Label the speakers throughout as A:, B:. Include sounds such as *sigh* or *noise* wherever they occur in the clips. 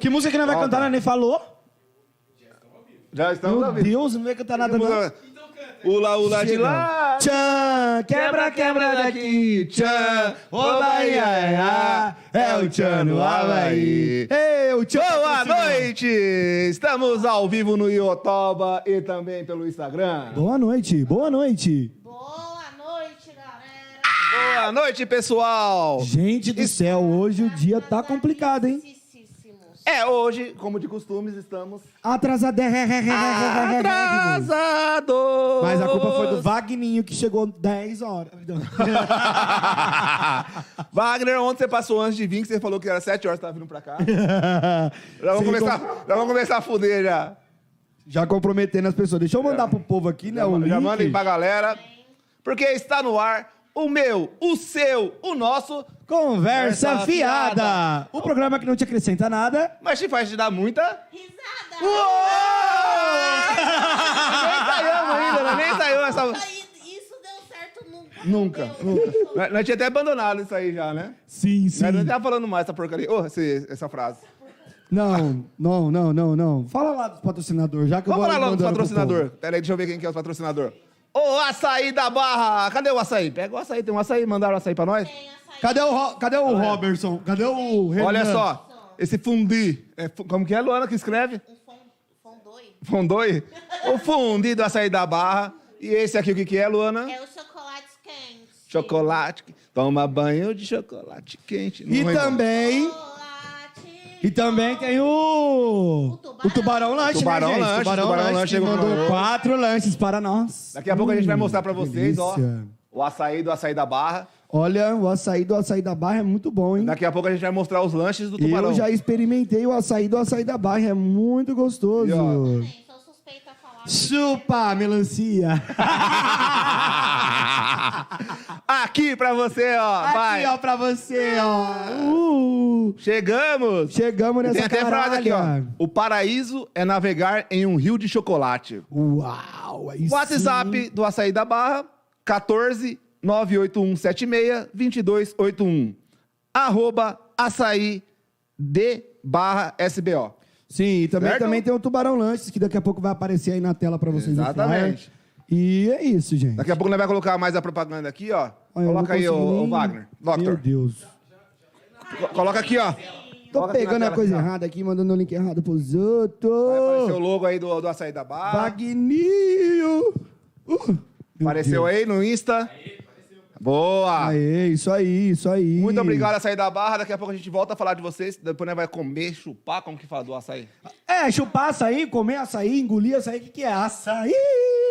A: Que música que nós vai
B: Ó,
A: cantar,
B: tá.
A: nós nem falou?
B: Já estamos
A: Meu
B: ao vivo.
A: Deus, não vai cantar nada não.
C: O lá, o
B: Tá
C: lá de lá.
A: Tchan, quebra, quebra daqui, tchan, ô Bahia, é, a, é o tchan no Havaí. Ei, o tchan. tá
B: Boa noite! Estamos ao vivo no Iotoba e também pelo Instagram.
A: Boa noite, boa noite.
D: Boa noite, galera.
B: Boa noite, pessoal!
A: Gente do céu, hoje o dia tá complicado, hein?
D: Atrasadíssimos.
B: É, hoje, como de costumes, estamos
A: Atrasada.
B: Ah,
A: Ah,
B: atrasados!
A: é Mas a culpa foi do Vagninho que chegou 10 horas.
B: Wagner, ontem você passou antes de vir, que você falou que era 7 horas que tava vindo
A: *laughs*
B: pra cá. Já vamos,
A: Sem
B: começar,
A: com-
B: já vamos começar a fuder já.
A: Já comprometendo as pessoas. Deixa eu mandar pro povo aqui, né?
B: Já
A: o
B: ma-
A: link.
B: já mandem pra galera. Porque está no ar o meu, o seu, o nosso,
A: Conversa
B: Conversa
A: fiada.
B: Fiada.
A: O programa que não te acrescenta nada.
B: mas te faz te dar muita.
D: Risada.
B: nem saiu ainda, né? nem saiu essa.
D: Isso- Isso deu certo nunca.
B: Nunca,
D: Deu.
B: Nós- Nós tinha até abandonado isso aí já, né?
A: Sim,
B: Nós não tava falando mais essa porcaria. Ô, esse- essa frase.
A: Não, não, não, não, não. Fala lá do patrocinador, já que eu
B: Vamos
A: vou um
B: falar logo do
A: mandando pro
B: patrocinador.
A: povo.
B: Pera aí, deixa eu ver quem que é o patrocinador. Ô, açaí da barra! Cadê o açaí? Pega o açaí, tem um açaí, mandaram açaí pra nós.
D: Tem açaí.
A: Cadê o, Ro- cadê o Robertson? Cadê o Renan?
B: Olha só, esse fundi. é fu- como que é, Luana, que escreve?
D: Um fon- fondue.
B: Fundoi? O fundi do açaí da barra. E esse aqui, o que que é, Luana?
D: É o chocolate quente.
B: Chocolate. Toma banho de chocolate quente. Não
A: E
B: lembro.
A: também,
D: Chocolate.
A: e também tem o...
D: O Tubarão.
A: O Tubarão Lanche,
B: Tubarão
A: né, gente?
B: Lanche,
A: tubarão,
B: Tubarão
A: Lanche,
B: Lanche
A: que
B: chegou
A: mandou
B: pra nós.
A: quatro lanches para nós.
B: Daqui a pouco a gente vai mostrar pra
A: Hum,
B: vocês, ó.
A: delícia.
B: O açaí do açaí da barra.
A: Olha, o açaí do açaí da barra é muito bom, hein?
B: Daqui a pouco a gente vai mostrar os lanches do tubarão.
A: Eu já experimentei o açaí do açaí da barra, é muito gostoso.
B: E, ó.
D: Também, Sou suspeita a falar.
A: Chupa, melancia.
B: *laughs* Aqui pra você, ó. *laughs* vai.
A: Aqui, ó, pra você, ó. Uh,
B: Chegamos.
A: chegamos nessa
B: Tem até frase aqui, ó.
A: caralha.
B: O paraíso é navegar em um rio de chocolate.
A: Uau, aí
B: WhatsApp do Açaí da Barra, 14 98176 2281. Arroba açaí de barra SBO.
A: Sim, Sim, e também,
B: Certo?
A: também tem o Tubarão Lanches, que daqui a pouco vai aparecer aí na tela pra vocês. no flyer.
B: Exatamente.
A: E é isso, gente.
B: Daqui a pouco nós vai colocar mais a propaganda aqui, ó.
A: Olha, eu não
B: Coloca aí, ô,
A: consigo
B: ô,
A: nem-
B: Wagner.
A: Meu
B: Doctor.
A: Deus.
B: Co- Coloca aqui, ó.
A: Tô
B: Coloca aqui na
A: pegando a
B: tela
A: coisa
B: aqui, ó.
A: errada aqui, mandando o link errado pros
B: Vai aparecer o
A: outros.
B: logo aí do, do Açaí da Barra.
A: Wagninho. Uh, meu
B: Apareceu aí no Insta. Boa!
A: Aê, isso aí, isso aí.
B: Muito obrigado, Açaí da Barra. Daqui a pouco a gente volta a falar de vocês. Depois nós vai comer, chupar, como que fala do açaí.
A: É, chupar açaí, comer açaí, engolir açaí, o que, que é? Açaí!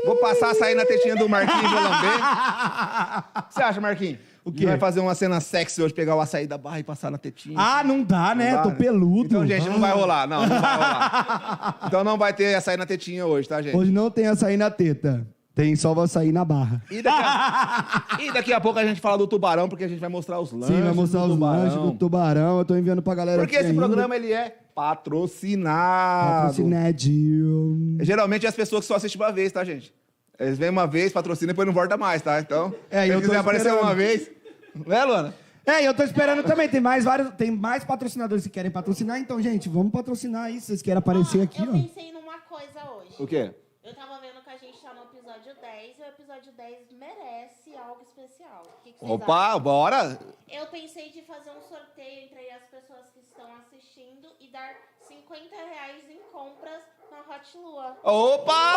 B: Vou passar açaí na tetinha do Marquinhos e vou lamber. O que você acha, Marquinhos? O
A: quê?
B: Vai fazer uma cena sexy hoje, pegar o açaí da barra e passar na tetinha.
A: Ah, não dá, né?
B: Não dá,
A: Tô peludo.
B: Então, gente, não
A: Ah.
B: vai rolar. Não, não vai rolar. Então não vai ter açaí na tetinha hoje, tá, gente?
A: Hoje não tem açaí na teta. Tem só o açaí na barra.
B: E daqui, a... e daqui a pouco a gente fala do tubarão, porque a gente vai mostrar os lanches.
A: Sim, vai mostrar
B: do
A: os
B: tubarão.
A: lanches do tubarão. Eu tô enviando pra galera
B: Porque
A: aqui
B: esse
A: ainda.
B: programa ele é patrocinado.
A: Patrocinadinho.
B: Geralmente é as pessoas que só assistem uma vez, tá, gente? Eles vêm uma vez, patrocinam e depois não volta mais, tá? Então,
A: É,
B: se
A: eu
B: eles
A: tô
B: quiser aparecer
A: esperando.
B: uma vez. Né, Luana?
A: É, e eu tô esperando também. Tem mais vários, tem mais patrocinadores que querem patrocinar. Então, gente, vamos patrocinar aí. Se vocês querem aparecer
D: Ó,
A: aqui,
D: Eu
A: ó.
D: pensei numa coisa hoje.
B: O quê?
D: Eu tava vendo que a gente tá no episódio 10 e o episódio 10 merece algo especial. O que que vocês
B: Opa, bora!
D: Eu pensei de fazer um sorteio entre as pessoas que estão assistindo e dar 50 reais em compras na Hot Lua.
B: Opa!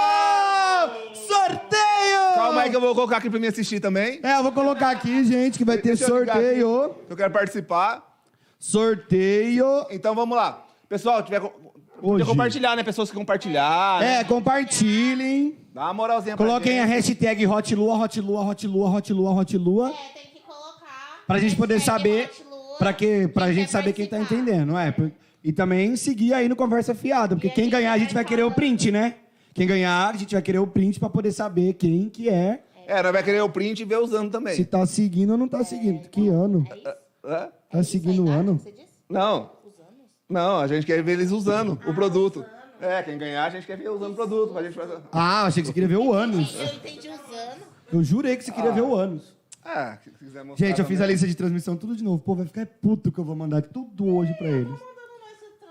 B: Opa!
A: Sorteio!
B: Calma aí que eu vou colocar aqui pra me assistir também.
A: É, eu vou colocar aqui, gente, que vai ter
B: Deixa eu ligar aqui,
A: sorteio.
B: que Eu quero participar.
A: Sorteio.
B: Então vamos lá. Pessoal, tiver. co- Podia
A: Hoje.
B: compartilhar, né? Pessoas que compartilharam.
A: É, compartilhem.
B: Dá uma moralzinha
A: Coloquem a
B: pra gente.
A: hashtag Hotlua, Hotlua, Hotlua, Hotlua, Hotlua.
D: É, tem que colocar.
A: Pra gente poder
D: hashtag
A: saber,
D: Hot Lua,
A: pra, que, pra
D: quem
A: gente
D: quer
A: saber quem tá
D: participar.
A: entendendo, é. Por- E também seguir aí no Conversa Fiada, porque
D: E a
A: quem
D: gente tá
A: ganhar a
D: vai
A: gente vai querer o
D: falando.
A: print, né? Quem ganhar, a gente vai querer o print pra poder saber quem que é,
B: É, nós vai querer o print e ver usando também.
A: se tá seguindo ou não tá seguindo. Que ano?
D: É isso?
B: Hã?
A: Tá seguindo o
D: Ah,
A: ano?
D: Você disse?
B: Não.
D: Os anos?
B: Não, a gente quer ver eles usando o produto. É, quem ganhar, a gente quer ver usando o produto. Pra gente fazer...
A: Ah, achei que você queria ver o anos.
D: Eu entendi os anos.
A: Eu jurei que você queria ver o anos.
B: Ah, se quiser mostrar
A: Gente, eu fiz a
B: também.
A: lista de transmissão tudo de novo. Pô, vai ficar puto que eu vou mandar tudo hoje pra eles.
D: Não, não, não, isso tá-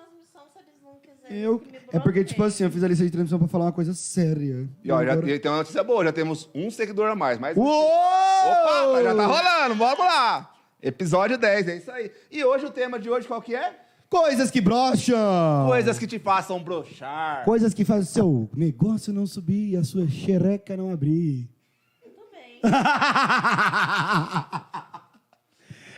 D: vezes.
A: Eu...
D: que me
A: É porque, tipo
D: bloqueiam.
A: assim, eu fiz a lista de transmissão pra falar uma coisa séria.
B: E ó, já,
A: Agora-
B: e tem uma notícia boa, já temos um seguidor a mais. Mas...
E: Uou!
B: Opa, já tá rolando, vamos lá! Episódio 10, é isso aí. E hoje o tema de hoje qual que é?
A: Coisas que brocham!
B: Coisas que te façam brochar.
A: Coisas que fazem o seu negócio não subir e a sua xereca não abrir. *laughs*
D: Tudo bem.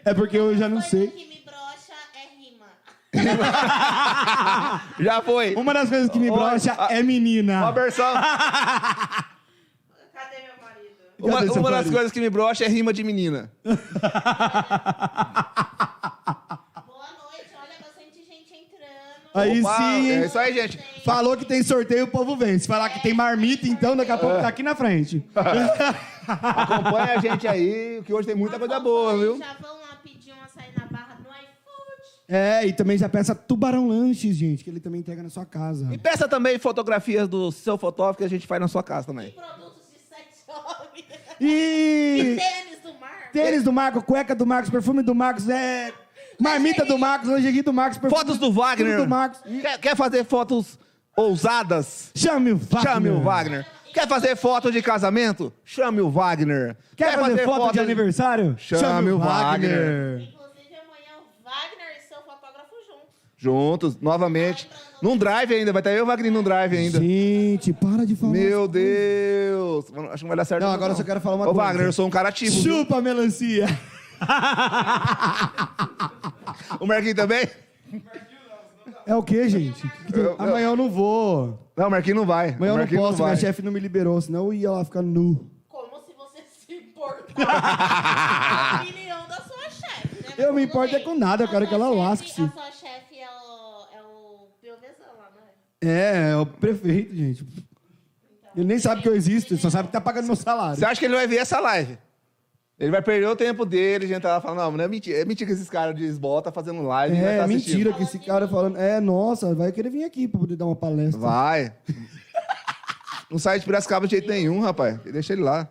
A: É *laughs* porque eu já não
D: coisa
A: sei.
D: que me brocha é rima.
B: Já foi.
A: Uma das coisas que me brocha é menina.
B: Uma versão.
D: Cadê meu marido?
A: Cadê
B: Uma,
A: seu
B: uma das
A: marido?
B: coisas que me brocha é rima de menina.
D: Boa noite, olha bastante gente entrando.
A: Aí
B: Opa,
A: sim.
B: É isso aí, gente.
A: Falou que tem sorteio, o povo vem. Se falar que tem marmita, então daqui a
B: É.
A: pouco tá aqui na frente.
B: Acompanha a gente aí, que hoje tem muita coisa boa, viu?
D: Já vão lá pedir um açaí na barra no iFood.
A: É, e também já peça tubarão lanches, gente, que ele também entrega na sua casa.
B: E peça também fotografias do seu fotógrafo que a gente faz na sua casa
D: E
B: também.
D: produtos de sete *laughs* homens.
A: E
D: E tênis do mar.
A: tênis do Marco, cueca do Marcos, perfume do Marcos, é marmita do Marcos, lingerie do Marcos, perfume
B: Fotos do
A: tudo
B: Wagner.
A: do Marcos.
B: Quer, quer fazer fotos ousadas?
A: Chame o Wagner.
B: Chame o Wagner. Quer fazer foto de casamento? Chame o Wagner.
A: Quer, fazer, foto, de aniversário?
B: Chame o Wagner.
D: Inclusive, amanhã o Wagner e seu fotógrafo juntos.
B: Juntos, novamente. Num drive ainda, vai estar eu e o Wagner num drive ainda.
A: Gente, para de falar.
B: Meu Deus! Mano, Acho que não vai dar certo.
A: Não, agora eu só quero falar uma
B: Ô,
A: coisa.
B: Wagner, eu sou um cara ativo. viu?
A: Chupa melancia.
B: O Marquinhos também?
A: É o quê, gente? Que tem-
B: Eu- eu-
A: Amanhã eu não vou.
B: Não, o Marquinhos não vai.
A: Amanhã eu não
B: Marquinhos
A: posso, é
B: vai.
A: minha chefe não me liberou, senão eu ia lá ficar nu.
D: Como se você *laughs* se importasse com a opinião da sua chefe, né? Mas
A: Eu me
D: tudo
A: importo
D: bem.
A: é com nada, eu
D: A
A: quero que
D: sua
A: ela
D: chefe-
A: lasque-se.
D: A sua chefe é o, é o Biovezão lá, né?
A: É, é o prefeito, gente. Ele nem sabe que eu existo, ele só sabe que tá pagando meu salário.
B: Você acha que ele vai ver essa live? Ele vai perder o tempo dele, a gente tá lá falando, não, não é mentira, é mentira que esses caras de esbola tá fazendo live e vai
A: É,
B: tá assistindo.
A: mentira que esse cara falando. É, nossa, vai querer vir aqui pra poder dar uma palestra.
B: Vai. não sai de Piracicaba de jeito nenhum, rapaz. Deixa ele lá.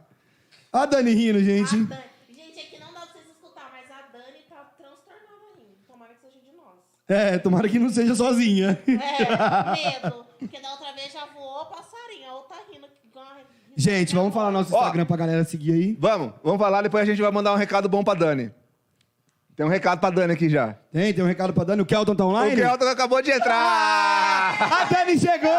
A: A Ah, Dani rindo, gente.
D: A Dani- Gente, é que não dá pra vocês escutar, mas a Dani tá transtornada ainda. Tomara que seja de nós.
A: É, tomara que não seja sozinha.
D: É, medo. Porque da outra vez já voou o passarinho, a outra rindo. igual uma-
A: Gente, vamos falar nosso
B: Ó.
A: Instagram pra galera seguir aí.
B: Vamos, vamos falar, depois a gente vai mandar um recado bom pra Dani. Tem um recado pra Dani aqui já.
A: Tem, tem um recado pra Dani. O Kelton tá
B: O
A: online? Ah,
B: Kelton acabou de entrar!
A: A Dani chegou!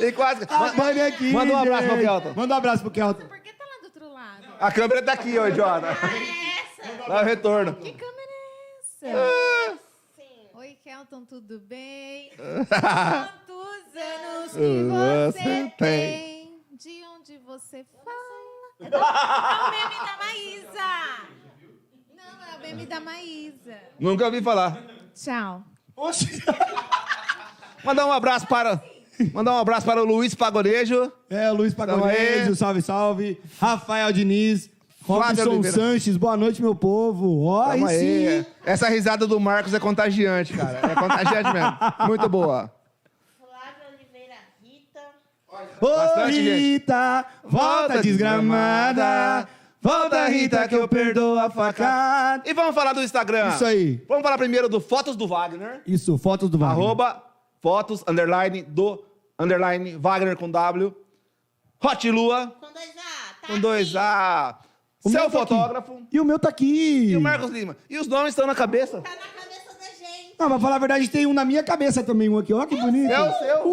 B: e quase.
A: A Dani aqui,
B: Manda um abraço
A: gente.
B: pro Kelton.
A: Manda um abraço pro Kelton.
F: Por que tá lá do outro lado?
B: A câmera tá aqui, ô idiota.
D: Ah, é essa?
B: Dá o retorno.
F: Que câmera é essa?
B: Ah.
D: Sim.
F: Oi, Kelton, tudo
B: *laughs*
F: bem? Quantos anos que
B: Você
F: você
B: tem?
F: tem? De onde você fala? É o meme da Maísa! Não, é o meme da Maísa.
B: Nunca ouvi falar.
F: Tchau.
A: Oxi.
B: Mandar um abraço para. Mandar um abraço para o Luiz Pagonejo.
A: É, Luiz
B: Então,
A: Pagonejo,
B: é.
A: salve, salve. Rafael Diniz,
B: Flávia
A: Robson
B: Oliveira.
A: Sanches, boa noite, meu povo. Ó, aí
B: Tamo aí.
A: sim. hein?
B: Essa risada do Marcos é contagiante, cara. É
A: *laughs*
B: contagiante mesmo. Muito boa.
D: Flávia Oliveira Rita.
A: Ô,
B: Bastante, gente.
A: Rita, volta desgramada. Volta, Rita, que eu perdoo a facada.
B: E vamos falar do Instagram.
A: Isso aí.
B: Vamos falar primeiro do Fotos do Wagner.
A: Isso, fotos do Wagner.
B: Arroba fotos, underline, do, underline, Wagner com W. Hot Lua,
D: Com dois A, tá?
B: com dois
D: aqui.
B: A.
A: O meu
B: Seu
A: tá aqui.
B: fotógrafo.
A: E o meu tá aqui.
B: E o Marcos Lima. E os nomes estão na cabeça.
D: Tá na cabeça da gente.
A: Não, mas falar a verdade, tem um na minha cabeça também, um aqui. Ó, que bonito.
B: É o seu.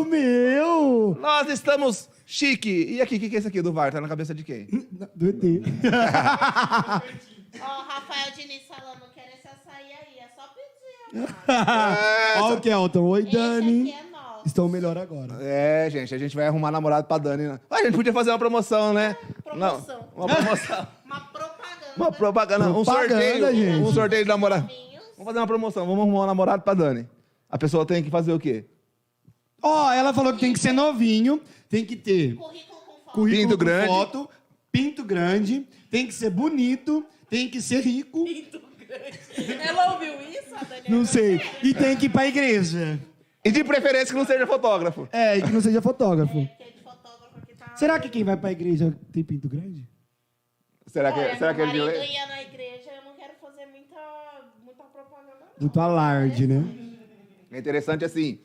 A: Uh, meu.
B: Nós estamos chique. E aqui, o que, que é isso aqui do VAR? Tá na cabeça de quem?
A: Do ET.
D: Ó, o Rafael Diniz falando, quero esse açaí aí. É só pedir, amado.
B: É,
A: Ó o Kelton. Oi, Dani.
D: Esse aqui é nosso.
A: Estão melhor agora.
B: É, gente, a gente vai arrumar namorado pra Dani. né? Ah, a gente podia fazer uma promoção, né?
D: Promoção.
B: Não, uma
D: *laughs*
B: promoção.
D: Uma propaganda.
B: uma propaganda, um
A: Propaganda,
B: sorteio.
A: gente.
B: Um sorteio de namorado.
D: Vinhos.
B: Vamos fazer uma promoção, vamos arrumar um namorado pra Dani. A pessoa tem que fazer o quê?
A: Ó, ela falou que tem que ser novinho, tem que ter
D: Currículo com foto.
A: currículo
B: Pinto
A: com
B: grande.
A: foto, pinto grande, tem que ser bonito, tem que ser rico,
D: Ela ouviu isso, a Dani?
A: não sei, e tem que ir pra igreja.
B: E de preferência que não seja fotógrafo.
A: É, e que não seja fotógrafo.
D: Porque é de fotógrafo aqui tá...
A: Será que quem vai pra igreja tem pinto grande?
B: Será que,
D: Olha,
B: será que
D: É, meu
B: ele.
D: marido ia na igreja, eu não quero fazer muita, muita propaganda, não.
A: Muito alarde, né?
B: É interessante assim.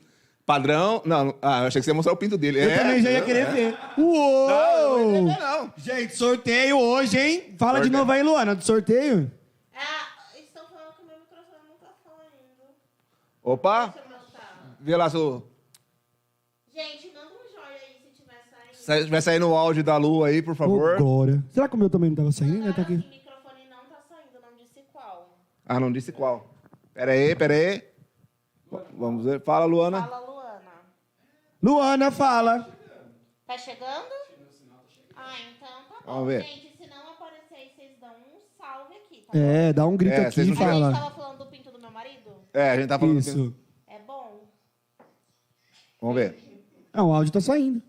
B: Padrão. Não, ah, eu achei que você ia mostrar o pinto dele.
A: Eu
B: É,
A: também já ia
B: não,
A: querer
B: é.
A: ver.
B: Não,
A: Uou!
B: não, é, não.
A: Gente, sorteio hoje, hein? Fala de
B: Sorteio.
A: novo aí, Luana, do sorteio.
D: Ah, estão falando que meu microfone não tá falando.
B: Opa!
D: Deixa eu botar.
B: Vê lá se eu-
D: Gente, manda um joia aí se tiver saindo.
B: se vai sair no áudio da lua aí, por favor.
A: Agora. Será que o meu também não tava saindo? Né? Tá
D: Mandaram
A: aqui.
D: que o microfone não tá saindo, não disse qual.
B: Ah, não disse qual. Pera aí, pera aí. V- Vamos ver. Fala, Luana.
D: Fala, Luana.
A: Luana, fala.
D: Tá chegando? Ah, então tá bom.
B: Vamos ver.
D: Gente, se não aparecer aí, vocês dão um salve aqui, tá bom?
A: É, dá um grito
B: É,
A: aqui
B: vocês
A: e
B: não
D: A gente
A: fala.
D: tava falando do pinto do meu marido?
B: É, a gente tá falando. assim.
A: Isso.
D: É bom?
B: Vamos ver.
A: Ah, o áudio tá saindo.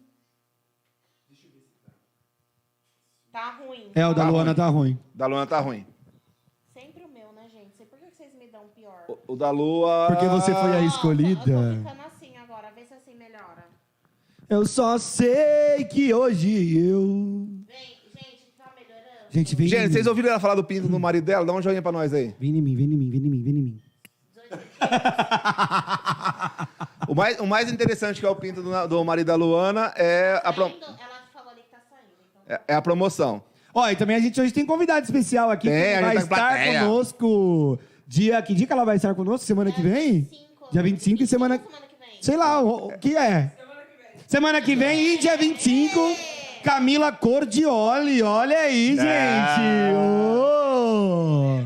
D: Tá ruim.
A: É, o da
B: Tá
A: Luana
B: ruim.
A: tá ruim.
B: Da Luana tá ruim.
D: Sempre o meu, né, gente? Sei por que que vocês me dão pior.
B: O- O da Lua.
A: Porque você foi a
D: Ó, Eu tô
A: escolhida.
D: ficando assim agora, vê se assim melhora.
A: Eu só sei que hoje eu.
D: Vem, gente, tá melhorando?
A: Gente, vem
B: Gente,
A: em mim.
B: vocês ouviram ela falar do pinto do marido dela? Dá um joinha pra nós aí.
A: Vem em mim, vem em mim, vem em mim, vem em mim.
D: 18 dias.
B: O mais, o mais interessante que é o pinto do, na- do marido da Luana é a, pro-
D: Saindo, Ela falou ali que tá saindo. Então.
B: é- é
A: *laughs*
B: a promoção.
A: Ó, e também a gente hoje tem convidado especial aqui
B: Tem, a
A: que
B: gente
A: vai
B: tá com
A: estar
B: plateia.
A: conosco. Dia, que dia que ela vai estar conosco? Semana que vem? Dia
D: né?
A: 25 e semana.
D: Semana que vem.
A: Sei lá, o, o que é? Semana que vem e dia 25, Camila Cordioli. Olha
B: É.
A: aí, gente. Ô!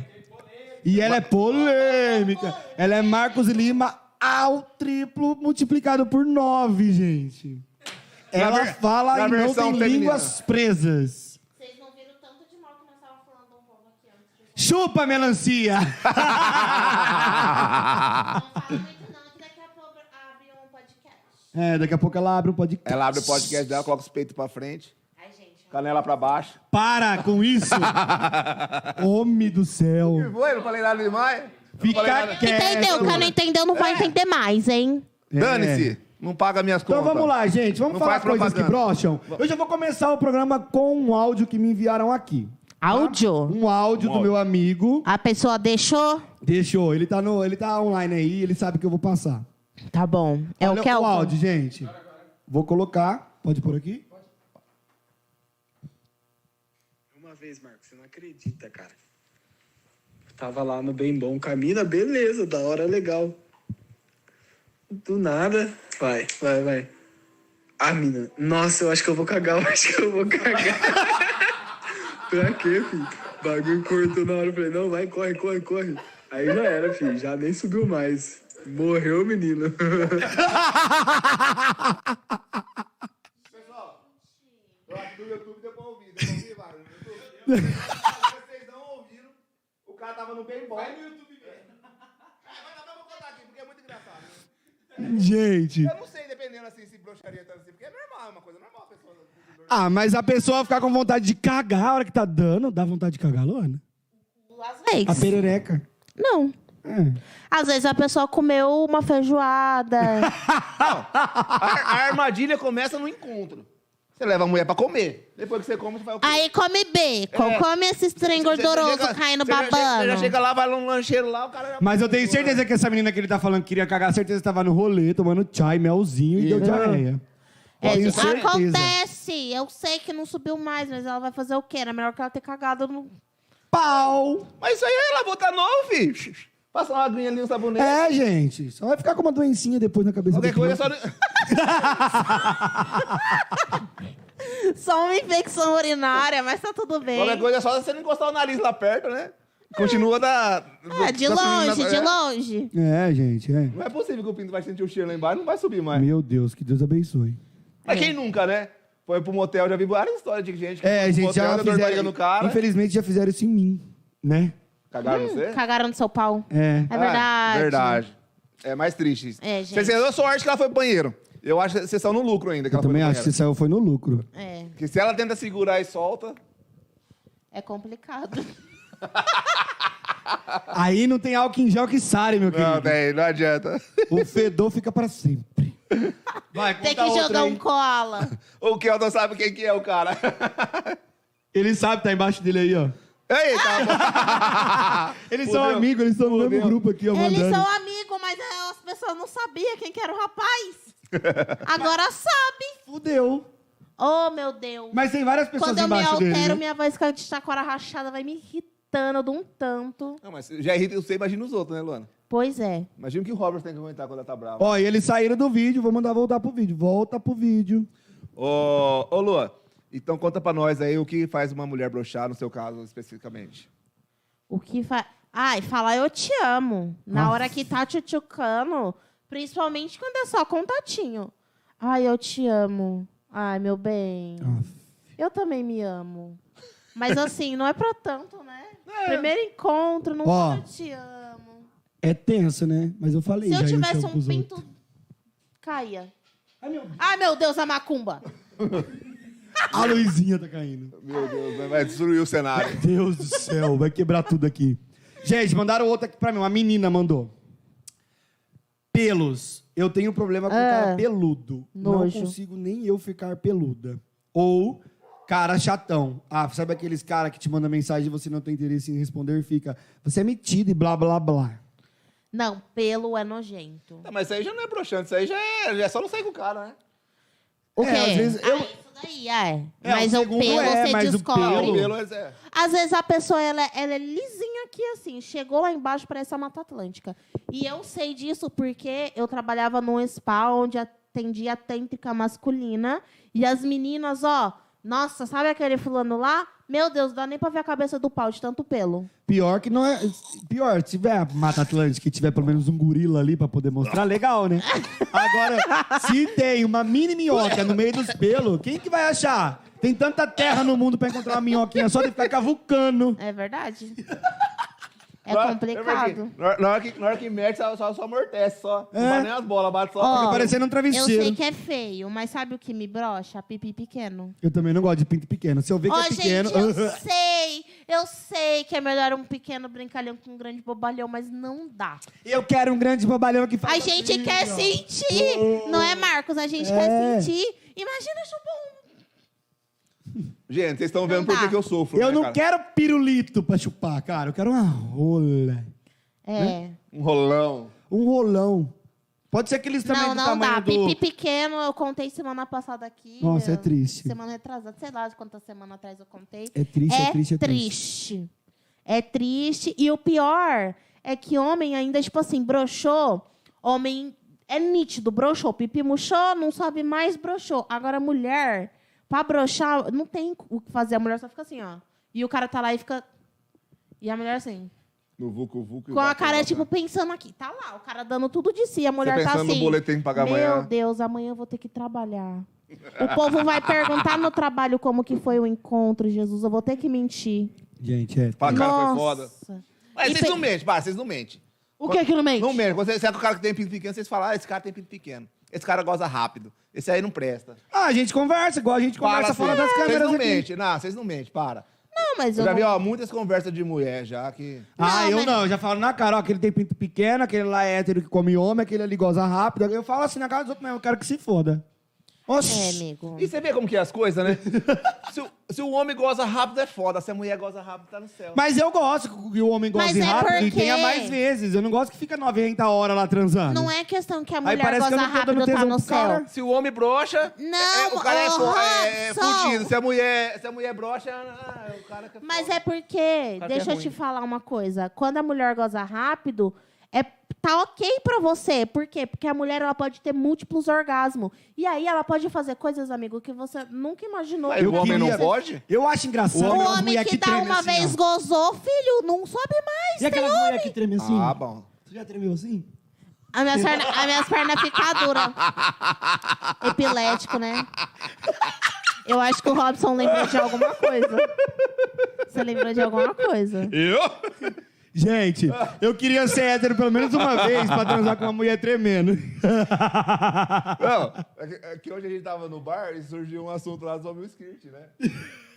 A: E ela é polêmica. Ela é Marcos Lima ao triplo multiplicado por nove, gente. Ela
B: ver-
A: fala
B: na
A: e não
B: versão
A: tem
B: feminina.
A: línguas presas.
D: Vocês não viram o tanto de mal que nós tava falando um pouco aqui antes de
A: Chupa,
B: *laughs*
A: melancia! Ah.
D: Não fala muito não, que daqui a pouco abre um podcast.
A: É, daqui a pouco ela abre um podcast.
B: Ela abre o podcast dela, coloca os peitos pra frente,
D: Ai, gente. ó.
B: canela pra baixo.
A: Para com isso! Homem do céu!
B: Foi, não falei nada demais.
A: Fica quieto!
D: Quem não entendeu não vai entender mais, hein?
B: Dane-se, não paga minhas
A: Então
B: contas.
A: vamos lá, gente. Vamos
B: Não
A: falar
B: faz
A: coisas que
B: propaganda.
A: brocham. Eu já vou começar o programa com um áudio que me enviaram aqui.
D: Áudio?
A: Um áudio do meu amigo.
D: A pessoa deixou?
A: Deixou. Ele tá, no, ele tá online aí, ele sabe que eu vou passar.
D: Tá bom. É
A: Olha
D: o que é
A: o
D: o
A: áudio, gente. Vou colocar. Pode pôr aqui?
G: Uma vez, Marcos, você não acredita, cara. Eu tava lá no Bem Bom Camina, beleza, da hora, legal. Do nada, vai, vai, vai. Ah, mina, nossa, eu acho que eu vou cagar, *laughs* eu acho que eu vou cagar. *laughs* pra quê, filho? O bagulho cortou na hora, eu falei, não, vai, corre, corre, corre. Aí já era, filho, já nem subiu mais. Morreu o menino. *laughs*
B: No YouTube deu pra ouvir, deu pra ouvir, Mário. No YouTube. Vocês não ouviram, o cara tava no bem bom. Vai no YouTube mesmo. É, mas não, eu vou contar aqui, porque é muito *laughs* engraçado.
A: Gente.
B: Eu não sei, dependendo assim, se broxaria tanto assim, porque é normal, é uma coisa normal a pessoa.
A: Ah, mas a pessoa ficar com vontade de cagar a hora que tá dando, dá vontade de cagar, Luana?
D: Las
A: A
D: Vegas.
A: perereca.
D: Não.
B: Hum.
A: É.
D: Às vezes a pessoa comeu uma
B: *laughs*
D: feijoada.
B: A, a armadilha começa no encontro. Você leva a mulher pra comer. Depois que você come, você vai o quê?
D: Aí come bacon,
B: É.
D: come esses trem
B: Você- você
D: gorduroso
B: chega-
D: caindo
B: você já chega- Você já
D: babando.
B: chega lá, vai num lancheiro lá, o cara já...
A: Mas eu tenho certeza que essa menina que ele tá falando que queria cagar, certeza tava no rolê, tomando chai, melzinho e deu diarreia.
D: É,
A: tenho
D: acontece. Eu sei que não subiu mais, mas ela vai fazer o quê? Era melhor que ela ter cagado no. *laughs*
A: Pau!
B: Mas isso aí é ela botar novo, filho. Passa uma aguinha ali, um sabonete.
A: É, gente. Só vai ficar com uma doencinha depois na cabeça né?
B: Qualquer
A: do
B: coisa é
A: cliente.
B: só...
D: Só uma infecção urinária, mas tá tudo bem.
B: Qualquer coisa é só você não encostar o nariz lá perto, né? Continua da.
D: Ah,
B: tá
D: de longe, de longe.
A: É, gente, é.
B: Não é possível que o pinto vai sentir o cheiro lá embaixo, não vai subir mais.
A: Meu Deus, que Deus abençoe.
B: Mas quem nunca, né? Foi pro motel, já vi várias histórias de gente que
A: É,
B: foi pro
A: gente, já
B: motel, deu dor de barriga
A: fizeram...
B: no cara.
A: Infelizmente, já fizeram isso em mim, né?
B: Cagaram em você?
D: Hum, Cagaram no seu pau.
A: É.
D: É verdade.
B: É verdade. É mais triste isso.
D: É, gente.
B: Você deu sorte que ela foi pro banheiro. Eu acho que vocês estão no lucro ainda. Que
A: Eu
B: ela foi
A: também
B: no
A: acho que
B: banheiro.
A: você saiu foi no lucro.
D: É,
B: Porque se ela tenta segurar e solta. *laughs*
D: é complicado.
A: Aí não tem álcool em gel que sare, meu
B: Não,
A: querido.
B: daí, não adianta. *laughs*
A: O fedor fica pra sempre. Vai,
B: Tá
D: Tem que jogar um cola.
B: O Keldon sabe quem que é o cara. *laughs*
A: Ele sabe, tá embaixo dele aí, ó.
B: Eita,
A: Eles
B: Fudeu.
A: são amigos, *laughs* eles estão no mesmo
B: tá Fudeu.
A: grupo aqui, ó,
D: Eles
A: mandando.
D: são amigos, mas é, as pessoas pessoa não sabia quem que era
A: *laughs*
D: o rapaz. Agora sabe.
A: Fudeu.
D: Oh, meu Deus.
A: Mas tem várias pessoas
D: Quando eu me
A: embaixo
D: altero,
A: dele. né?
D: minha voz fica de chacora rachada, vai me irritando de um tanto.
B: Não, mas já irrita, eu sei, imagina os outros, né, Luana?
D: Pois é.
B: Imagina o que o Robert tem que aguentar quando ela tá brava.
A: Ó, e eles saíram do vídeo, vou mandar voltar pro vídeo. Volta pro vídeo.
B: Ô, ô Lua, então conta pra nós aí o que faz uma mulher brochar, no seu caso, especificamente.
D: O que faz. Ai, falar eu te amo. Na hora que tá tchutchucando, principalmente quando é só contatinho. Ai, eu te amo. Ai, meu bem. Eu também me amo. Mas assim, não é pra tanto, né?
A: *laughs*
D: Primeiro encontro, não
A: É. Ó.
D: fala eu te amo.
A: É tenso, né? Mas eu falei
D: Se
A: já
D: eu
A: isso
D: tivesse um
A: pros
D: pinto,
A: outros.
D: caía.
A: Ai, meu-
D: Ai, meu Deus, a macumba.
A: A luzinha tá caindo.
B: Meu Deus, vai- vai destruir o cenário.
A: Deus do céu, vai quebrar tudo aqui. Gente, mandaram outra aqui pra mim. Uma menina mandou. Pelos. Eu tenho problema com
D: Ah.
A: cara peludo.
D: Nojo.
A: Não consigo nem eu ficar peluda. Ou cara chatão. Ah, sabe aqueles cara que te manda mensagem e você não tem interesse em responder e fica... Você é metido e blá, blá, blá.
D: Não, pelo é nojento.
B: Tá, mas isso aí já não é broxante, isso aí já é, já é só não sair com o cara, né?
D: O
A: É,
D: quê?
A: às vezes eu-
D: Ah, isso daí, ah, é.
A: É,
D: mas
A: o
D: o,
A: segundo
D: pelo
A: é,
D: você
A: mas o
D: descobre.
A: pelo-
B: Pelo é Zé.
D: Às vezes a pessoa ela, ela é lisinha aqui, assim, chegou lá embaixo, parece a Mata Atlântica. E eu sei disso porque eu trabalhava num spa onde atendia a têntrica masculina. E as meninas, ó, nossa, sabe aquele fulano lá? Meu Deus, dá nem pra ver a cabeça do pau de tanto pelo.
A: Pior que não é. Pior, se tiver a Mata Atlântica e tiver pelo menos um gorila ali pra poder mostrar, legal, né? Agora, se tem uma mini minhoca no meio dos pelos, quem que vai achar? Tem tanta terra no mundo pra encontrar uma minhoquinha só de ficar cavucando. *laughs*
D: É verdade? É
B: Na hora-
D: complicado.
B: Na hora, na hora que, na hora que mete, só, só, só amortece, só. Não
A: É.
B: bate nem as bolas, bate só.
D: Ó,
A: Fica parecendo um
D: Eu
A: travesseiro. Eu,
D: sei que é feio, mas sabe o que me brocha? Pipi pequeno.
A: também não gosto de pinto pequeno. Se eu ver que
D: Ó,
A: é pequeno.
D: gente,
A: *laughs*
D: eu sei, eu sei que é melhor um pequeno brincalhão com um grande bobalhão, mas não dá.
A: eu quero um grande bobalhão que faz. assim.
D: A gente quer sentir, não é, Marcos? A gente
A: É.
D: quer sentir. Imagina chupar
B: Gente, vocês estão vendo
D: Não
B: por que
D: dá.
B: que eu sofro.
A: Eu
B: né,
A: não
B: cara?
A: quero pirulito pra chupar, cara. Eu quero uma rola. Hum?
D: um... É.
B: Um rolão.
A: Um rolão. Pode ser aqueles também
D: Não,
A: do
D: não
A: tamanho
D: dá.
A: do...
D: Pipi pequeno, eu contei semana passada aqui.
A: Nossa,
D: eu-
A: é triste.
D: Semana retrasada, sei lá de quantas semanas atrás eu contei.
A: É triste, é, triste, é triste.
D: triste. É triste. E o pior é que homem ainda, tipo assim, broxou. Homem é nítido, broxou. Pipi murchou, não sobe mais, broxou. Agora, mulher, pra broxar, não tem o que fazer. A mulher só fica assim, ó. E o cara tá lá e fica. E a mulher assim.
B: No Vucu Vucu. e
D: Com a
B: bate,
D: cara,
B: bate.
D: tipo, pensando aqui. Tá lá, o cara dando tudo de si. A mulher
B: Você
D: tá
B: pensando
D: assim.
B: no boletim que pagar
D: Meu
B: amanhã."
D: Deus, amanhã eu vou ter que trabalhar. O povo vai perguntar no trabalho como que foi o encontro, Jesus. Eu vou ter que mentir.
A: Gente, é.
B: Pra cara, foi foda.
D: Nossa.
B: Mas
D: E
B: vocês
D: pe-
B: não mentem, pá, vocês não mentem.
D: O que que não mente?
B: Não mentem. Quando Você, você é com o cara que tem pinto pequeno, vocês falam, ah, esse cara tem pinto pequeno. Esse cara goza rápido. Esse aí não presta.
A: Ah, a gente conversa, igual a gente conversa
B: Para,
A: fora
B: filho.
A: das
B: Vocês
A: câmeras
B: não
A: aqui.
B: mentem, não, vocês não mentem, para.
D: Não, mas
B: Eu
D: eu,
B: já
D: não-
B: vi, ó, muitas conversas de mulher já que...
A: Ah,
D: Não,
A: eu
D: mas-
A: não, eu já falo na cara, ó, aquele tem pinto pequeno, aquele lá é hétero que come homem, aquele ali goza rápido. Eu falo assim na cara dos outros mesmo, eu quero que se foda.
D: É,
A: Oxi.
D: amigo.
B: E você vê como que é as coisas,
D: *laughs*
B: né? se, o- se o homem goza rápido, é foda. Se a mulher goza rápido, tá no céu.
A: Mas eu gosto que o homem
D: Mas
A: goze
D: é
A: rápido e
D: porque-
A: tenha mais vezes. Eu não gosto que fica 90 horas lá transando.
D: Não é questão que a
A: Aí
D: mulher
A: parece que
D: goza
A: eu não tô
D: rápido
A: dando
D: tá
A: tesão
D: no
A: pro
D: céu.
A: cara.
B: Se o homem brocha,
D: Não,
B: é- o cara é,
D: ô,
B: fo- é, é
D: Robson.
B: fudido. Se a mulher, se a mulher brocha, ah, o cara que
D: Mas
B: foda.
D: é porque,
B: Cara, que
D: deixa
B: é
D: eu te
B: ruim.
D: falar uma coisa. Quando a mulher goza rápido, é, tá ok pra você. Por quê? Porque a mulher ela pode ter múltiplos orgasmos. E aí ela pode fazer coisas, amigo, que você nunca imaginou.
B: Mas
D: que
B: o homem não
A: queria-
B: pode?
A: Eu acho engraçado.
D: O
A: aquelas
D: homem
A: mulher
D: que dá
A: treme
D: uma
A: assim,
D: vez é
A: ó.
D: gozou, filho, não sobe mais.
A: E aquelas mulher que treme assim?
B: Ah, bom.
A: Você já tremeu assim?
D: As minhas pernas a minhas pernas ficam duras. Epilético, né? Eu acho que o Robson lembrou de alguma coisa. Você lembrou de alguma coisa.
B: Eu?
A: Gente, eu queria ser hétero pelo menos uma vez pra transar com uma mulher tremendo.
B: Não, é que, é que hoje a gente tava no bar e surgiu um assunto lá sobre o skirt,
A: *laughs*
B: né?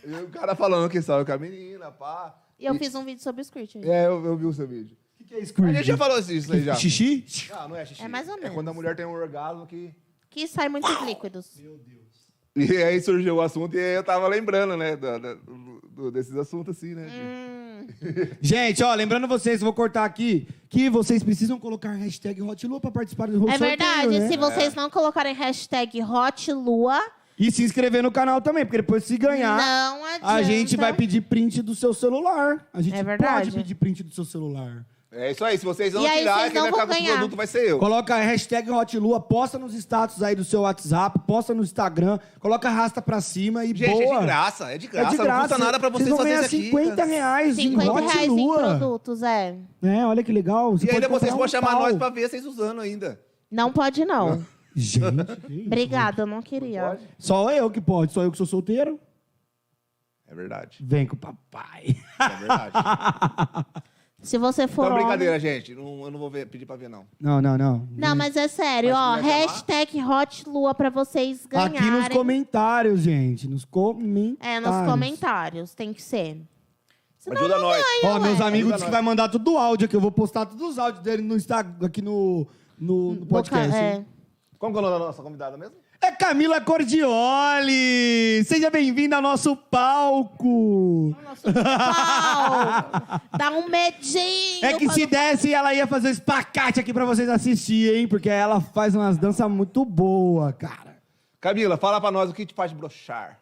B: E o cara falando que saiu com a menina, pá.
D: E eu fiz um vídeo sobre o Squirt. gente.
B: É, eu, eu vi o seu vídeo.
A: O que é isso,
B: A gente já falou isso aí já.
A: Xixi?
B: Não, não é xixi.
D: É mais ou
B: É
D: menos.
B: quando a mulher tem um orgasmo que...
D: Que sai muitos líquidos.
B: E aí surgiu o assunto e aí eu tava lembrando, né, da- da- do- do- desses assuntos assim, né? de-
D: Hum,
A: Gente, ó, lembrando vocês, vou cortar aqui, que vocês precisam colocar hashtag Hotlua pra participar do
D: É
A: sorteio,
D: verdade,
A: né?
D: se vocês não colocarem hashtag hotlua,
A: E se inscrever no canal também, porque depois se ganhar,
D: não adianta.
A: a gente vai pedir print do seu celular. A gente
D: É verdade.
A: pode pedir print do seu celular.
B: É isso aí, se vocês não
D: Hum. E aí,
B: tirar,
D: vocês
B: quem
D: não
B: vai
D: vão
B: ficar com o
D: ganhar.
B: produto vai ser eu.
A: Coloca a hashtag Hotlua, posta nos status aí do seu WhatsApp, posta no Instagram, coloca arrasta pra cima e
B: Gente,
A: boa.
B: é de graça, é de graça, não custa nada pra vocês,
A: vão
B: só
A: ganhar
B: vocês aqui.
A: 50 reais
D: 50
A: em
D: reais em
A: Hotlua.
D: produtos, é.
A: É, olha que legal. Você
B: E ainda
A: pode
B: vocês
A: comprar
B: vão
A: um
B: chamar
A: pau.
B: nós pra ver vocês usando ainda.
D: Não pode, não.
A: Gente, que isso. *laughs*
D: *laughs* Obrigada, eu não queria.
A: Só eu que pode, só eu que sou solteiro.
B: É verdade,
A: Vem com o papai. *laughs*
B: é verdade.
D: Se você for
B: Não,
D: homem-
B: Então é brincadeira, gente. Não- eu não vou ver- pedir pra ver, não.
A: Não, não, não.
D: Não, mas é sério,
B: Mas
D: ó.
B: não ia chamar?
D: Hashtag hotlua pra vocês ganharem.
A: Aqui nos comentários, gente. Nos comentários.
D: É, nos comentários, tem que ser. Senão
B: Ajuda
D: não
B: nós.
D: ganha,
A: Ó,
D: ué.
A: meus amigos dizem
B: Ajuda
A: que
B: nós.
A: vai mandar tudo áudio aqui. Eu vou postar todos os áudios dele no Instagram, aqui no, no, no
D: Boca-
A: podcast.
D: é.
B: Como que é o nome da nossa convidada mesmo?
A: É Camila Cordioli! Seja bem-vinda ao nosso palco!
D: Pau! é. Dá um medinho.
A: É que
D: pra-
A: se desse, ela ia fazer um espacate aqui pra vocês assistirem, hein? Porque ela faz umas danças muito boas, cara.
B: Camila, fala pra nós o que te faz brochar.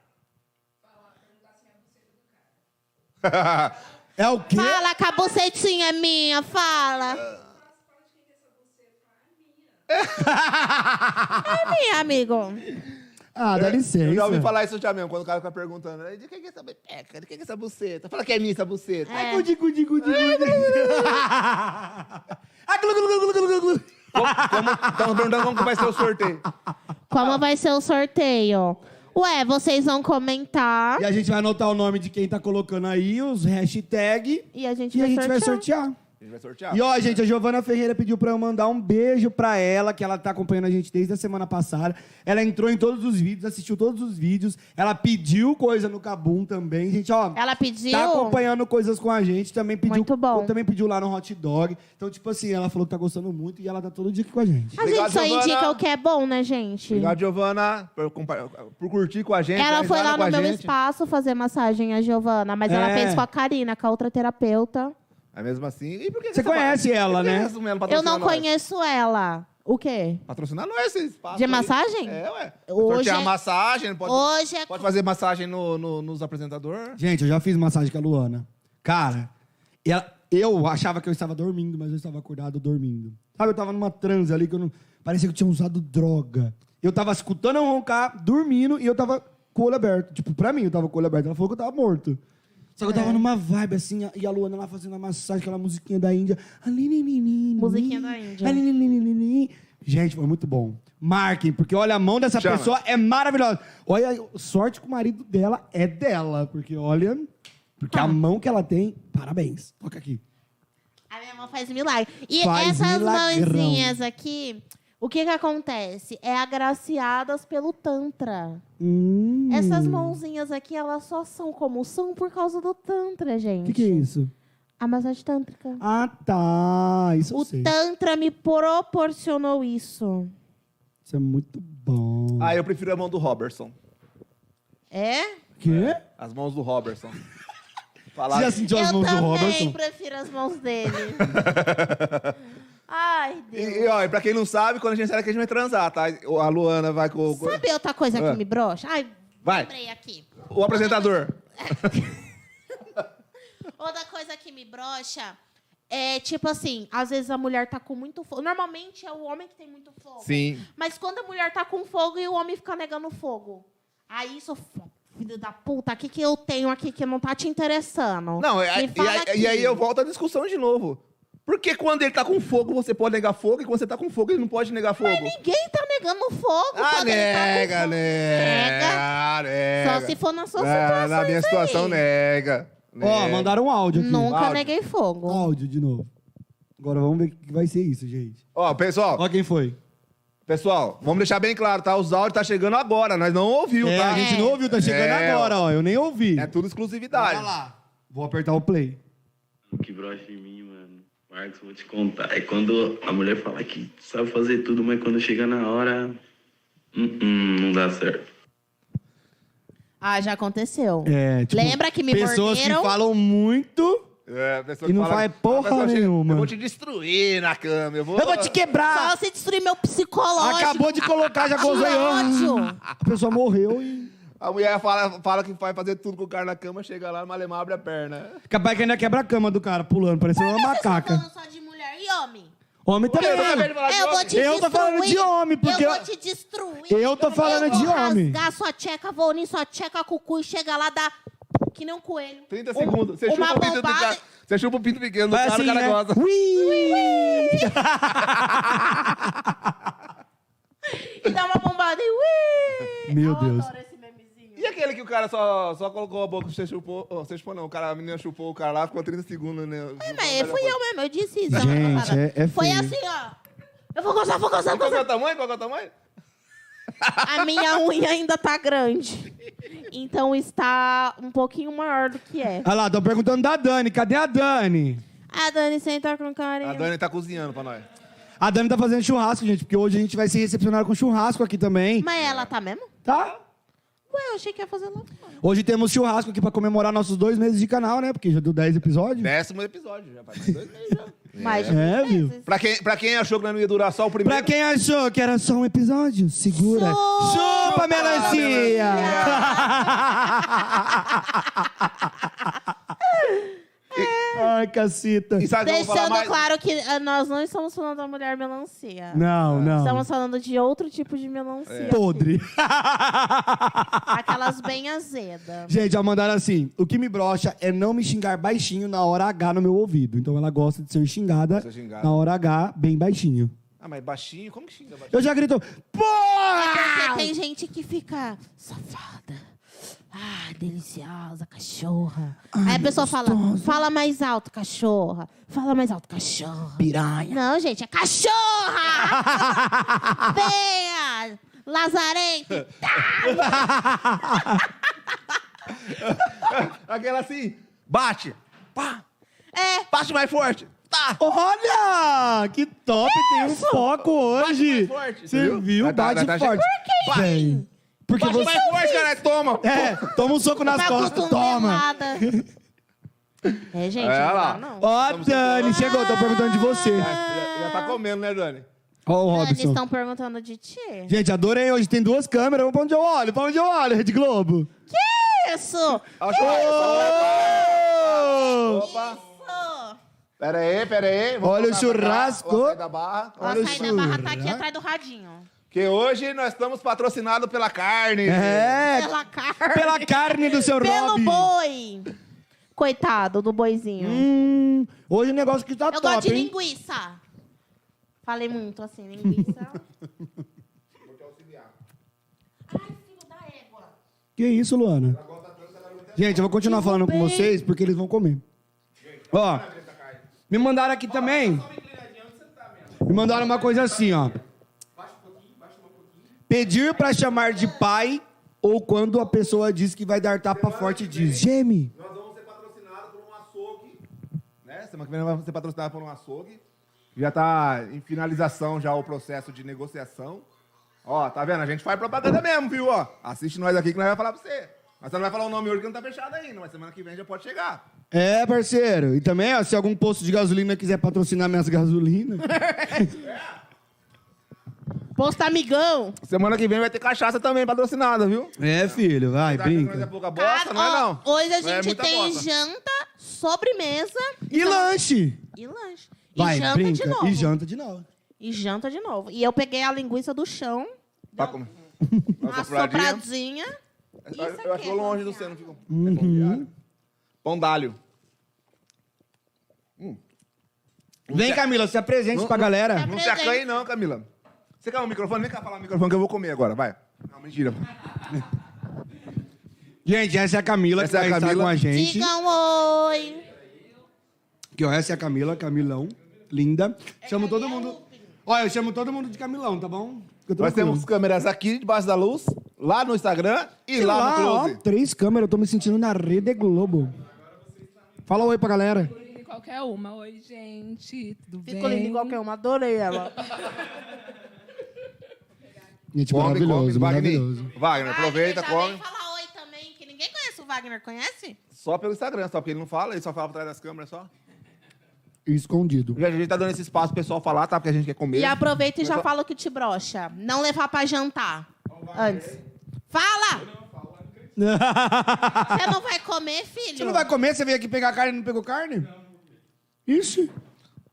A: É o quê?
D: Fala que a bucetinha é minha, fala. É minha, amigo.
A: Ah, dá licença.
B: Eu já ouvi falar isso já mesmo, quando o cara fica perguntando. "Ai, De quem que é essa pepeca? De quem que é essa buceta? Fala que é minha essa buceta.
A: Ai, gudi, gudi, gudi, *laughs*
D: *laughs*
A: gudi. Ah, glu, glu, glu, glu, glu, glu.
B: Estamos perguntando como que vai ser o sorteio.
D: Como vai ser o sorteio? Ué, vocês vão comentar
A: E a gente vai anotar o nome de quem tá colocando aí, os hashtags.
D: e a gente,
A: E a
D: vai,
A: gente vai
D: sortear.
A: sortear.
B: A gente vai sortear.
A: E ó, gente, a Giovana Ferreira pediu pra eu mandar um beijo pra ela, que ela tá acompanhando a gente desde a semana passada. Ela entrou em todos os vídeos, assistiu todos os vídeos. Ela pediu coisa no Cabum também. Gente, ó,
D: Ela pediu?
A: tá acompanhando coisas com a gente. Também pediu,
D: Muito bom.
A: Também pediu lá no Hot Dog. Então, tipo assim, ela falou que tá gostando muito e ela tá todo dia aqui com a gente.
D: A
B: Obrigado,
D: gente só
B: Giovana.
D: indica o que é bom, né, gente?
B: Obrigado, Giovana, por, compa- por curtir com a gente.
D: Ela
B: dar
D: foi
B: risada
D: lá
B: com
D: no
B: a
D: meu
B: gente.
D: espaço fazer massagem, a Giovana, mas ela
A: É.
D: fez com a Karina, com a outra terapeuta.
B: É mesmo assim. E por que que
A: Você conhece ela,
B: por que tá
A: né?
B: essa mulher
D: Eu
B: patrocina
D: não
B: nós?
D: conheço ela. O quê?
B: Patrocinar nós esse espaço.
D: De
B: aí.
D: massagem?
B: É, ué.
D: Hoje
B: Sortear
D: é-
B: massagem, pode,
D: Hoje é.
B: pode fazer massagem no, no- nos apresentadores.
A: Gente, eu já fiz massagem com a Luana. Cara, ela- eu achava que eu estava dormindo, mas eu estava acordado dormindo. Sabe, eu estava numa transe ali que eu não. Parecia que eu tinha usado droga. Eu estava escutando ela roncar, dormindo, e eu estava com o olho aberto. Tipo, pra mim, eu estava com o olho aberto. Ela falou que eu estava morto. Só que eu
D: É.
A: tava numa vibe assim, e a Luana lá fazendo a massagem, aquela musiquinha da Índia.
D: Musiquinha
A: Musiquinha
D: da Índia.
A: Gente, foi muito bom. Marquem, porque olha, a mão dessa
B: Chama.
A: pessoa é maravilhosa. Olha, sorte que o marido dela é dela, porque olha, porque a mão que ela tem, parabéns. Toca aqui.
D: A minha mão faz milagre. E
A: Faz
D: essas
A: milagrão.
D: mãozinhas aqui, o que que acontece? É agraciadas pelo Tantra.
A: Hum.
D: Essas mãozinhas aqui, elas só são como são por causa do Tantra,
A: O
D: gente.
A: que, que é isso?
D: A massagem tântrica.
A: Ah, tá. Isso eu
D: o
A: sei.
D: Tantra me proporcionou isso.
A: Isso é muito bom.
B: Ah, eu prefiro a mão do Robertson.
D: É?
A: Quê?
B: As mãos do
D: *laughs*
B: Robertson.
A: Você
B: Falar.
A: já sentiu as
D: eu
A: mãos do
D: também
A: Robertson?
D: prefiro as mãos dele.
A: *laughs*
D: Ai,
B: E,
D: Deus.
B: e, ó, e pra quem não sabe, quando a gente sai daqui, a gente vai transar, tá? O- A Luana vai com o.
D: Sabe outra coisa
B: Ah.
D: que me brocha? Ai,
B: Vai.
D: lembrei aqui.
B: O apresentador.
D: Outra coisa que me brocha é, tipo assim, às vezes a mulher tá com muito fogo. Normalmente é o homem que tem muito fogo.
B: Sim.
D: Mas quando a mulher tá com fogo e o homem fica negando fogo. Aí isso, f- filho da puta, o que, que eu tenho aqui que não tá te interessando?
B: Não, é,
D: Me
B: e, aí-
D: fala
B: e aí-
D: aqui.
B: e aí eu volto à discussão de novo. Porque quando ele tá com fogo, você pode negar fogo, e quando você tá com fogo, ele não pode negar fogo.
D: Ninguém tá negando fogo.
B: Ah,
D: quando ele tá com
B: nega,
D: fogo.
B: nega, nega.
D: Só se for na sua
B: Ah,
D: situação.
B: Na minha situação, nega.
A: Ó,
B: nega.
A: mandaram um áudio aqui.
D: Nunca
B: Áudio.
D: neguei fogo.
A: Áudio de novo. Agora vamos ver o que vai ser isso, gente.
B: Ó, pessoal,
A: Ó quem foi.
B: pessoal, vamos deixar bem claro, tá? Os áudios tá chegando agora, nós não ouviu,
A: É,
B: tá?
A: a gente não ouviu, tá chegando
B: É,
A: agora, ó. Eu nem ouvi.
B: É tudo exclusividade.
A: Olha lá. Vou apertar o play.
H: O que brocha em mim, mano. Marcos, vou te contar. É quando a mulher fala que sabe fazer tudo, mas quando chega na hora. hum, hum, não dá certo.
D: Ah, já aconteceu.
A: É, tipo,
D: Lembra que me
A: É, pessoas
D: morderam?
A: que falam muito
B: É, a pessoa
A: E não
B: fala-
A: faz
B: a
A: porra
B: pessoa chega,
A: nenhuma.
B: Eu vou te destruir na cama. Eu vou,
A: Eu vou te quebrar!
D: Só se destruir meu psicológico.
A: Acabou de colocar, já gozou.
D: Tira ódio.
A: A pessoa morreu e.
B: A mulher fala, fala que vai fazer tudo com o cara na cama, chega lá, mas abre a perna.
A: Capaz que ainda quebra a cama do cara pulando, parecendo uma
D: Vocês estão
A: macaca.
D: falando só de mulher e homem?
A: Homem também. né?
D: Eu vou te
A: É. Eu
D: destruir.
A: tô falando de homem, porque
D: Eu
A: eu-
D: vou te destruir.
A: Eu tô falando
D: Eu vou
A: de homem.
D: rasgar sua tcheca, vou unir sua tcheca com o cu e chega lá, dá que nem um coelho.
B: 30 segundos. Você
D: uma
B: chupa o pinto do
D: bombada-
B: cara. Você chupa o pinto pequeno do
A: Vai assim,
B: cara, o cara
A: né?
B: gosta.
A: Ui!
D: E dá uma bombada e
A: *laughs*
D: ui!
A: Meu
D: Eu
A: Deus.
D: adoro esse memezinho.
B: E aquele que o cara só, só colocou a boca, você chupou. Oh, você chupou não, o cara, a menina chupou o cara lá, ficou 30 segundos,
A: É,
B: né?
D: Mas fui eu mesmo, eu disse isso.
A: Gente, é- é
D: Foi
A: feio.
D: assim, ó. Eu vou gozar, vou gozar, vou
B: Qual que é
D: gozar.
B: o tamanho? Qual que é o tamanho?
D: A minha unha ainda tá grande. Então está um pouquinho maior do que é.
A: Olha lá, tô perguntando da Dani. Cadê a Dani?
D: A Dani senta com carinho.
B: A Dani tá cozinhando pra nós.
A: A Dani tá fazendo churrasco, gente, porque hoje a gente vai ser recepcionado com churrasco aqui também,
D: Mas
B: É.
D: ela tá mesmo?
A: tá?
D: Ué, eu achei que ia fazer lá fora.
A: Hoje temos churrasco aqui pra comemorar nossos dois meses de canal, né? Porque já deu 10 episódios.
B: Décimo episódio já, faz mais dois meses já.
D: Mais de
A: É,
D: mil
A: viu?
D: vezes.
B: Pra quem, pra quem achou que nós não ia durar só o primeiro.
A: Pra quem achou que era só um episódio, segura.
D: Chupa,
A: Chupa, melancia! *laughs* Ai, cacita.
B: E sabe o que eu vou falar
D: Deixando
B: mais?
D: claro que ah, nós não estamos falando da mulher melancia.
A: Não, não.
D: Estamos falando de outro tipo de melancia.
B: É. *laughs*
A: Podre.
D: Aquelas bem azedas.
A: Gente, já mandaram assim: o que me brocha é não me xingar baixinho na hora H no meu ouvido. Então ela gosta de ser xingada,
B: Ser xingada.
A: na hora H, bem baixinho.
B: Ah, mas baixinho? Como que xinga baixinho?
A: Eu já grito:
D: É
B: Ah!
D: Porque
A: Porra!
D: tem gente que fica safada. Ah, deliciosa, cachorra. Aí a pessoa fala, fala mais alto, cachorra. Fala mais alto, cachorra.
A: Piranha.
D: Não, gente,
A: *laughs*
D: é cachorra! Feia! Lazarenta!
B: Aquela assim, bate, pá,
D: É,
B: bate mais forte, tá.
A: Olha! Que top! Tem um foco hoje!
B: Bate mais forte,
A: Você
B: entendeu?
A: viu?
B: Vai dar-
A: Bate
B: vai dar-
A: forte!
D: Por quê?
A: Vem. Porque
B: Bate
A: você.
B: mais forte, caralho, toma.
A: É, toma um soco nas
D: tá
A: costas,
D: acostumada.
A: toma!
D: É, gente,
B: É,
D: não
B: lá.
D: dá, não.
A: Ó, Dani, chegou, tô perguntando de você.
B: Já, já tá comendo, né, Dani?
A: Ó, o
D: Eles
A: Robson.
D: estão perguntando de ti.
A: Gente, adorei hoje. Tem duas câmeras. Vamos pra onde eu olho? Pra onde eu olho, Rede Globo?
D: Isso!
B: Acho
A: Ô!
B: Opa.
D: Isso!
B: Pera aí, pera aí. Vou
A: Olha o
B: colocar pra cá,
A: churrasco. Ah.
B: o açaí da barra.
A: Olha
D: Olha
A: o
D: a da barra tá aqui
A: churra.
D: atrás do radinho.
B: Que hoje nós estamos patrocinados pela carne.
A: É,
D: Pela carne.
A: pela carne do seu
D: Pelo
A: Rob.
D: boi. Coitado do boizinho.
A: Hum, hoje o negócio que tá
D: Eu
A: top,
D: gosto de
A: hein?
D: linguiça. Falei muito assim,
A: *laughs*
D: linguiça. Ai, filho da égua.
A: Que isso, Luana? Gente, eu vou continuar falando com vocês porque eles vão comer. Ó, me mandaram aqui também.
B: tá?
A: Me mandaram uma coisa assim, ó. Pedir pra chamar de pai ou quando a pessoa diz que vai dar tapa forte diz geme.
B: Nós vamos ser patrocinados por um açougue. Né? Semana que vem nós vamos ser patrocinados por um açougue. Já tá em finalização já o processo de negociação. Ó, tá vendo? A gente faz propaganda mesmo, viu? Ó, assiste nós aqui que nós vamos falar pra você. Mas você não vai falar o nome hoje que não tá fechado ainda, mas semana que vem já pode chegar.
A: É, parceiro. E também, ó, se algum posto de gasolina quiser patrocinar minhas gasolinas.
D: Posto amigão.
B: Semana que vem vai ter cachaça também patrocinada, viu?
A: *laughs* É, filho, vai,
B: Tá achando que nós é
A: brinca.
B: pouca bosta, não é
D: Cara, ó,
B: não.
D: Hoje a
B: Não é
D: gente
B: muita
D: tem
B: bosta.
D: janta, sobremesa
A: E lanche.
D: e lanche. E
A: Vai,
D: janta
A: brinca.
D: de novo.
A: E janta de novo.
D: E janta de novo. E eu peguei a linguiça do chão,
B: Pra comer.
D: *laughs* uma sopradinha. Isso
B: Eu, eu
D: aqui
B: acho que eu
D: é
B: longe do
D: bom
B: céu, não fico. É bom viado. Pão d'alho.
A: Vem, Camila, se apresente pra galera.
B: Não se acanhe, não, Camila. Você quer o microfone? Vem cá falar o microfone que eu vou comer agora, vai. Não, mentira.
A: Gente, essa é a Camila
B: Essa é
A: que
B: a
A: vai estar
B: Camila.
A: com a gente.
D: Digam oi.
A: Que ó, essa é a Camila, Camilão, linda. Chamo todo mundo. Olha, eu chamo todo mundo de Camilão, tá bom? Fica
B: Nós
A: tranquilo.
B: temos câmeras aqui debaixo da luz, lá no Instagram e
A: Sei
B: lá,
A: lá,
B: no
A: ó,
B: Close.
A: três câmeras, eu tô me sentindo na Rede Globo. Fala oi pra galera.
I: Em Qualquer uma. Oi, gente. Tudo
D: Ficou
I: bem?
D: linda em qualquer uma, adorei
B: *laughs*
D: ela.
A: Gente,
B: Come,
A: maravilhoso,
B: come, Wagner.
D: Ah,
A: maravilhoso.
B: Wagner, aproveita,
D: Wagner também,
B: come.
D: Fala oi também, que ninguém conhece o Wagner, conhece?
B: Só pelo Instagram, só porque ele não fala, ele só fala por trás das câmeras só.
A: Escondido.
B: E a gente tá dando esse espaço pro pessoal falar, tá? Porque a gente quer comer.
D: E aproveita e já
B: Mas-
D: fala o que te brocha. Não levar pra jantar. Antes. Fala! Você não vai comer, filho?
A: Você não vai comer? Você veio aqui pegar carne e não pegou carne? Ixi.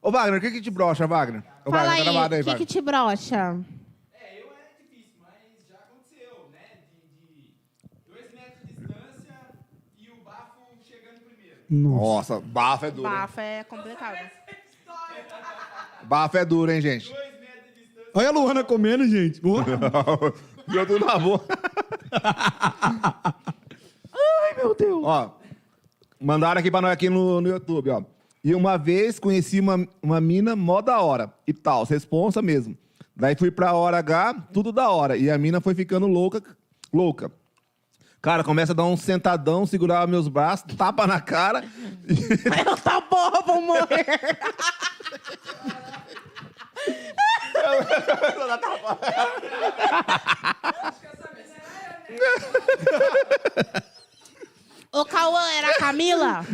B: Ô, Wagner, o que que te brocha, Wagner? Ô,
D: Fala
B: Wagner, tá gravado
D: aí, o que,
B: Wagner.
D: que te brocha?
J: É, eu era difícil, mas já aconteceu, né? De, de dois metros de distância e o bafo chegando primeiro.
B: Nossa, bafo é duro. hein?
D: Bafo é *laughs* complicado.
B: Bafo é duro, hein, gente?
A: Olha a Luana comendo, gente.
B: *laughs*
A: Boa.
B: Meu Deus, na boca.
A: Ai, meu Deus.
B: Ó, mandaram aqui pra nós aqui no, no YouTube, ó. E uma vez conheci uma, uma mina mó da hora e tal, responsa mesmo. Daí fui pra hora H, tudo da hora. E a mina foi ficando louca, louca. Cara, começa a dar um sentadão, segurava meus braços, tapa na cara.
D: Eu tá boa, vou morrer. *laughs* Ô, Cauã, era a Camila?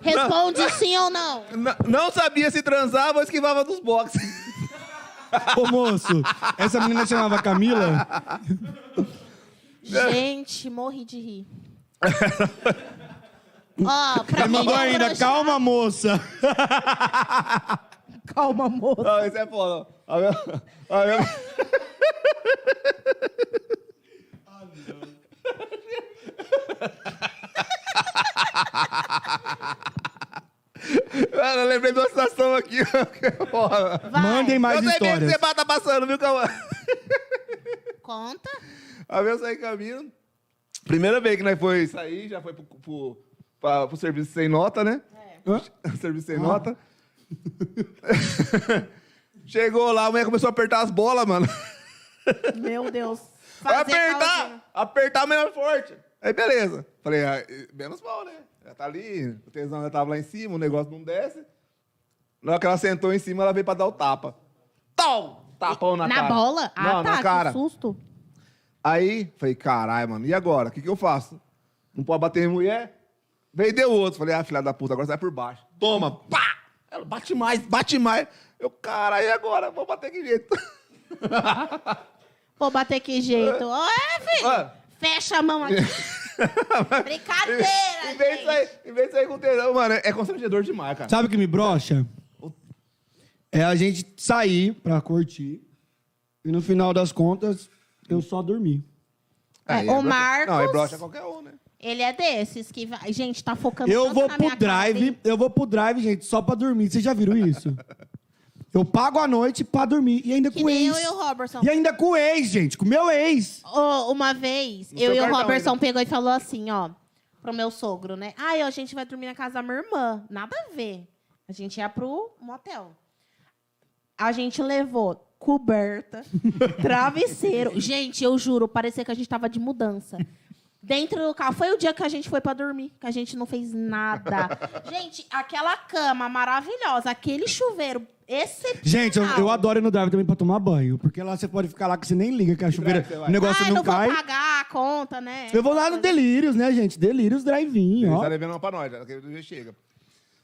D: Responde sim ou não.
B: N- *laughs* não sabia se transava ou esquivava dos boxes.
A: Ô, moço, essa menina chamava Camila?
D: Gente, morri de rir. Ó, pra
A: Ela
D: mim
A: mandou
D: não
A: ainda,
D: brochar-
A: calma, moça.
D: Calma, moça.
B: Não, isso é foda. A minha- a minha- Mano, eu lembrei de uma situação aqui. *laughs* que é foda.
D: Vai,
A: Mandem mais
B: eu sei mesmo que
A: histórias.
B: você tá passando, viu, Cauã?
D: Conta.
B: A vez eu saí caminho. Primeira vez que nós foi sair, já foi pro, pro, pra- pro serviço sem nota, né?
A: Hã?
B: *laughs* serviço sem nota. Chegou lá, a mulher começou a apertar as bolas, mano.
D: Meu Deus.
B: Vai
D: Fazer
B: apertar!
D: pausa.
B: Apertar melhor forte. Aí, beleza. Falei, ah, e- menos mal, né? Ela tá ali, o tesão já tava lá em cima, o negócio não desce. Na hora que ela sentou em cima, ela veio pra dar o tapa. Tom! Tapão na,
D: Na
B: cara.
D: bola? Ah,
B: Não,
D: tá,
B: na cara.
D: que susto.
B: Aí, falei, caralho, mano, e agora? O que, que eu faço? Não pode bater em mulher? Veio e deu outro. Falei, ah, filha da puta, agora sai por baixo. Toma, pá! Ela bate mais, bate mais. Eu, caralho, e agora? Vou bater que jeito. *laughs*
D: Vou bater que jeito.
B: Ah.
D: Ô, é, filho.
B: Mano,
D: Fecha a mão
B: *laughs*
D: aqui. Brincadeira,
B: em, vez de
D: gente.
B: sair, em vez de sair com tesão, mano, é constrangedor demais, cara.
A: Sabe o que me brocha? É a gente sair pra curtir e no final das contas eu só dormi.
D: É,
B: Aí
D: o
B: broxa- Não, é
D: Marcos-
B: brocha qualquer um, né?
D: Ele é desses que vai... Gente, tá focando
A: Eu
D: tanto
A: vou
D: na
A: pro
D: minha
A: drive,
D: Cara,
A: eu vou pro drive, gente, só pra dormir. Vocês já viram isso? Eu pago a noite pra dormir e ainda
D: que
A: com
D: nem
A: ex.
D: eu e o Robertson.
A: E ainda com o ex, gente, com o meu ex.
D: Ô, uma vez,
B: No
D: eu
B: seu
D: e o
B: cartão
D: Robertson
B: ainda.
D: pegou e falou assim, ó, pro meu sogro, né? Ai, ó, a gente vai dormir na casa da minha irmã. Nada a ver. A gente ia pro motel. A gente levou
A: *laughs*
D: coberta, travesseiro. Gente, eu juro, parecia que a gente tava de mudança. Dentro do carro. Foi o dia que a gente foi pra dormir, que a gente não fez
A: *laughs*
D: nada. gente, aquela cama maravilhosa, aquele chuveiro excepcional.
A: Gente, eu,
D: Ah.
A: eu adoro ir no drive também pra tomar banho. Porque lá você pode ficar lá que você nem liga que a chuveira,
B: drive você vai?
A: o negócio
D: Ai,
A: não,
D: Ah, não vou
A: cai.
D: pagar a conta, né?
A: Eu vou lá no Delírios, né, gente? Delírios Drive-In,
B: Ele
A: ó.
B: tá levando uma pra nós, daquele dia chega.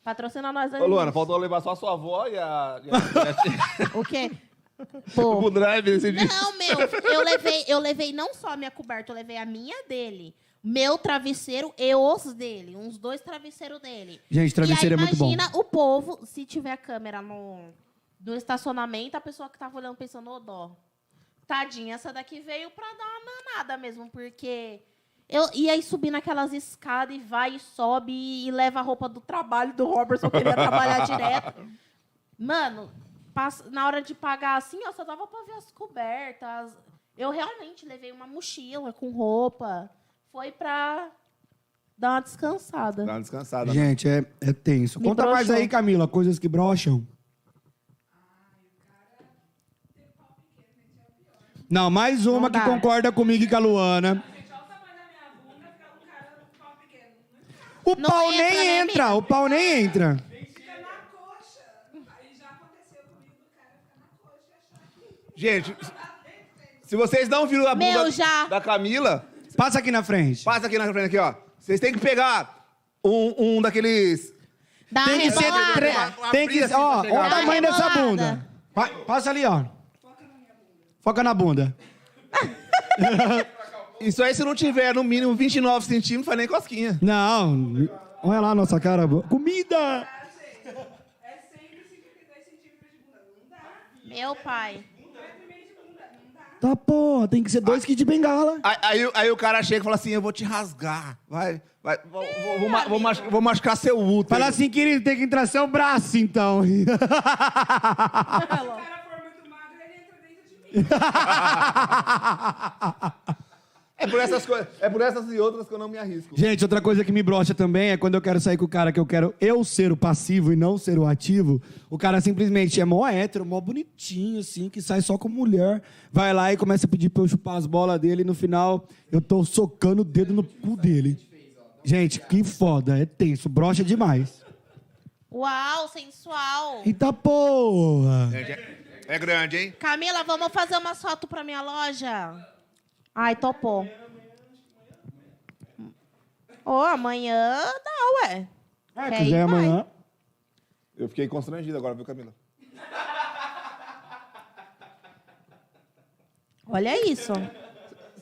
D: Patrocina nós aí.
B: Ô, Luana, faltou levar só a sua avó e a... *laughs*
A: *laughs*
B: E a...
D: O quê? Pô.
B: o drive esse dia.
D: Não, meu, eu levei, eu levei não só a minha coberta, eu levei a minha dele. Meu travesseiro e os dele. Uns dois travesseiros dele.
A: Gente, travesseiro
D: e
A: é
D: aí,
A: muito bom.
D: Imagina o povo, se tiver câmera no, no estacionamento, a pessoa que tava olhando pensando, ô dó. Tadinha, essa daqui veio pra dar uma manada mesmo, porque. Eu ia subir naquelas escadas e vai e sobe e leva a roupa do trabalho do Robertson, que ele ia
A: *laughs*
D: trabalhar direto. Mano, passa- na hora de pagar assim, ó, só dava pra ver as cobertas. Eu realmente levei uma mochila com roupa. Foi pra dar uma descansada.
B: Dá uma descansada.
A: Gente, é, é tenso.
D: Me
A: Conta mais
D: broxou.
A: aí, Camila, coisas que brocham. Não, mais uma
D: Não
A: que
D: dá.
A: concorda comigo e com a Luana.
J: um né?
A: O
D: Não
A: pau
D: entra,
A: nem
D: né,
A: entra, o pau nem entra.
B: Gente, se vocês não viram a bunda
D: Meu, já.
B: da Camila,
A: Passa aqui na frente.
B: passa aqui na frente aqui, ó. Vocês têm que pegar um, um daqueles.
D: Dá
A: Tem que ser.
D: rebolada.
A: tre-
B: Uma- uma
A: Tem que.
B: brisa
A: Ó,
B: assim pra
A: ó o
B: chegar.
A: tamanho dessa
D: Rebolada.
A: bunda. Vai, passa ali, ó. Foca na bunda.
B: Isso aí, se não tiver no mínimo 29 centímetros, faz nem cosquinha.
A: Não. Olha lá a nossa cara. bo- Comida!
J: É sempre 52 centímetros de bunda. Não dá.
D: Meu pai.
A: Tá, porra, tem que ser dois kits de bengala.
B: Aí, aí, o- aí o cara chega e fala assim: Eu vou te rasgar. Vai, vai. Vou, vou- vou ma- vou mas- vou machucar seu útero.
A: Fala assim, querido, tem que entrar seu braço, então. *laughs*
J: Se o cara for muito magro, ele entra dentro de mim.
B: É por essas coisas. É por essas e outras que eu não me arrisco.
A: Gente, outra coisa que me brocha também é quando eu quero sair com o cara que eu quero eu ser o passivo e não ser o ativo. O cara simplesmente é mó hétero, mó bonitinho, assim, que sai só com mulher. Vai lá e começa a pedir pra eu chupar as bolas dele e no final eu tô socando o dedo no cu dele. Gente, que foda, é tenso, brocha demais.
D: Uau, sensual.
A: Eita porra!
B: Gente, é, é grande, hein?
D: Camila, vamos fazer uma foto pra minha loja? Ai, topou. Ô, amanhã dá, ué.
A: Ah,
D: Quer
A: quiser
D: ir, vai.
A: amanhã.
B: Eu fiquei constrangido agora, viu, Camila?
D: Olha isso.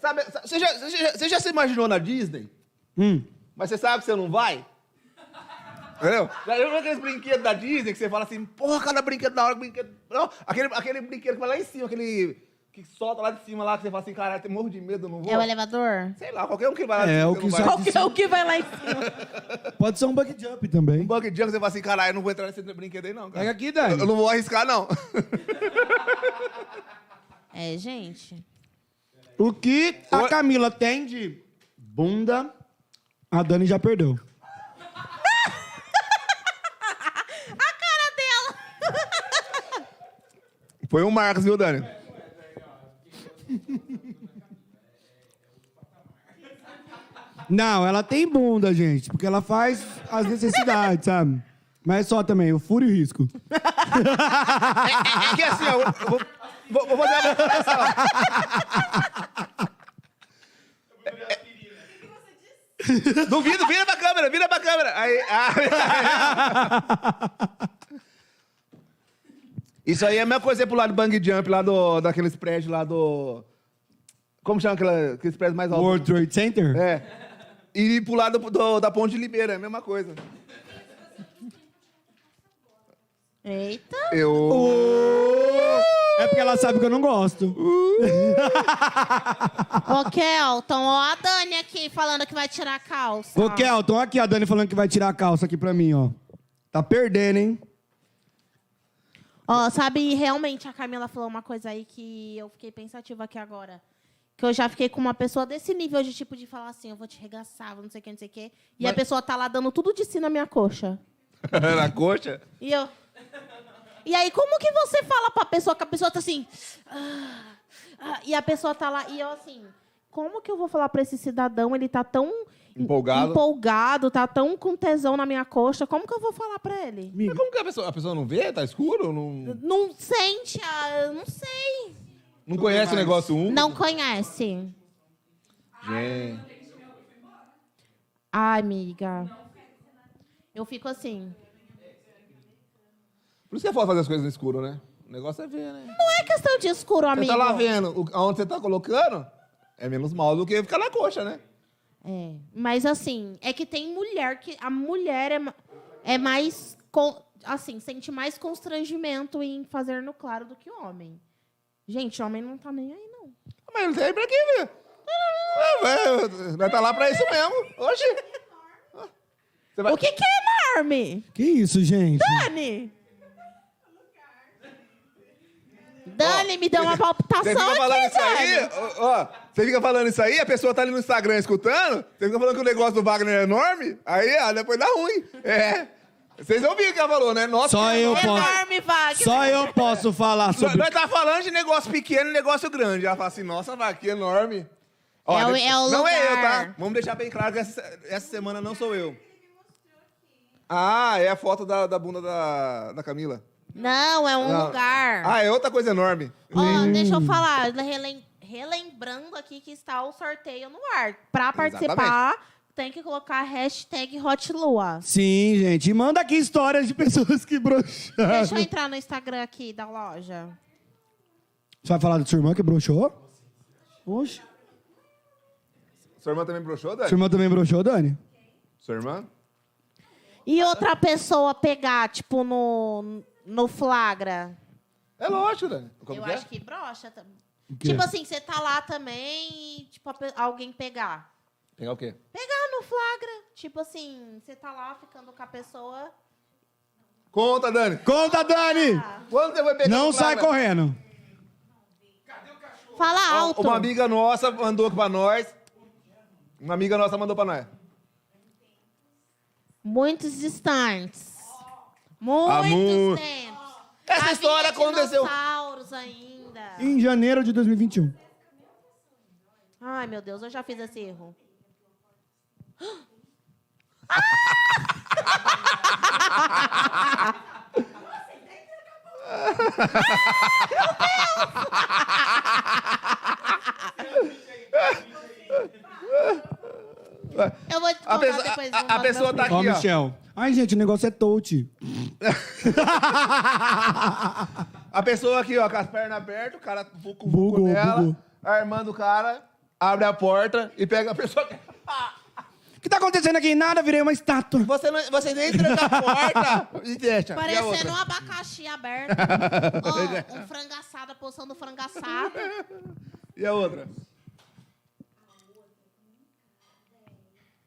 B: Sabe, sa- você, já, você, já, você já se imaginou na Disney?
A: Hum.
B: Mas você sabe que você não vai? Entendeu? Já viu aqueles brinquedos da Disney que você fala assim, porra, cada brinquedo da hora, brinquedo. Não, aquele, aquele brinquedo que vai lá em cima, aquele que solta lá de cima lá, que você fala assim, caralho, eu morro de medo, eu não vou.
D: É o elevador?
B: Sei lá, qualquer um que vai lá de
A: É,
B: cima.
A: o
B: você
A: que
B: não vai.
A: sai-
D: Qual que é o que vai lá em cima?
A: Pode ser um bug jump
B: Um
A: também.
B: bug jump, você fala assim, caralho, eu não vou entrar nesse brinquedo aí, não.
A: Pega
B: Cara.
A: aqui,
B: Eu,
A: Dani.
B: eu não vou arriscar, não.
D: É, gente.
A: O que a Camila tem de bunda, a Dani já perdeu.
D: A cara dela!
B: Foi um Marcos, viu, Dani?
A: Não, ela tem bunda, gente, porque ela faz as necessidades, *laughs* sabe? Mas é só também, o furo e o risco.
B: É que assim, ó, eu vou, vou- vou fazer uma comparação. Duvido, vira pra câmera, vira pra câmera. Aí, ah. Isso aí é a mesma coisa pro lado do bang jump, lá do, daqueles prédios lá do... Como chama aquela, aqueles prédios mais altos?
A: World Trade Center?
B: É. E ir pro lado do- da ponte de Limeira, é a mesma coisa.
D: Eita!
B: Eu...
A: É porque ela sabe que eu não gosto.
B: Uh.
D: Ô, Kelton, ó a Dani aqui falando que vai tirar a calça.
A: Ô, Kelton, aqui a Dani falando que vai tirar a calça aqui pra mim, ó. Tá perdendo, hein?
D: Ó, sabe, realmente a Camila falou uma coisa aí que eu fiquei pensativa aqui agora. Que eu já fiquei com uma pessoa desse nível de tipo de falar assim, eu vou te regaçar, vou não sei o que, não sei o que. E a pessoa tá lá dando tudo de si na minha coxa.
B: Na coxa?
D: E eu. E aí, como que você fala pra pessoa que a pessoa tá assim. "Ah, ah", e a pessoa tá lá. E eu assim, como que eu vou falar pra esse cidadão? Ele tá tão
B: Empolgado.
D: empolgado, tá tão com tesão na minha coxa. Como que eu vou falar pra ele?
B: Mas como que a pessoa, a pessoa não vê? Tá escuro? Não,
D: Não sente, ah, não sei.
B: não conhece o negócio um?
D: Não conhece.
B: Gente.
D: Ai, amiga. Eu fico assim.
B: Por isso que é foda fazer as coisas no escuro, né? O negócio é ver, né?
D: Não é questão de escuro,
B: Você
D: amigo.
B: tá lá vendo o- aonde você tá colocando, é menos mal do que ficar na coxa, né?
D: É, mas assim, é que tem mulher que. A mulher é, ma- é mais. con- assim, sente mais constrangimento em fazer no claro do que o homem. Gente, homem não tá nem aí, não.
B: Mas não tem pra quê, velho? É, é, Nós tá lá pra isso mesmo. Oxi. Você vai...
D: O que, que é enorme?
A: Que isso, gente?
D: Dani! Dani, me deu
B: Você
D: uma
B: fica
D: palpitação
B: falando
D: aqui,
B: isso aí,
D: Dani.
B: ó, ó, você fica falando isso aí, a pessoa tá ali no Instagram escutando, você fica falando que o negócio do Wagner é enorme, aí ó, depois dá ruim. É. Vocês ouviram o que ela falou, né? Nossa,
A: Só
B: que
A: eu posso.
D: Enorme, Wagner.
A: Só eu posso falar
B: Nós,
A: sobre.
B: nós tá falando de negócio pequeno e negócio grande. Ela fala assim, nossa, vai, que enorme.
D: É o-
B: deixa-
D: é o
B: Não é eu,
D: lugar.
B: tá? Vamos deixar bem claro que essa, essa semana não sou eu. Ah, é a foto da, da bunda da, da Camila.
D: Não, é um
B: Não.
D: lugar.
B: Ah, hum. é outra coisa enorme.
D: Ó, deixa eu falar, relem- relembrando aqui que está o sorteio no ar. Para participar, tem que colocar a hashtag hotlua.
A: Sim, gente. E manda aqui histórias de pessoas que
B: É,
A: broxaram.
D: Deixa eu entrar no Instagram aqui da loja.
A: Você vai falar da sua irmã que broxou? Oxe.
B: Sua irmã também broxou, Dani?
A: Sua irmã também broxou, Dani?
B: Sua irmã? Ah.
D: E outra pessoa pegar, tipo, no, no flagra.
B: É lógico, Dani. Como
D: eu
B: que é?
D: acho que brocha. tam-
A: quê?
D: Tipo assim, você tá lá também e, tipo, a pe- alguém pegar.
B: Pegar o quê?
D: Pegar no flagra. Tipo assim, você tá lá ficando com a pessoa.
B: Conta, Dani.
A: Conta, Dani!
B: Quando você vai pegar um
A: Não
B: o
A: sai
B: Flávio?
A: correndo.
D: Fala alto.
B: Uma amiga nossa mandou pra nós. Uma amiga nossa mandou pra nós.
D: Muitos distantes. Muitos
B: mu-
D: tempos.
B: Essa
D: Havia
B: história aconteceu.
D: Dinossauros ainda.
A: Em janeiro de 2021.
D: Ai, meu Deus, eu já fiz
B: *laughs*
D: esse erro. Eu vou te contar
B: A pessoa,
D: depois.
B: a- a- a pessoa tá
A: Ó,
B: aqui, ó.
A: Michel. Ai, gente, o negócio é touch.
B: *laughs* A pessoa aqui, ó, com as pernas abertas, o cara buco, buco
A: Bugou,
B: nela.
A: bugou.
B: A irmã do cara abre a porta e pega a pessoa.
A: O que tá acontecendo aqui? Nada, virei uma estátua.
B: *laughs* Você, não, você nem tranca a porta *laughs* e deixa. E a
D: Parecendo
B: outra? é.
D: um abacaxi
B: *laughs*
D: aberto. Ó, um frangaçado, a posição do frangaçado.
B: E a outra?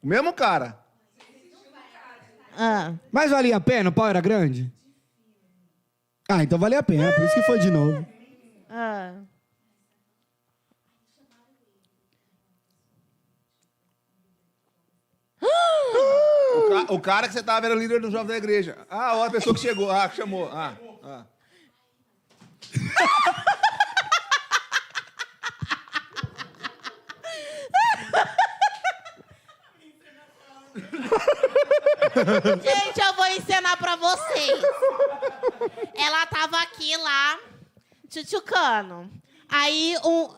B: O mesmo cara.
D: Ah.
A: Mas valia a pena? O pau era grande? Ah, então valia a pena. Por isso que foi de novo.
D: Ah.
B: O, ca- o cara que você tava era o líder do jovem da igreja. Ah, ó, a pessoa que chegou. Ah, que chamou. Ah, ah.
D: Gente, eu vou ensinar pra vocês. Ela tava aqui lá, tchutchucando. Aí, um,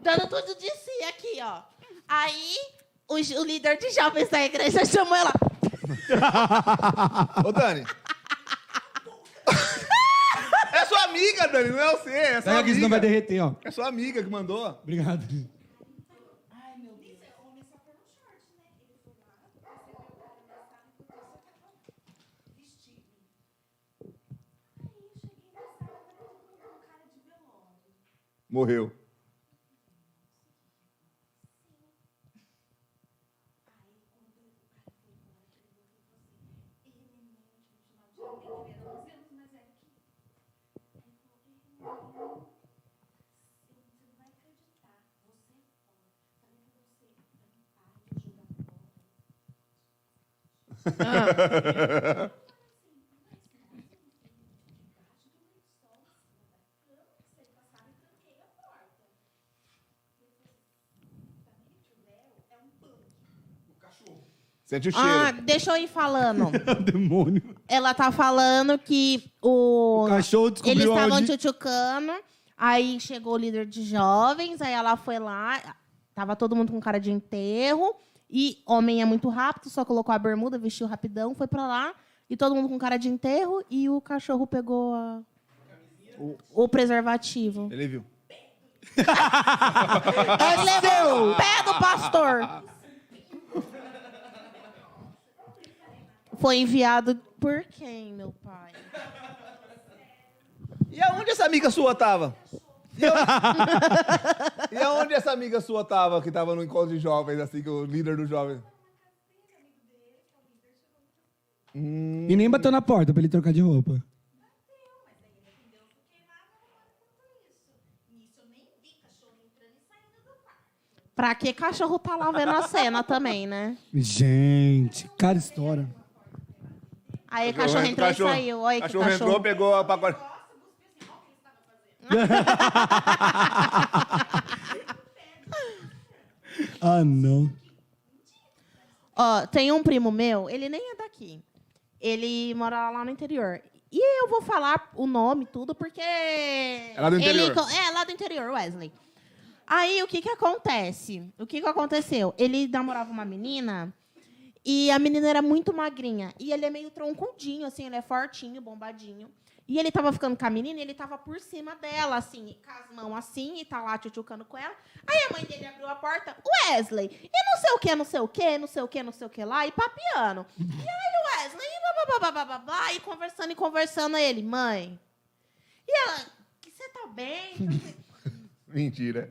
D: dando tudo de si aqui, ó. Aí, o, j- o líder de jovens da igreja *laughs* chamou ela.
B: Ô, Dani. *laughs* é sua amiga, Dani, não é você. É sua
A: Pega que
B: amiga.
A: senão vai derreter, ó.
B: É sua amiga que mandou.
A: Obrigado.
B: Morreu. Sente o
D: Ah,
B: cheiro.
D: deixa eu
B: *laughs*
D: ir falando.
A: Demônio.
D: Ela tá falando que o.
A: O cachorro descobriu
D: Eles estavam
A: aonde-
D: tchutchucando, aí chegou o líder de jovens, aí ela foi lá, tava todo mundo com cara de enterro, e homem é muito rápido, só colocou a bermuda, vestiu rapidão, foi pra lá, e todo mundo com cara de enterro, e o cachorro pegou a- o
A: *laughs*
D: preservativo.
B: Ele viu.
A: Ah,
D: Ele levou o pé do pastor.
A: *laughs*
D: Foi enviado por quem, meu pai?
B: E aonde essa amiga sua tava? E aonde- *laughs* E aonde essa amiga sua tava, que tava no encontro de jovens, assim, que o líder dos jovens?
A: E nem bateu na porta pra ele trocar de roupa.
D: Pra que cachorro tá lá vendo a cena também, né?
A: Gente, cara, história.
D: Aí o É, cachorro entrou e saiu. Olha que
B: cachorro
D: cachorro.
B: entrou, pegou a pacote.
A: Ah, não.
D: Ó, tem um primo meu, ele nem é daqui. Ele mora lá no interior. E eu vou falar o nome, tudo, porque. É
B: lá do interior.
D: é, lá do interior, Wesley. Aí o que que acontece? O que que aconteceu? Ele namorava uma menina E a menina era muito magrinha. E ele é meio troncudinho, assim, ele é fortinho, bombadinho. E ele tava ficando com a menina e ele tava por cima dela, assim, com as mãos assim, e tá lá tchutchucando com ela. Aí a mãe dele abriu a porta, Wesley, e não sei o que, não sei o que, não sei o que, não sei o que lá, e papiando. E aí o Wesley, e blá, blá, blá, blá, blá, blá, e conversando e conversando, aí ele, mãe. E ela, que você tá bem? Não sei-
B: Mentira.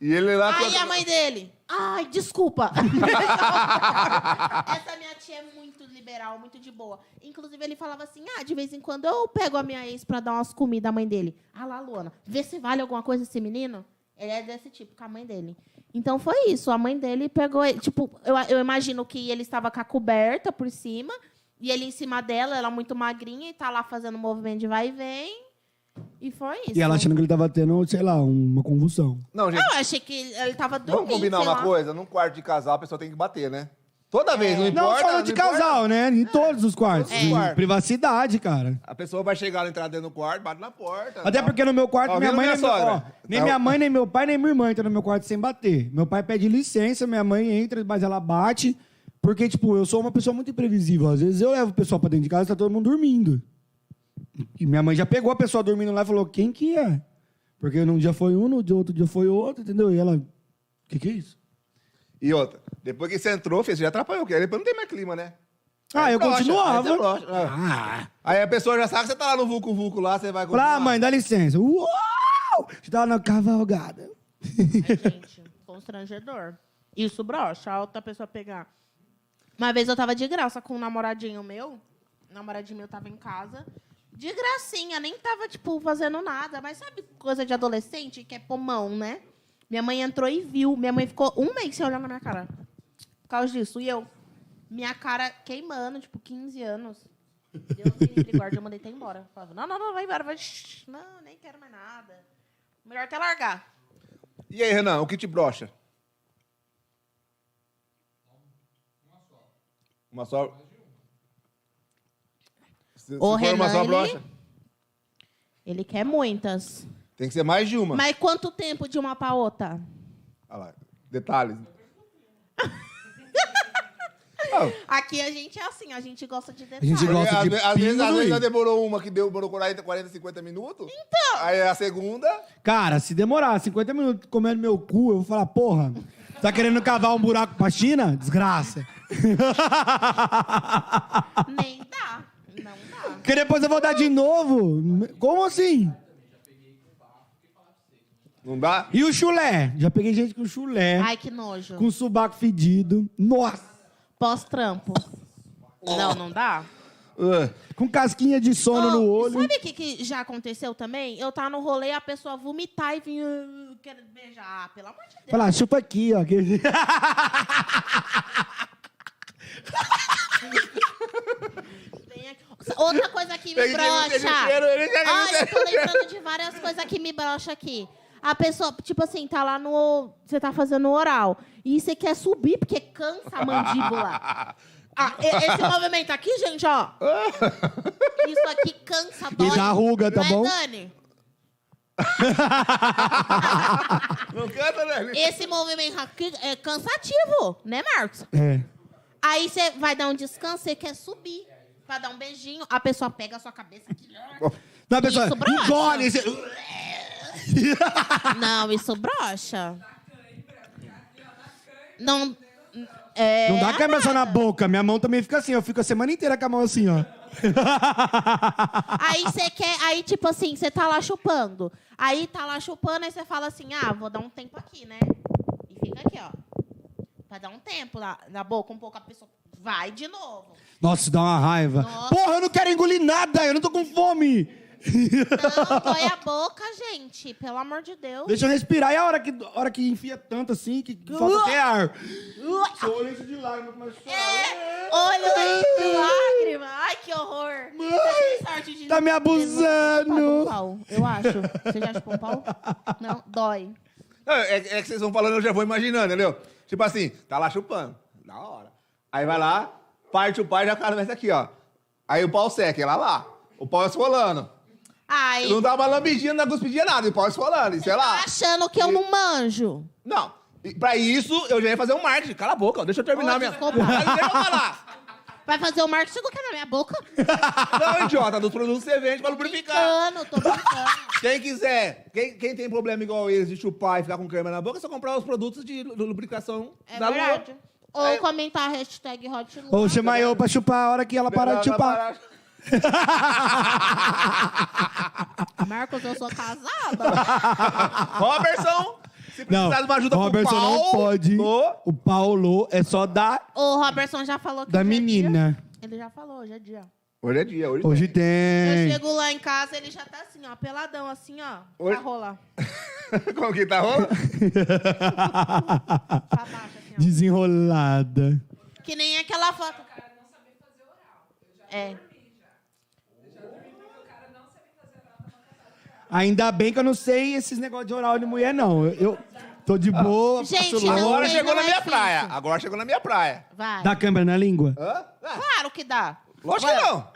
B: E ele lá...
D: Aí
B: com-
D: a mãe dele. Ai, desculpa. Essa minha tia é muito liberal, muito de boa. Inclusive, ele falava assim: ah, de vez em quando eu pego a minha ex pra dar umas comidas à mãe dele. Ah lá, Luana, vê se vale alguma coisa esse menino. Ele é desse tipo, com a mãe dele. Então foi isso. A mãe dele pegou ele. Tipo, eu, eu imagino que ele estava com a coberta por cima. E ele em cima dela, ela muito magrinha, e tá lá fazendo um movimento de vai e vem. E foi isso.
A: E ela achando que ele tava tendo, sei lá, uma convulsão.
B: Não, gente,
D: Eu achei que ele, ele tava dormindo.
B: vamos combinar
D: Ah, sei
B: uma
D: lá. É.
B: coisa? Num quarto de casal, a pessoa tem que bater, né? Toda vez, não importa.
A: Não, falou de
B: importa.
A: casal, né? Em todos os quartos.
B: Todos os
A: Em
D: É.
B: quartos.
A: Privacidade, cara.
B: A pessoa vai chegar lá, entrar dentro do quarto, bate na porta.
A: Até
B: tal.
A: porque no meu quarto,
B: Tá
A: minha
B: ouvindo
A: mãe
B: minha
A: nem, meu,
B: sogra?
A: ó, nem
B: Tá-
A: minha mãe, nem meu pai, nem minha irmã entram no meu quarto sem bater. Meu pai pede licença, minha mãe entra, mas ela bate. Porque, tipo, eu sou uma pessoa muito imprevisível. Às vezes eu levo o pessoal pra dentro de casa e tá todo mundo dormindo. E minha mãe já pegou a pessoa dormindo lá e falou, quem que é? Porque num dia foi um, no dia- outro dia foi outro, entendeu? E ela, o que que é isso?
B: E outra, depois que você entrou, filho, você já atrapalhou, porque aí depois não tem mais clima, né?
A: Ah,
B: Aí
A: eu
B: brocha, aí você
A: continuava.
B: brocha, é. Aí a pessoa já sabe que você tá lá no Vucu Vucu lá, você vai
A: Falei, ah,
B: continuar.
A: mãe, dá licença. Uau! Te dá na cavalgada.
D: Ai, É, gente, constrangedor. Isso, brocha, a outra pessoa pegar. Uma vez eu tava de graça com um namoradinho meu. O namoradinho meu tava em casa. De gracinha, nem tava, tipo, fazendo nada. Mas sabe coisa de adolescente que é pomão, né? Minha mãe entrou e viu. Minha mãe ficou um mês sem olhar na minha cara. Por causa disso. E eu, minha cara queimando, tipo, 15 anos. Deus me livre, guarda, eu mandei até embora. Falava, não, não, não, vai embora. Vai, shh, não, nem quero mais nada. Melhor até largar.
B: E aí, Renan, o que te brocha? Uma só. Se, se
D: O
B: for uma
D: Renan,
B: só
D: ele-
B: brocha,
D: Ele quer muitas.
B: tem que ser mais de uma.
D: Mas quanto tempo de uma pra outra?
B: Olha lá,
D: *laughs*
B: detalhes. Ah,
D: Aqui a gente é assim, a gente gosta de detalhes.
A: gente gosta-
B: às,
A: de
B: ve- às vezes, às
A: pingo,
B: vezes já
A: hein?
B: demorou uma que deu, demorou 40, 40, 50 minutos. Então. Aí a segunda.
A: Cara, se demorar 50 minutos comendo meu cu, eu vou falar, porra, tá querendo cavar um buraco pra China? Desgraça. *laughs*
D: Nem dá. Não dá.
A: Porque depois eu vou dar de novo. Como assim?
B: Não dá?
A: E o chulé? Já peguei gente com chulé,
D: Ai, que nojo.
A: com subaco fedido. Nossa!
D: Pós-trampo. Não, não dá.
B: Ah,
A: Com casquinha de sono
D: Ô,
A: no olho.
D: Sabe o que, que já aconteceu também? Eu tava no rolê, a pessoa vomitar e vir... "Ah, Quero beijar. Ah, pelo amor de Deus.
A: Falar, chupa aqui, ó. que- *laughs*
D: Vem aqui.
B: *laughs*
D: Outra coisa que me
B: Ele já não teve
D: brocha.
B: cheiro, ele já não
D: Ai, eu tô
B: teve
D: lembrando de várias coisas que me brocha aqui. A pessoa, tipo assim, tá lá no. Você tá fazendo oral. E você quer subir, porque cansa a mandíbula.
B: *laughs*
D: Ah, e- esse movimento aqui, gente, ó. Isso aqui cansa, dói.
A: E dá ruga, tá
D: Não é,
A: bom?
D: Dani?
B: não canta, né?
D: Esse movimento aqui é cansativo, né, Marcos?
A: É.
D: Aí você vai dar um descanso, você quer subir. Pra dar um beijinho, a pessoa pega a sua cabeça aqui.
A: Não, a pessoa,
D: Isso, brocha.
A: engole. você-
D: Não, isso brocha. Não. É,
A: Não dá câmera só na boca. Minha mão também fica assim. Eu fico a semana inteira com a mão assim, ó. *laughs*
D: Aí você quer. Aí, tipo assim, você tá lá chupando. Aí tá lá chupando, aí você fala assim: ah, vou dar um tempo aqui, né? E fica aqui, ó. Pra dar um tempo na, na boca, um pouco a pessoa. Vai de novo.
A: Nossa, isso dá uma raiva.
D: Nossa.
A: Porra, eu não quero engolir nada. Eu não tô com fome.
D: Não, dói a boca, gente. Pelo amor de Deus.
A: Deixa eu respirar. E a hora que, a hora que enfia tanto assim, que falta até ar. Seu olho enche de lágrimas, mas
D: É, olho enche de lágrima. Ai, que horror.
A: Mãe,
D: Você tem sorte é de
A: tá me abusando.
D: Ele não chupa um pau, Eu acho. Você já chupou um pau? Não, dói.
B: Não, é, é que vocês vão falando, eu já vou imaginando, entendeu? Tipo assim, tá lá chupando. Da hora. Aí vai lá, parte o pai já cara nessa aqui, ó. Aí o pau seca, ela lá. O pau esfolando.
D: Ai,
B: Não dá uma lambidinha, não dá cuspidinha, nada. E o pau esfolando, e sei
D: tá
B: lá.
D: achando que eu não manjo.
B: Não. E pra isso, eu já ia fazer um marketing. Cala a boca, ó, deixa eu terminar
D: Ô,
B: minha.
D: desculpa.
B: Ah, Deixa eu falar.
D: Vai fazer o marketing do que na minha boca?
B: Não, idiota, dos produtos que você vende pra lubrificar.
D: Brincando, tô brincando.
B: Quem quiser, quem, quem tem problema igual eles de chupar e ficar com crema na boca, é só comprar os produtos de lu- lubrificação
D: É
B: da Luan.
D: verdade. Ou
B: um Aí-
D: comentar a hashtag Hot Lua.
A: Ou chamar eu pra chupar a hora que ela parar de chupar.
D: Marcos, eu sou casada.
B: Robertson, se
A: Não,
B: precisar de uma ajuda
A: Robertson
B: com o pau,
A: não pode.
B: no-
A: O Paulo é só da,
D: o Robertson já falou que
A: da
D: hoje é
A: menina.
D: dia. Ele já falou, hoje é dia.
B: Hoje é dia, hoje,
A: Hoje
D: Eu
A: tem.
D: chego lá em casa, ele já tá assim, ó, peladão, assim, ó.
B: Oi?
D: Pra rolar.
B: tem. *laughs* Como que tá rolando?
D: Pra baixo, assim, ó.
A: Desenrolada.
D: Que nem aquela foto. É.
A: Ainda bem que eu não sei esses negócios de oral de mulher, não. Eu, eu tô de boa,
D: Gente,
A: passo
D: não-
A: longe.
B: Agora
D: tem,
B: chegou na
D: é
B: minha
D: difícil.
B: praia. Agora chegou na minha praia.
D: Vai.
A: Dá câmera na língua?
B: Hã? Ah,
D: Claro que dá.
B: lógico que não.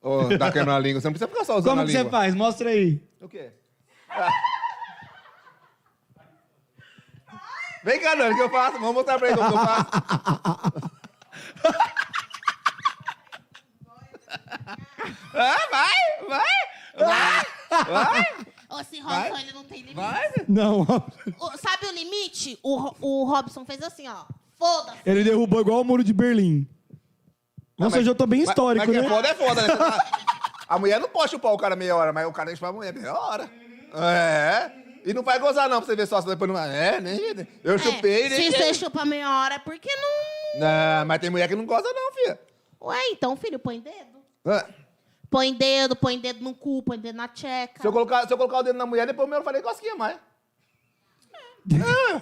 B: Ô, dá câmera na língua, você não precisa ficar só usando
A: Como
B: a
A: que
B: língua.
A: você faz? Mostra aí.
B: O quê? *laughs* Ah. Vem cá, Nani, o que eu faço? Vamos mostrar pra ele como que eu
D: *laughs*
B: faço. ah, vai, vai, vai,
D: Ô, Esse Robson, ele não tem limite.
B: vai.
A: Não, *laughs*
D: O- sabe o limite? O, Ro- o Robson fez assim, ó. Foda-se.
A: ele derrubou igual o muro de Berlim. Nossa,
B: mas-
A: hoje eu tô bem histórico,
B: mas, mas
A: né?
B: que é foda, é foda, né? Você tá- A mulher não pode chupar o cara meia hora, mas o cara deixa pra mulher meia hora. É. E não vai gozar, não, pra você ver só. se Depois não... É, nem... Eu chupei,
D: É,
B: né?
D: Se você chupa meia hora, é porque não...
B: Não, mas tem mulher que não goza, não, filha.
D: Ué, então, filho, põe dedo.
B: Ah,
D: Põe dedo, põe dedo no cu, põe dedo na tcheca.
B: Se eu, colocar, se eu colocar o dedo na mulher, depois eu não falei cosquinha mais. É.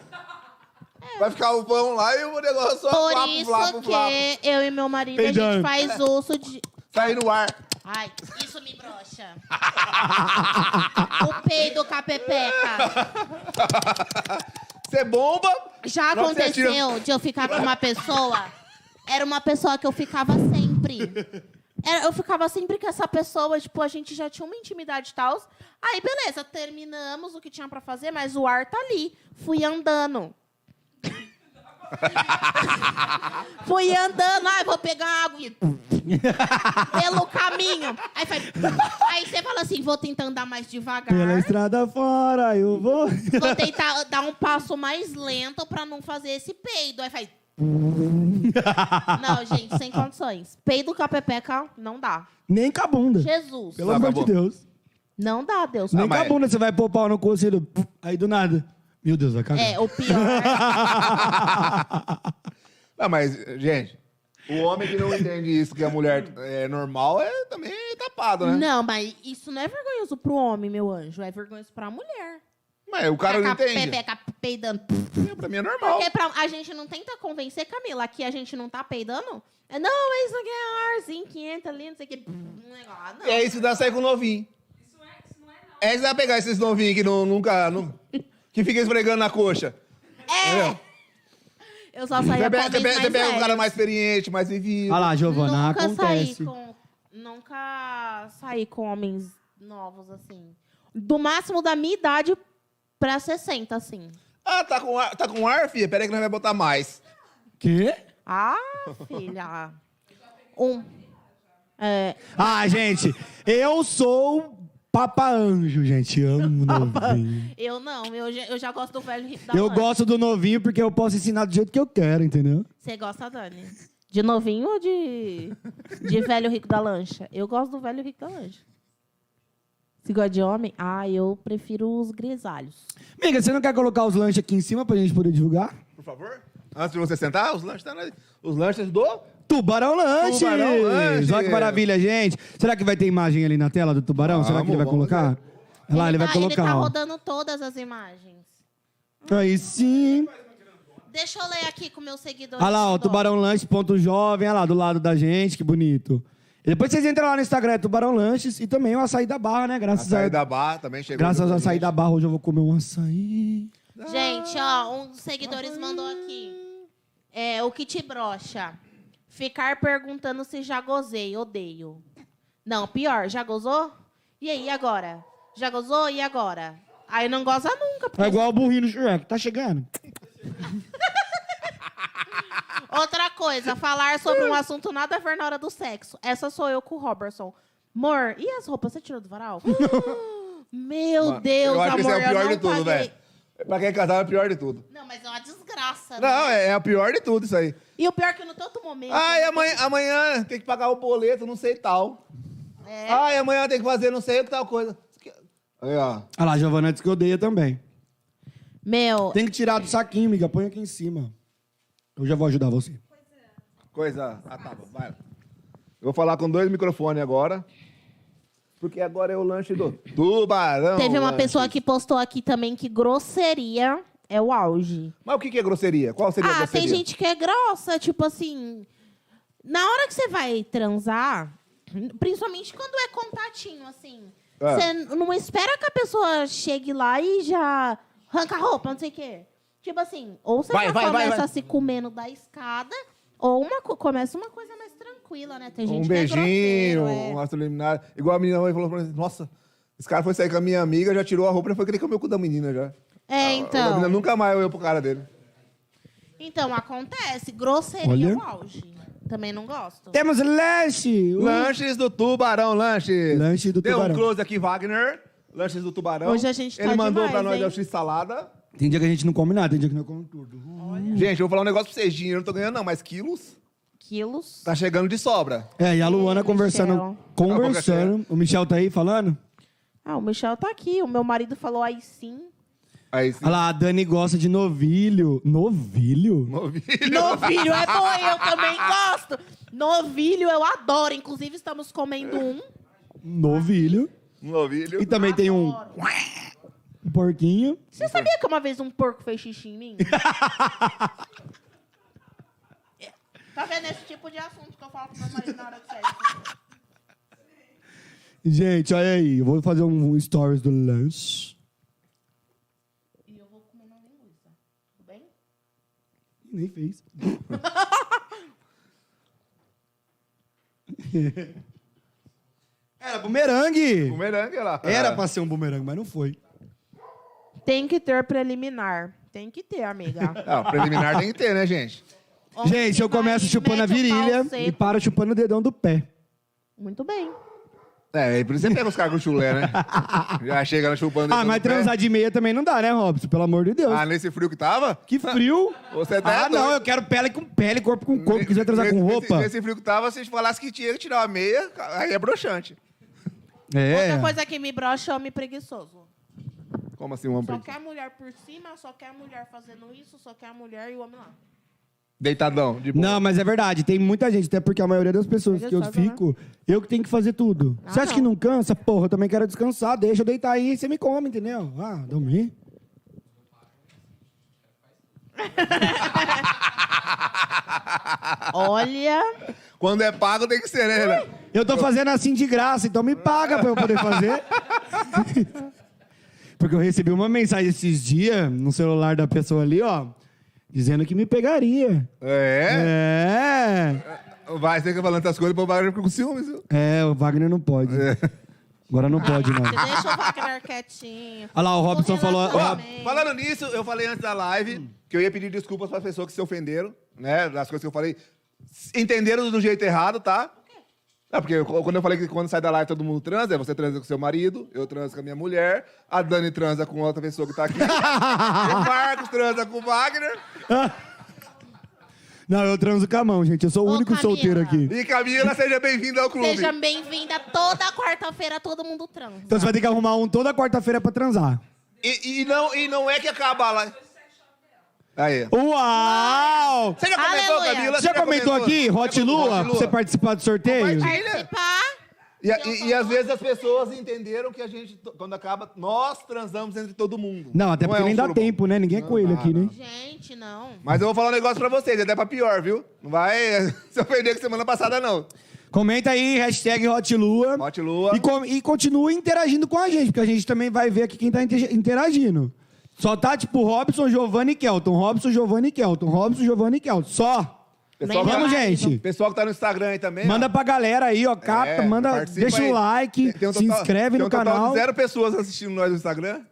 B: Vai ficar o pão lá e o negócio só
D: Por
B: flapo,
D: isso
B: flapo,
D: que
B: flapo.
D: eu e meu marido, a
A: Peidando.
D: gente faz osso de...
B: Sair no ar.
D: Ai, isso
B: *laughs*
D: me brocha. o peido com a pepeca.
B: Você bomba.
D: Já
B: na hora que você atira-
D: aconteceu de eu ficar com uma pessoa. Era uma pessoa que eu ficava sempre. Era- eu ficava sempre com essa pessoa, tipo, a gente já tinha uma intimidade e tal. Aí, beleza, terminamos o que tinha pra fazer, mas o ar tá ali. Fui andando. *laughs* Fui andando, ai, vou pegar água e- pelo caminho. Aí, faz- aí você fala assim, vou tentar andar mais devagar.
A: Pela estrada fora, eu vou. *laughs*
D: Vou tentar dar um passo mais lento pra não fazer esse peido. Aí faz. não, gente, sem condições. Peido com a pepeca não dá.
A: Nem com a bunda.
D: Jesus.
A: Pelo
B: Ah,
A: amor
B: acabou.
A: de Deus.
D: Não dá, Deus.
A: Nem
B: Ah,
A: com a
B: mas-
A: bunda você vai pôr o pau no cu, você... aí do nada. Meu Deus, vai cagar.
D: É, o pior. é
B: Não, Ah, mas, gente, o homem que não entende isso, que a mulher é normal, é também tapado, *laughs* né?
D: não, mas isso não é vergonhoso pro homem, meu anjo. É vergonhoso pra mulher.
B: Mas o cara não
D: Tacar a
B: entende.
D: pepeca peidando.
B: Pra mim é normal.
D: Porque pra- a gente não tenta convencer, Camila, que a gente não tá peidando. É, Não, mas isso aqui é arzinho que entra ali, não sei o que. Ah, não.
B: E aí se dá sair com o novinho. É, você vai pegar esses novinhos que não, nunca. não- que fica esfregando na coxa.
D: É! Eu só
B: Você
D: saía com
B: pega,
D: homens
B: você pega-
D: mais
B: você pega um
D: velhos.
B: cara mais experiente, mais vivido.
A: Olha lá, Giovana,
D: nunca
A: acontece.
D: Saí com, nunca saí com homens novos, assim. Do máximo da minha idade pra 60, assim.
B: Ah, tá com ar, tá com ar, filha? Pera aí que nós vamos botar mais.
A: Quê?
D: *laughs* Ah, filha. Um. É,
A: Ah, gente, eu sou Papa Anjo, gente. Amo novinho.
D: eu não, eu já, eu já gosto do velho rico da
A: Eu
D: mãe.
A: gosto do novinho porque eu posso ensinar do jeito que eu quero, entendeu?
D: Você gosta, Dani? De novinho ou de, de velho rico da lancha? Eu gosto do velho rico da lancha. Se gosta de homem? Ah, eu prefiro os grisalhos.
A: Miga, você não quer colocar os lanches aqui em cima pra gente poder divulgar?
B: Por favor? Antes de você sentar, os lanches, tá na- os lanches do.
A: Tubarão Lanches!
B: Tubarão Lanches!
A: Olha que maravilha, gente. Será que vai ter imagem ali na tela do Tubarão? Será que ele vai
B: Vamos, vamos
A: colocar? Olha lá, ele vai
D: tá,
A: colocar. um.
D: Ele tá
A: ó.
D: rodando todas as imagens.
A: Aí sim.
D: Deixa eu ler aqui com meus seguidores.
A: Olha lá, ó,
D: Tudo.
A: tubarãolanches.jovem, olha lá, do lado da gente, que bonito. E depois vocês entram lá no Instagram, é Tubarão Lanches, e também o Açaí da Barra, né?
B: A
A: Graças a,
B: saída da barra também chegou.
A: graças ao Açaí da Barra, hoje eu vou comer um açaí.
D: Gente, ó, um dos seguidores mandou aqui. É, o que te brocha? Ficar perguntando se já gozei, odeio. Não, pior, já gozou? E aí, e agora? Já gozou? E agora? Aí não goza nunca.
A: É *laughs*
D: Porque...
A: igual o burrinho do Shrek, tá chegando?
D: Outra coisa, falar sobre um assunto nada a ver na hora do sexo. Essa sou eu com o Robertson. Amor, e as roupas? Você tirou
A: *laughs*
D: do varal? Meu
B: Mano,
D: Deus,
B: eu acho que
D: amor,
B: esse é o pior
D: eu não
B: de tudo,
D: paguei.
B: velho. Pra quem é casado é o pior de tudo.
D: Não, mas é uma desgraça. né?
B: Não, é, é o pior de tudo isso aí.
D: E o pior é que no tanto momento...
B: Ai, amanhã, amanhã tem que pagar o boleto, não sei tal.
D: É.
B: Ai, amanhã tem que fazer não sei o que tal coisa. Aí, ó.
A: Olha lá, a Giovana disse que odeia também.
D: Meu,
A: Tem que tirar do saquinho, amiga. Põe aqui em cima. Eu já vou ajudar você.
B: Coisa. Ah, tá bom, vai. lá. Eu vou falar com dois microfones agora. Porque agora é o lanche
D: *laughs*
B: do tubarão.
D: teve uma
B: lanche.
D: pessoa que postou aqui também que grosseria é o auge.
B: Mas o que que é grosseria? Qual seria a
D: Ah,
B: grosseria?
D: tem gente que é grossa, tipo assim. Na hora que você vai transar, principalmente quando é contatinho, assim,
B: Ah.
D: você não espera que a pessoa chegue lá e já arranca a roupa, não sei o quê. Tipo assim, ou você
B: Vai,
D: já
B: vai, vai,
D: começa
B: vai.
D: a se comendo da escada, ou uma, co- começa uma coisa mais tranquila, né? Tem gente
B: um
D: que é
B: beijinho,
D: grosseiro, é.
B: um astro liminar. Igual a menina hoje falou pra mim, nossa, esse cara foi sair com a minha amiga, já tirou a roupa, já foi querer comer o cu da menina já.
D: É,
B: A menina
D: então.
B: nunca mais olhou pro cara dele.
D: Então, acontece. Grosseria
A: Olha.
D: é o auge. Também não gosto.
A: Temos lanche. Uh,
B: Lanches do Tubarão, lanches.
A: Lanche do
B: Deu
A: Tubarão.
B: um close aqui, Wagner. Lanches do Tubarão.
D: Hoje a gente tá
B: Ele mandou
D: demais,
B: pra nós
D: hein?
B: o X-salada.
A: Tem dia que a gente não come nada, tem dia que não come tudo.
B: Gente, eu vou falar um negócio pra vocês. Dinheiro eu não tô ganhando não, mas quilos
D: Quilos.
B: tá chegando de sobra.
A: É, e a Luana
D: Michel.
A: conversando.
B: Cala a
A: Conversando. O Michel tá aí falando?
D: Ah, o Michel tá aqui. O meu marido falou aí sim.
B: Aí sim.
A: Olha lá, a Dani gosta de novilho.
B: um
A: Novilho?
B: Novilho.
D: Novilho é bom, eu também gosto. Novilho eu adoro. Inclusive, estamos comendo um.
A: Novilho.
B: Novilho.
A: E também tem um
D: Adoro.
A: porquinho.
D: Você sabia que uma vez um porco fez xixi
A: *laughs*
D: em mim? É. Tá vendo esse tipo de assunto que eu falo pro meu marido na hora de sexo?
A: Gente, olha aí. Eu vou fazer um stories do lanche.
D: E eu vou comer uma linguiça. Tudo bem?
A: Ih, Nem fez. *laughs* Era bumerangue.
B: Bumerangue, um olha lá.
A: Era pra ser um bumerangue, mas não foi.
D: Tem que ter preliminar. Tem que ter, amiga.
B: Ah, preliminar tem que ter, né, gente?
D: Homem
A: Gente, eu
D: que vai
A: começo
D: e
A: chupando a
D: mete o pau
A: virilha e
D: seco.
A: paro chupando o dedão do pé.
D: Muito bem.
B: É, é por isso que você pega os caras com chulé,
A: *laughs*
B: né? Já chega chupando.
A: Ah, mas
B: depois do pé.
A: transar de meia também não dá, né, Robson? Pelo amor de Deus.
B: Ah, nesse frio que tava?
A: que frio.
B: Você tá
A: ah,
B: doido.
A: não, eu quero pele com pele, corpo com corpo. Quiser transar com
B: Nesse-
A: roupa.
B: Nesse frio que tava, se falasse que tinha que tirar a meia, aí é broxante.
A: É.
D: Outra coisa que me brocha é homem preguiçoso.
B: Como assim, um homem
D: Só é-
B: preguiçoso?
D: quer a mulher por cima, só quer a mulher fazendo isso, só quer a mulher e o homem lá.
B: Deitadão, de boa.
A: Não, mas é verdade, tem muita gente, até porque a maioria das pessoas que eu
D: Preguiçosa,
A: fico, eu que tenho que fazer tudo.
D: Ah,
A: você acha
D: não.
A: que não cansa? Porra, eu também quero descansar, deixa eu deitar aí, você me come, entendeu? Ah, dormir.
D: Olha,
B: Quando é pago, tem que ser, né, Renan?
A: Eu tô fazendo assim de graça, então me paga pra eu poder fazer. *laughs* Porque eu recebi uma mensagem esses dias no celular da pessoa ali, ó, dizendo que me pegaria.
B: É?
A: É.
B: Vai, você fica falando essas coisas, o povo fica com ciúmes. viu?
A: É, o Wagner não pode.
B: É.
A: Agora não pode, não.
D: você deixa o Wagner quietinho.
A: Olha lá, o Robson falou.
B: Ó,
D: Relacionamento. Amém.
B: falando nisso, eu falei antes da live que eu ia pedir desculpas para as pessoas que se ofenderam, né? Das coisas que eu falei. Entenderam do jeito errado, tá? É, porque eu- quando eu falei que quando sai da live todo mundo transa, é você transa com seu marido, eu transo com a minha mulher, a Dani transa com outra pessoa que tá
D: *laughs*
B: aqui, o Marcos transa com o Wagner
A: Não, eu transo com a mão, gente. Eu sou o
D: Ô,
A: único
D: Camila.
A: solteiro aqui.
B: e Camila, seja bem-vinda ao clube.
D: Seja bem-vinda toda quarta-feira, todo mundo transa.
A: Então você vai ter que arrumar um toda quarta-feira pra transar.
B: E, e não, e não é que acaba a live. Aí.
A: Uau!
B: Você já comentou,
D: Aleluia.
B: Camila?
A: Você já comentou aqui, Hot
B: Já comentou,
A: Lua, pra você participar do sorteio?
D: Participar.
B: E, a- e- e às vezes as pessoas entenderam que a gente, to- quando acaba, nós transamos entre todo mundo.
A: Não, até porque
B: é um
A: nem dá
B: surubão.
A: tempo, né? Ninguém é coelho aqui, né?
D: Gente, não.
B: Mas eu vou falar um negócio pra vocês, até pra pior, viu? Não vai *laughs* se ofender com semana passada, não.
A: Comenta aí, hashtag Hot Lua.
B: Hot Lua.
A: E, com- e continue interagindo com a gente, porque a gente também vai ver aqui quem tá inte- interagindo. Só tá tipo Robson, Giovanni e Kelton. Robson, Giovanni e Kelton. Robson, Giovanni e Kelton. Só.
B: Pessoal,
D: Nem
B: que-
A: Vamos,
D: meu marido.
A: gente.
B: pessoal que tá no Instagram aí também. É,
A: Manda pra galera aí, ó. Capta, manda,
B: participa
A: deixa
B: aí.
A: o like,
B: Tem- tem um
A: se
B: total-
A: inscreve
B: tem
A: no
B: um total de
A: canal.
B: Zero pessoas assistindo nós no Instagram.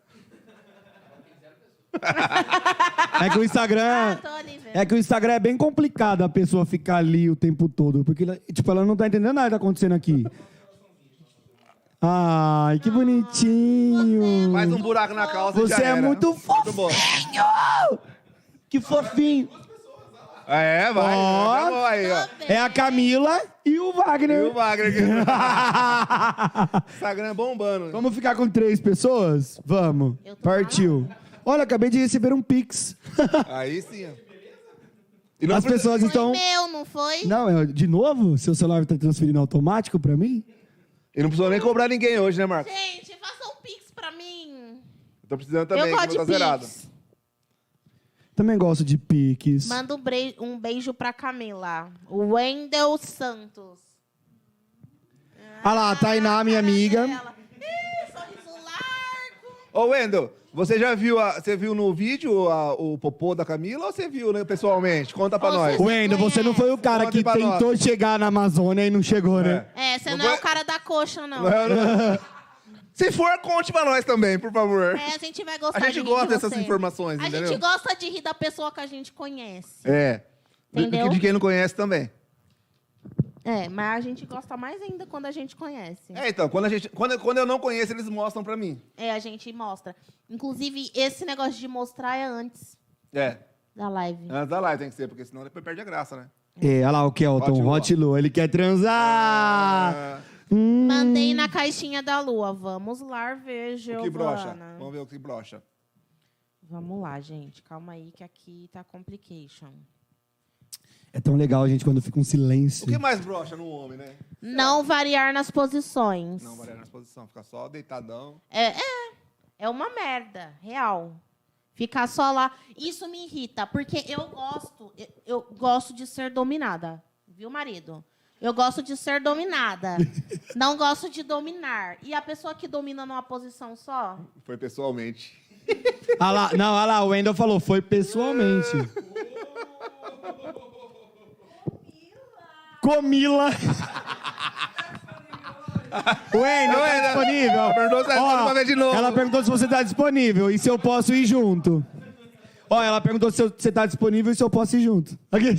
A: É que o
D: Ah,
A: Instagram.
D: tô ali vendo.
A: É que o Instagram é bem complicado a pessoa ficar ali o tempo todo, porque ela- tipo, ela não tá entendendo nada que tá acontecendo aqui. Ai, que bonitinho.
B: Faz um buraco na calça e
A: Uhum. Você é
B: já era.
A: muito
B: Muito bom.
A: Que fofinho.
B: É, vai.
A: Ó.
B: já vou aí, ó.
A: É a Camila e o Wagner. *laughs*
B: E o Wagner aqui. Instagram bombando.
A: Vamos ficar com três pessoas? Vamos.
D: Eu tô
A: Partiu. Olha, acabei de receber um pix.
B: Aí sim, ó. E não
A: As
B: precisa-
A: pessoas
D: Foi
A: estão.
D: meu, não foi?
A: então. Não, é- de novo? Seu celular tá transferindo automático pra mim?
B: E não precisou nem cobrar ninguém hoje, né, Marcos?
D: Gente, faça um pix pra mim.
B: Tô precisando também,
D: eu
B: que
D: gosto
B: eu
D: de
B: tá
D: pix.
B: zerado.
A: Também gosto de pix.
D: Manda um, brei- um beijo pra Camila. Wendel Santos.
A: Ah lá, a
B: tá
A: Tainá, minha amiga.
D: Ela. Ih, sorriso largo.
B: Ô, Wendel, você já viu, a, você viu no vídeo a- o popô da Camila ou você viu né, pessoalmente? Conta pra
D: Ô,
B: nós.
D: Suzy.
A: Wendel, você não foi o cara
B: Conta
A: que
B: pra nós.
A: tentou chegar na Amazônia e não chegou, né?
D: É, você
B: Não
D: não, é
B: foi-
D: o cara da coxa, não.
B: Não é, não. Se for, conte pra nós também, por favor.
D: É, a gente vai gostar
B: A gente
D: de rir
B: gosta
D: de
B: dessas
D: você.
B: informações,
D: A
B: entendeu?
D: gente gosta de rir da pessoa que a gente conhece.
B: É. De-
D: Entendeu?
B: De quem não conhece também.
D: É, mas a gente gosta mais ainda quando a gente conhece.
B: É, então, quando, a gente, quando, eu- quando eu não conheço, eles mostram pra mim.
D: É, a gente mostra. Inclusive, esse negócio de mostrar é antes
B: É.
D: da live.
B: Antes da live tem que ser, porque senão depois perde a graça, né?
A: É, olha lá o Kelton,
B: Hot
A: Hot Lu, ele quer transar.
B: Ah,
A: Hum.
D: Mandei na caixinha da lua. Vamos lá ver,
B: o que brocha.
D: Giovana.
B: Vamos ver o que brocha.
D: Vamos lá, gente. Calma aí que aqui tá complication.
A: É tão legal, gente, quando fica um
B: O
A: silêncio.
B: que mais brocha no homem, né?
D: Não variar nas posições.
B: Não variar na posição, ficar só deitadão.
D: É, é, é uma merda, real. Ficar só lá. Isso me irrita, porque eu gosto, eu, eu gosto de ser dominada, viu, marido? Eu gosto de
B: *laughs*
D: ser dominada. não gosto de dominar. E a pessoa que domina numa posição só?
B: Foi pessoalmente.
A: Ah lá, não, olha lá, o Wendel falou, foi pessoalmente. Comila. Wendel, tá
B: Wendel,
A: disponível?
B: ela perguntou se ela
A: Ó,
B: tá uma vez de novo.
A: Ela perguntou se você tá disponível e se eu posso ir junto. Ó, ela perguntou se eu- você tá disponível e se eu posso ir junto.
B: *laughs*
A: Aqui.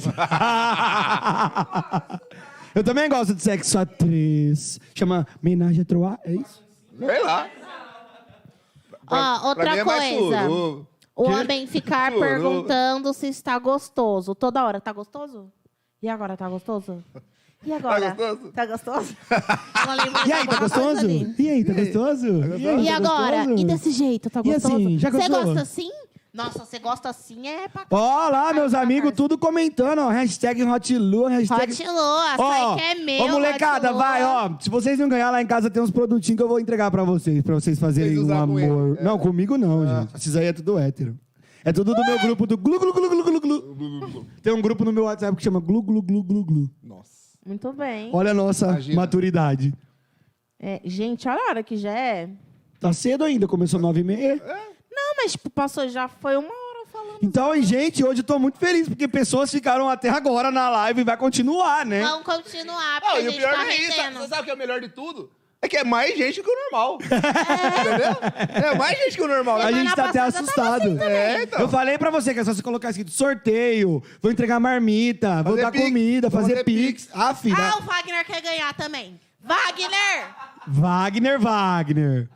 A: Eu também gosto de sexo a três. Chama Menage à Trois, é isso?
B: Sei lá.
D: Ó, Ah, outra
B: mim é mais
D: coisa.
B: suru.
D: O Um
B: *laughs*
D: homem ficar
B: Jurou.
D: perguntando se está gostoso. Toda hora, tá gostoso? E agora, tá gostoso? E agora?
B: gostoso?
D: Tá
B: *laughs*
D: gostoso? Ela lembra de
A: E aí, tá
D: alguma coisa
A: gostoso?
D: ali.
A: E aí, tá gostoso? E, aí,
D: Ah, E
A: tá
D: agora?
A: gostoso?
D: E desse jeito, tá
A: E
D: gostoso?
A: assim, já
D: Você
A: gostou?
D: gosta assim? Nossa, você gosta assim é pra
A: Ó lá, meus amigos, tudo comentando, ó. Hashtag Hotlu, hashtag...
D: Rotilô, açaí que é meu.
A: Ó, molecada,
D: Rotilô.
A: vai, ó. Se vocês não ganhar lá em casa, tem uns produtinhos que eu vou entregar pra vocês, pra vocês fazerem
B: Vocês
A: um
B: usar com ele,
A: amor.
B: é.
A: Não, comigo não, gente. Isso aí é tudo hétero. É tudo do meu grupo do glu, glu, glu, glu, glu, glu. Tem um grupo no meu WhatsApp que chama glu, glu, glu, glu, glu.
B: Nossa.
D: Muito bem.
A: Olha a nossa
B: Imagina.
A: maturidade.
D: É, gente, olha a hora que já é. Não,
A: Tá cedo ainda, começou nove e meia.
D: mas tipo, passou, já foi uma hora falando.
A: Então, e, gente, hoje eu tô muito feliz, porque pessoas ficaram até agora na live e vai continuar, né?
D: Vamos continuar, porque
B: Não,
D: a
B: e o
D: gente
B: pior
D: tá
B: não é isso. Sabe,
D: rendendo.
B: você sabe o que é o melhor de tudo? É que é mais gente que o normal. Entendeu? É mais gente que o normal.
A: A
D: Semana
A: gente tá até
D: passada tava
A: assustado.
B: É, então.
A: Eu falei pra você que é só você colocar escrito sorteio, vou entregar marmita, vou
B: Fazer
A: dar
B: pix,
A: comida,
B: vou
A: fazer,
B: fazer
A: pix. Ah, filha.
D: Ah, o Wagner quer ganhar também. Wagner!
A: Wagner, Wagner.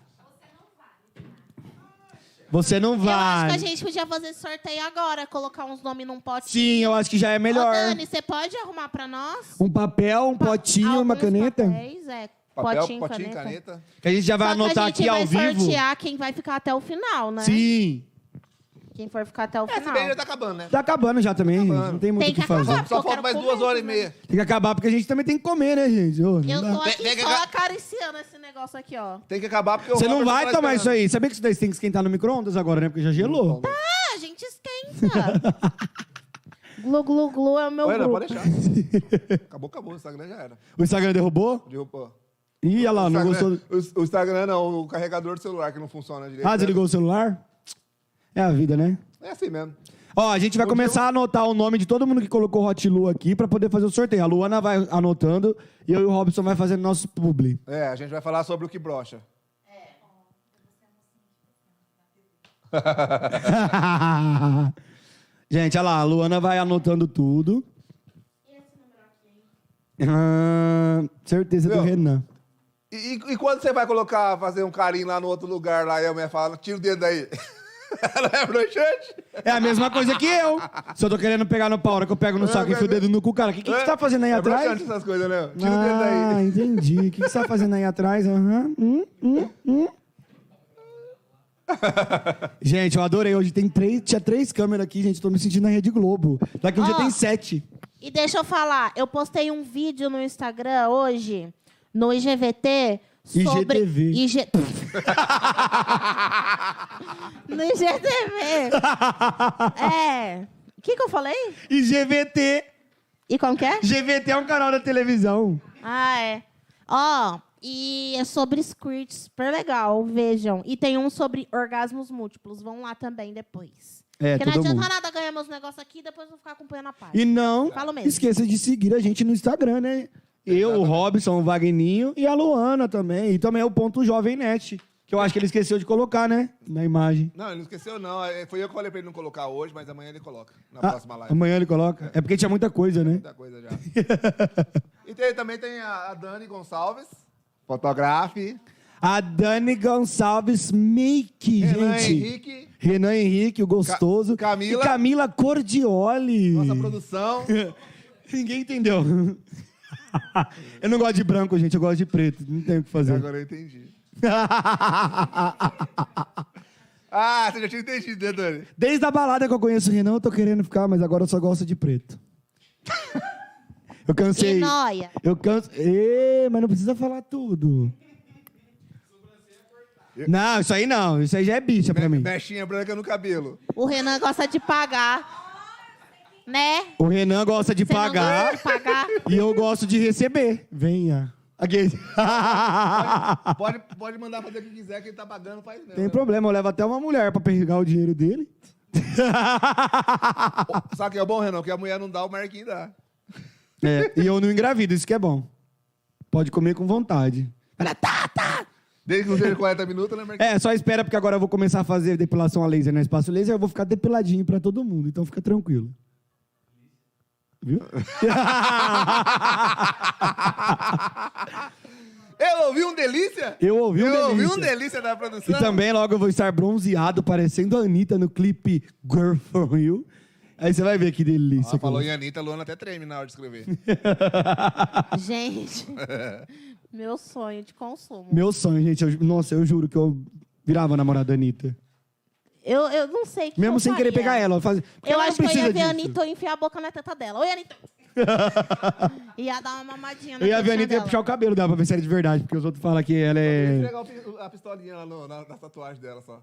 A: Você não
D: Eu acho que a
A: vale.
D: gente podia fazer sorteio agora, colocar uns nomes num potinho.
A: Sim, eu acho que já é
D: Ô,
A: melhor.
D: Dani, você pode arrumar pra nós?
A: Um papel, um
D: Pa-
A: potinho, uma
D: alguns
A: caneta.
D: papéis, é.
B: Papel,
D: potinho,
B: potinho,
D: caneta.
B: caneta.
A: Que a gente já vai
D: Só que
A: anotar
D: a gente
A: aqui
D: vai
A: ao vivo.
D: sortear quem vai ficar até o final, né?
A: Sim.
D: Quem for ficar até o
B: Esse
D: final.
B: beijo já tá acabando, né?
A: Tá acabando já também, gente.
B: acabando.
A: Não tem muito o
D: Tem
A: que,
D: que
A: fazer.
D: acabar.
B: Só
D: É, eu
B: falta
D: quero
B: mais
D: comer né?
B: duas horas e
D: também.
B: meia.
A: Tem que acabar porque a gente também tem que comer, né, gente? Ô, não
D: Eu
A: dá.
D: tô aqui
B: Vem- vem
D: só
B: cá.
D: acariciando esse negócio aqui, ó.
B: Tem que acabar porque o
A: Você não
B: Robert
A: vai
B: tá
A: tomar
B: esperando.
A: isso aí. Sabia que isso daí você tem que esquentar no micro-ondas agora, né? Porque já gelou.
D: Ah, a gente
A: *laughs*
D: esquenta. glu, glu, glu é o meu
B: Olha, não,
D: grupo.
B: pode deixar. Acabou, acabou. O Instagram já era.
A: O Instagram derrubou?
B: Derrubou.
A: Ih, olha lá,
B: O
A: Ah, não
B: Instagram-
A: gostou.
B: O, o Instagram não, o carregador do celular que não funciona direito.
A: Ah, desligou o celular? É a vida, né?
B: É assim mesmo.
A: Ó, a gente vai começar a anotar o nome de todo mundo que colocou Hot Lu aqui pra poder fazer o sorteio. A Luana vai anotando e eu e o Robson vai fazendo nosso publi. *laughs*
B: É, a gente vai falar sobre o que brocha.
A: Gente, olha lá, a Luana vai anotando tudo. Ah, certeza do
B: Meu.
A: Renan.
B: E, e- e quando você vai colocar, fazer um carinho lá no outro lugar, lá e a mulher fala, tira o dedo daí. *laughs* Ela é broxante?
A: É a mesma coisa que eu. Se eu tô querendo pegar no pau, a hora que eu pego no saco e enfio o dedo no cu, cara, o que, que, que você tá fazendo aí
B: é
A: atrás?
B: broxante essas coisas, né? Tira o dedo
A: Ah,
B: daí.
A: entendi. O que, que você tá fazendo aí atrás? Aham. Hum, hum,
B: *laughs*
A: hum. Gente, eu adorei. Hoje tem três, tinha três câmeras aqui, gente. Tô me sentindo na Rede Globo. Daqui um dia
B: Ah.
D: Ó.
A: tem sete.
D: E deixa eu falar, eu postei um vídeo no Instagram hoje, no IGVT, sobre.
A: IGTV.
D: IG... *laughs*
A: *laughs*
D: no IGTV. É. O que, que eu falei?
A: E GVT.
D: E como que é?
A: GVT é um canal da televisão.
D: Ah, é. Ó, e é sobre squirt, super legal, vejam. E tem um sobre orgasmos múltiplos, vão lá também depois.
A: É,
D: Porque não
A: todo
D: adianta
A: mundo.
D: nada ganhar meus negócios aqui e depois eu ficar acompanhando a página.
A: E não
D: Falo mesmo.
A: esqueça de seguir a gente no Instagram, né? Eu, o Robson, o Vagninho e a Luana também. E também é o ponto Jovem Net, que eu acho que ele esqueceu de colocar, né? Na imagem.
B: Não, ele não esqueceu, não. É, Foi eu que falei pra ele não colocar hoje, mas amanhã ele coloca. Na
A: Ah,
B: próxima live.
A: amanhã ele coloca. É porque tinha muita coisa, né? *laughs*
B: Muita coisa já. e tem- também tem a, a Dani Gonçalves, fotógrafe.
A: A Dani Gonçalves Make,
B: Renan
A: gente.
B: Henrique,
A: Renan Henrique, o gostoso.
B: Ca- Camila.
A: E Camila Cordioli.
B: nossa
A: *laughs*
B: produção.
A: Ninguém entendeu. *laughs* eu não gosto de branco, gente. Eu gosto de preto. Não tem o que fazer.
B: Agora eu entendi. Ah, você já tinha entendido, né, Dani?
A: *laughs* Desde a balada que eu conheço o Renan, eu tô querendo ficar, mas agora eu só gosto de
B: *laughs*
A: preto. Eu cansei.
D: E noia.
A: Eu canso. Ê, mas não precisa falar tudo. Não, isso aí não. Isso aí já é bicha pra
B: Me-
A: mim.
B: Mechinha branca no cabelo.
D: O Renan gosta de pagar. Né?
A: O Renan gosta de
D: Você não
A: pagar.
D: gosta de pagar?
A: E eu gosto de receber. Venha. Aqui.
B: Pode, pode mandar fazer o que quiser, quem tá pagando faz mesmo.
A: *laughs* Ah. Tem problema, eu levo até uma mulher pra pegar o dinheiro dele.
B: Sabe o que é bom, Renan? Que a mulher não dá, o Marquinhos dá.
A: É, e eu não engravido, isso que é bom. Pode comer com vontade. Fala, tá, tá.
B: Desde que não seja 40 minutos, né, Marquinhos?
A: É, só espera, porque agora eu vou começar a fazer depilação a laser no espaço laser, eu vou ficar depiladinho pra todo mundo, então fica tranquilo. Viu?
B: Eu ouvi um
A: *laughs*
B: delícia?
A: Eu ouvi um
B: Eu ouvi
A: delícia.
B: um delícia da
A: E
B: produção.
A: também logo eu vou estar bronzeado, parecendo a Anitta no clipe Girl For You. Aí você vai ver que delícia.
B: Ó, falou
A: que
B: em Anitta, a Luana até treme na hora de
A: É.
B: escrever.
D: Gente, meu sonho de consumo.
A: Meu sonho, gente. eu- nossa, eu juro que eu virava namorada da Anitta.
D: Eu, eu não sei o que
A: Mesmo
D: eu
A: sem querer
D: faria.
A: pegar ela. Eu, fazia, porque
D: Eu
A: ela não
D: acho que eu ia
A: precisa
D: ver a
A: disso.
D: Anitta eu ia enfiar a boca na teta dela. Oi,
A: *laughs*
D: Anitta. ia dar uma mamadinha na
A: Eu ia ver a Anitta
D: tetinha
A: e ia
D: dela.
A: puxar o cabelo dela pra ver se era de verdade, porque os outros falam que ela é.
B: Entregar o pi- a pistolinha lá no- na, na tatuagem dela só.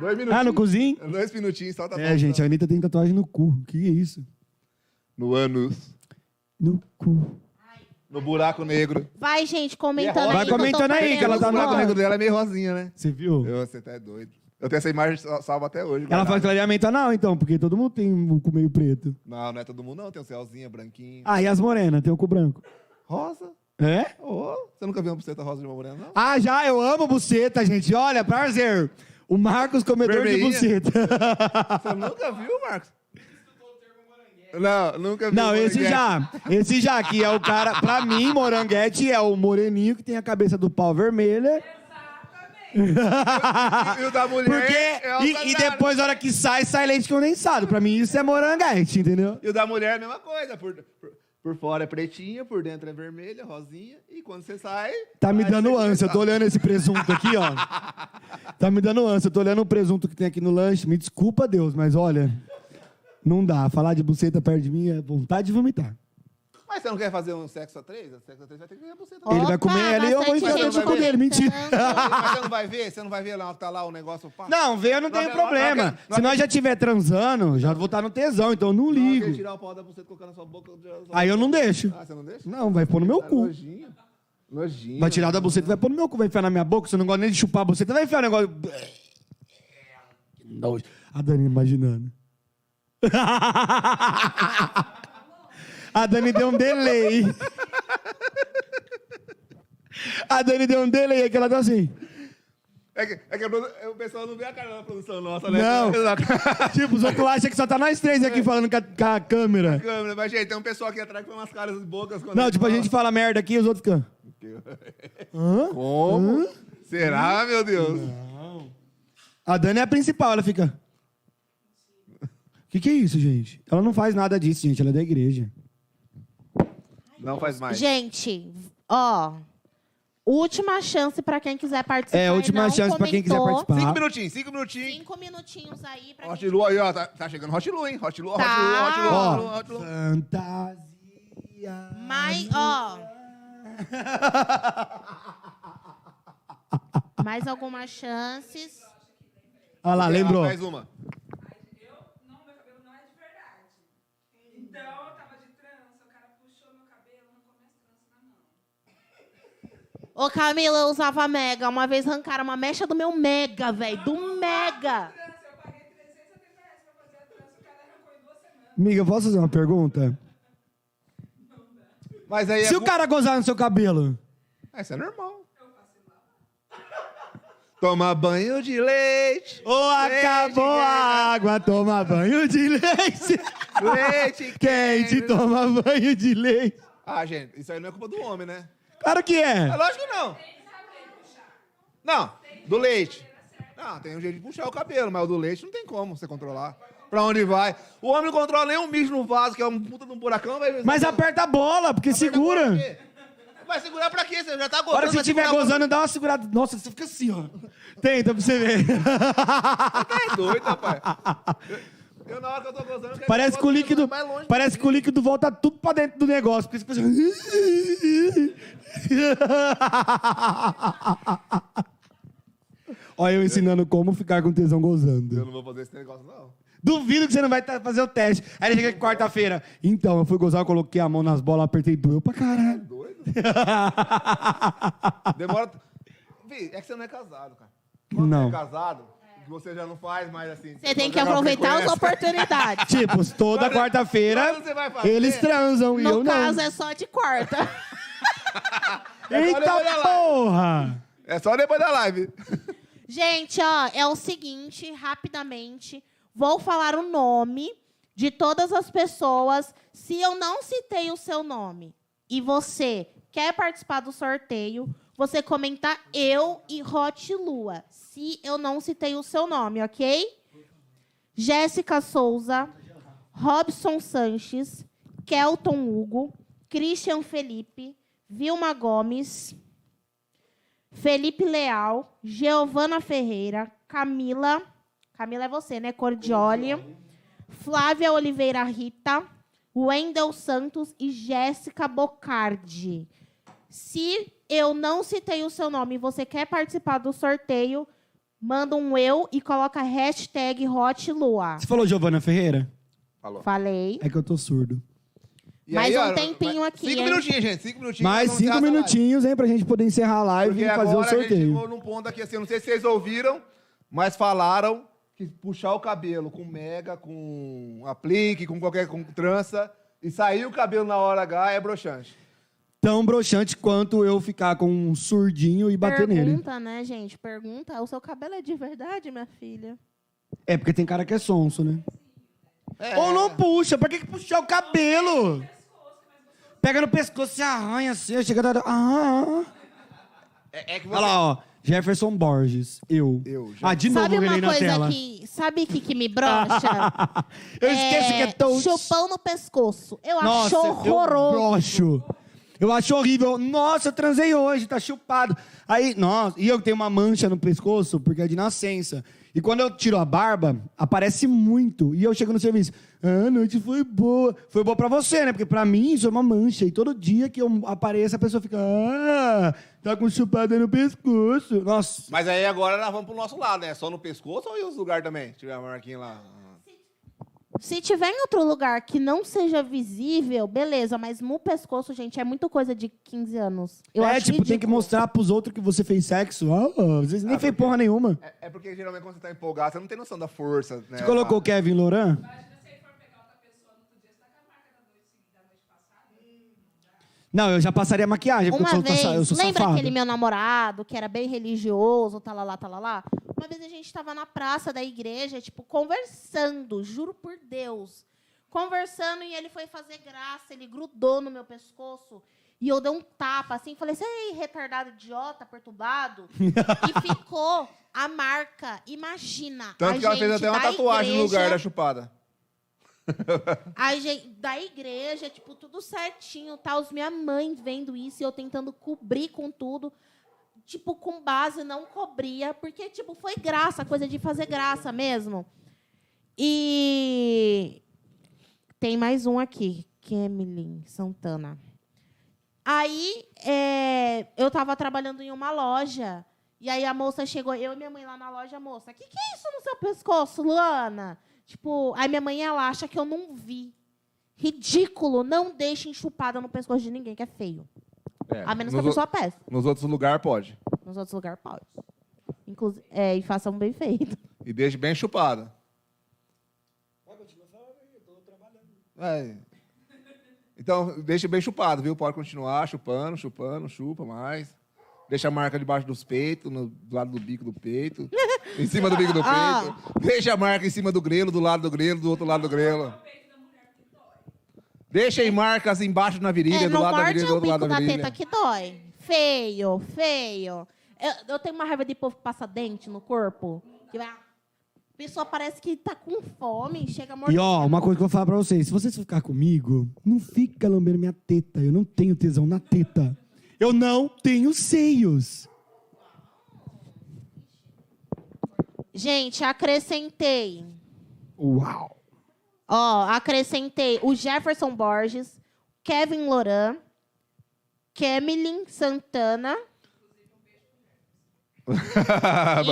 B: Dois minutinhos.
A: Ah, no cozinho?
B: Dois minutinhos, só tá tatuagem.
A: É, gente, a Anitta tem tatuagem no cu. Que é isso?
B: No ânus.
A: No cu.
B: No buraco negro.
D: Vai, gente, comentando
A: Vai
D: aí. que eu tô
A: comentando aí, que ela tá nova,
B: O
D: perdendo
B: buraco
D: os
A: né?
B: negro
D: votos.
B: dela é meio rosinha, né?
A: Você viu?
B: Eu, você tá doido. Eu tenho essa imagem sal- salva até hoje.
A: Ela faz
B: guardada.
A: clareamento anal, então, porque todo mundo tem o cu meio preto.
B: Não, não é todo mundo, não. Tem o Celzinha, branquinho.
A: Ah, e as morenas? Tem o cu branco.
B: Rosa?
A: É?
B: Ô, você nunca viu uma buceta rosa de uma mulher, não?
A: Ah, já, eu amo buceta, gente. Olha, prazer. O Marcos comedor
B: Vermelhinha.
A: de buceta.
B: Você nunca viu, Marcos? Não, nunca vi.
A: Não,
B: uma
A: esse
B: mulher.
A: já. Esse já, que é o cara. Pra mim, moranguete é o moreninho que tem a cabeça do pau vermelha.
B: E o da mulher.
A: Porque.
B: é o
A: e, e
B: contrário.
A: depois, a hora que sai, sai leite condensado. Pra mim, isso é moranguete, entendeu?
B: E o da mulher é a mesma coisa. Por, por, por fora é pretinha, por dentro é vermelha, rosinha. E quando você sai.
A: Tá me
B: vai
A: dando
B: ser-
A: ânsia, eu tô olhando esse presunto aqui, ó. Tá me dando ânsia, eu tô olhando o presunto que tem aqui no lanche. Me desculpa, Deus, mas olha, não dá. Falar de buceta perto de mim é vontade de vomitar.
B: Mas você não quer fazer um sexo a três? O Sexo a três vai ter que ver a buceta.
A: Ele vai
D: Opa,
A: comer ela e eu vou
D: bastante
A: enfiar dentro do
D: gente
A: cu dele, mentira.
D: comentando.
B: Mas você não vai ver? Você não vai ver lá, tá lá o negócio pá?
A: Não, ver eu não
B: Não,
A: tenho
B: não, não,
A: problema.
B: não, não,
A: Se nós já estiver transando, já vou estar no tesão, então eu não
B: Não, eu queria
A: ligo.
B: tirar o pau da buceta e colocar na sua boca. eu já-
A: Aí eu não deixo.
B: Ah, você não deixa?
A: Não, vai pôr no meu
B: Ah,
A: cu.
B: Nojinho. Nojinho.
A: Vai tirar da buceta, vai pôr no meu cu, vai enfiar na minha boca. Se eu não gosto nem de chupar a buceta, vai enfiar o negócio. É, Que nojo. A Dani imaginando. *laughs* A Dani deu um delay. A Dani deu um delay, é que ela tá assim.
B: É que, é que a produ- o pessoal não vê a cara da produção nossa, né?
A: Não. tipo, os outros acham que só tá nós três aqui falando com a, com a câmera.
B: Câmera, mas, gente, tem um pessoal aqui atrás que põe umas caras bocas. quando
A: Não, tipo, a
B: fala.
A: gente fala merda aqui e os outros ficam. Hã?
B: Como?
A: Hum?
B: Será, meu Deus?
A: A Dani é a principal, ela fica. O que, que é isso, gente? Ela não faz nada disso, gente. Ela é da igreja.
B: Não faz mais.
D: Gente, ó. Última chance pra quem quiser participar.
A: É,
D: e
A: última
D: não
A: chance pra quem quiser
D: comentou.
B: Cinco
A: participar.
B: minutinhos, cinco minutinhos.
D: Cinco minutinhos aí pra
B: Hot
D: quem...
B: Lu aí, ó. Tá, tá chegando Hot Lu, hein? Hot Lu, Hot
D: Tá.
B: Lu,
A: Ah,
B: Hot Lu, Hot Lu,
A: Ó,
B: Hot Lu.
A: fantasia.
D: Mas, ó... Mais algumas chances.
A: Olha lá, Ah, lembrou.
B: Mais uma.
J: Eu, não, meu cabelo não é de verdade. Então, eu tava de trança, o cara puxou meu cabelo, não começou a trança na mão.
D: Ô, Camila, eu usava mega. Uma vez arrancaram uma mecha do meu mega, velho. Do mega.
J: Trança, eu paguei 370 reais pra fazer a trança, o cara arrancou em duas semanas.
A: Amiga, posso fazer uma pergunta?
B: Mas aí
A: Se
B: é...
A: o cara gozar no seu cabelo,
B: Ah, isso é normal. Toma banho de leite.
A: ou acabou a água, toma banho de *laughs* leite. *laughs*
B: Leite
A: Quente, toma banho de leite.
B: Ah, gente, isso aí não é culpa do homem, né?
A: Claro que
B: É
A: é.
B: lógico que não. Não, do leite. Não, tem um jeito de puxar o cabelo, mas o do leite não tem como você controlar. Pra onde vai? O homem não controla nem um mijo no vaso, que é um puta de um buracão, vai...
A: Mas aperta a bola, porque
B: Pra
A: segura.
B: quê? Vai segurar pra quê? Você já tá
A: A
B: gozando.
A: hora que você
B: vai
A: estiver
B: segurar-
A: gozando, dá uma segurada. Nossa, você fica assim, ó. Tenta pra você ver.
B: Tá doido, rapaz. Eu, eu, na hora que eu tô gozando... eu quero
A: Parece
B: eu
A: que o
B: gozo
A: líquido.
B: mais longe.
A: Parece que o líquido volta tudo pra dentro do negócio. Porque você fica assim. *laughs* Olha, eu ensinando como ficar com tesão
B: Eu
A: gozando.
B: não vou fazer esse negócio, não.
A: Duvido que você não vai tá- fazer o teste. Aí ele chega aqui quarta-feira. Então, eu fui gozar, eu coloquei a mão nas bolas, apertei doeu pra caralho. *laughs*
B: Doido? Demora... Vi, é que você não é casado, cara. Quando
A: Não.
B: você é casado, você já não faz mais assim...
D: Você
B: faz
D: tem que
B: aquela
D: aproveitar as
B: frequência.
D: oportunidades.
B: *laughs*
A: Tipo, toda
B: Quando-
A: quarta-feira
B: quando você vai fazer?
A: eles transam e *laughs* eu
D: No
A: não.
D: caso, é só de quarta.
B: Agora eu vou
A: Eita
B: lá.
A: porra!
B: É só depois da live.
D: Gente, ó, é o seguinte, rapidamente, vou falar o nome de todas as pessoas. Se eu não citei o seu nome e você quer participar do sorteio, você comentar eu e Hot Lua. Se eu não citei o seu nome, ok? Jéssica Souza, Robson Sanches, Kelton Hugo, Christian Felipe, Vilma Gomes. Felipe Leal, Giovana Ferreira, Camila, Camila é você, né? Cordioli, Flávia Oliveira Rita, Wendel Santos e Jéssica Bocardi. Se eu não citei o seu nome e você quer participar do sorteio, manda um eu e coloca hashtag HotLua.
A: Você falou Giovana Ferreira?
D: Falei.
A: É que eu tô surdo.
B: E
D: Mais
B: ó,
D: um tempinho
B: vai-
D: aqui,
B: Cinco
D: hein?
B: minutinhos, gente. Cinco minutinhos.
A: Mais
B: nós vamos
A: cinco
B: encerrar essa live.
A: minutinhos, hein, pra gente poder encerrar a live
B: Porque
A: e fazer o
B: agora a gente
A: sorteio.
B: chegou num ponto aqui, assim, eu não sei se vocês ouviram, mas falaram que puxar o cabelo com mega, com aplique, com qualquer com trança, e sair o cabelo na hora H é broxante.
A: Tão broxante quanto eu ficar com um surdinho e
B: É,
A: bater nele.
D: Pergunta, né, gente? Pergunta. O seu cabelo é de verdade, minha filha?
A: É, porque tem cara que é sonso, né?
B: É.
A: Ou não puxa, pra que, que puxar o cabelo? Pega no pescoço, se arranha assim, chega da. Ah.
B: É, é que
A: Olha
B: você...
A: lá, ó. Jefferson Borges, eu.
B: Eu,
A: ah, de novo
D: sabe
A: eu
D: uma
A: relei na
D: coisa
A: tela.
D: que. Sabe o que, que me brocha?
A: *laughs* Eu esqueço que é tão.
D: Chupão no pescoço. Eu
A: Nossa,
D: acho horroroso.
A: Eu broxo. Eu acho horrível. Nossa, eu transei hoje, tá chupado. Aí, nossa, e eu tenho uma mancha no pescoço, porque é de nascença. E quando eu tiro a barba, aparece muito. E eu chego no serviço. Ah, a noite foi boa. Foi boa pra você, né? Porque pra mim isso é uma mancha. E todo dia que eu apareço, a pessoa fica. Ah, tá com chupada no pescoço. Nossa.
B: Mas aí agora nós vamos pro nosso lado, né? Só no pescoço ou em outros lugares também? Se tiver a marquinha lá.
D: Se tiver em outro lugar que não seja visível, beleza, mas no pescoço, gente, é muita coisa de 15 anos. Eu
A: é,
D: acho
A: tipo, tem que
D: ridículo.
A: mostrar pros outros que você fez sexo. Ah, vocês nem fez porra nenhuma.
B: É, é porque geralmente quando você tá empolgado, você não tem noção da força, né?
A: Você colocou
B: Ah,
A: Kevin Loran? Não, eu já passaria maquiagem, porque
D: Uma
A: eu sou,
D: vez,
A: eu sou
D: lembra
A: safado.
D: aquele meu namorado que era bem religioso, talalá, talalá? Uma vez a gente tava na praça da igreja, tipo, conversando, juro por Deus. Conversando e ele foi fazer graça, ele grudou no meu pescoço. E eu dei um tapa assim, falei, você é retardado, idiota,
A: *laughs*
D: perturbado. e ficou a marca. Imagina.
B: Tanto
D: a
B: que ela fez
D: gente
B: até uma
D: da
B: tatuagem no lugar né?
D: igreja-
B: da chupada.
D: Aí, gente, da igreja, tipo, tudo certinho, tal. Os minha mãe vendo isso e eu tentando cobrir com tudo. Tipo, com base, não cobria, porque, tipo, foi graça, coisa de fazer graça mesmo. E tem mais um aqui, Kemelin Santana. Aí é, eu tava trabalhando em uma loja. E aí a moça chegou, eu e minha mãe lá na loja, moça, o que, que é isso no seu pescoço, Luana? Tipo, aí minha mãe ela acha que eu não vi. Ridículo, não deixe enxupada no pescoço de ninguém, que é feio.
B: É,
D: A menos que a
B: nos,
D: pessoa peça.
B: o- nos outros lugares pode.
D: Nos outros lugares pode. Inclusive, é, e façam bem feito.
B: E deixe bem chupada. Vai. É. Então, deixa bem chupado, viu? Pode continuar chupando, chupando, chupa mais. Deixa a marca debaixo dos peitos, no, do lado do bico do peito. em cima do bico do
D: *laughs* Ah.
B: peito. Deixa a marca em cima do grelo, do lado do grelo, do outro lado do grelo. Deixa em marcas embaixo na virilha,
D: é,
B: do
D: não
B: lado da
D: morde
B: virilha, do
D: o
B: outro
D: bico
B: lado da
D: da
B: virilha.
D: teta que dói. Feio, feio. Eu, eu tenho uma raiva de povo que passa dente no corpo. Que vai- a pessoa parece que tá com fome, chega a morder.
A: E ó, uma coisa que eu vou falar pra vocês: se vocês ficar comigo, não fica lambendo minha teta. Eu não tenho tesão na teta. Eu não tenho seios.
D: Gente, acrescentei.
A: Uau!
D: Ó, acrescentei o Jefferson Borges, Kevin Loran, Camilin Santana.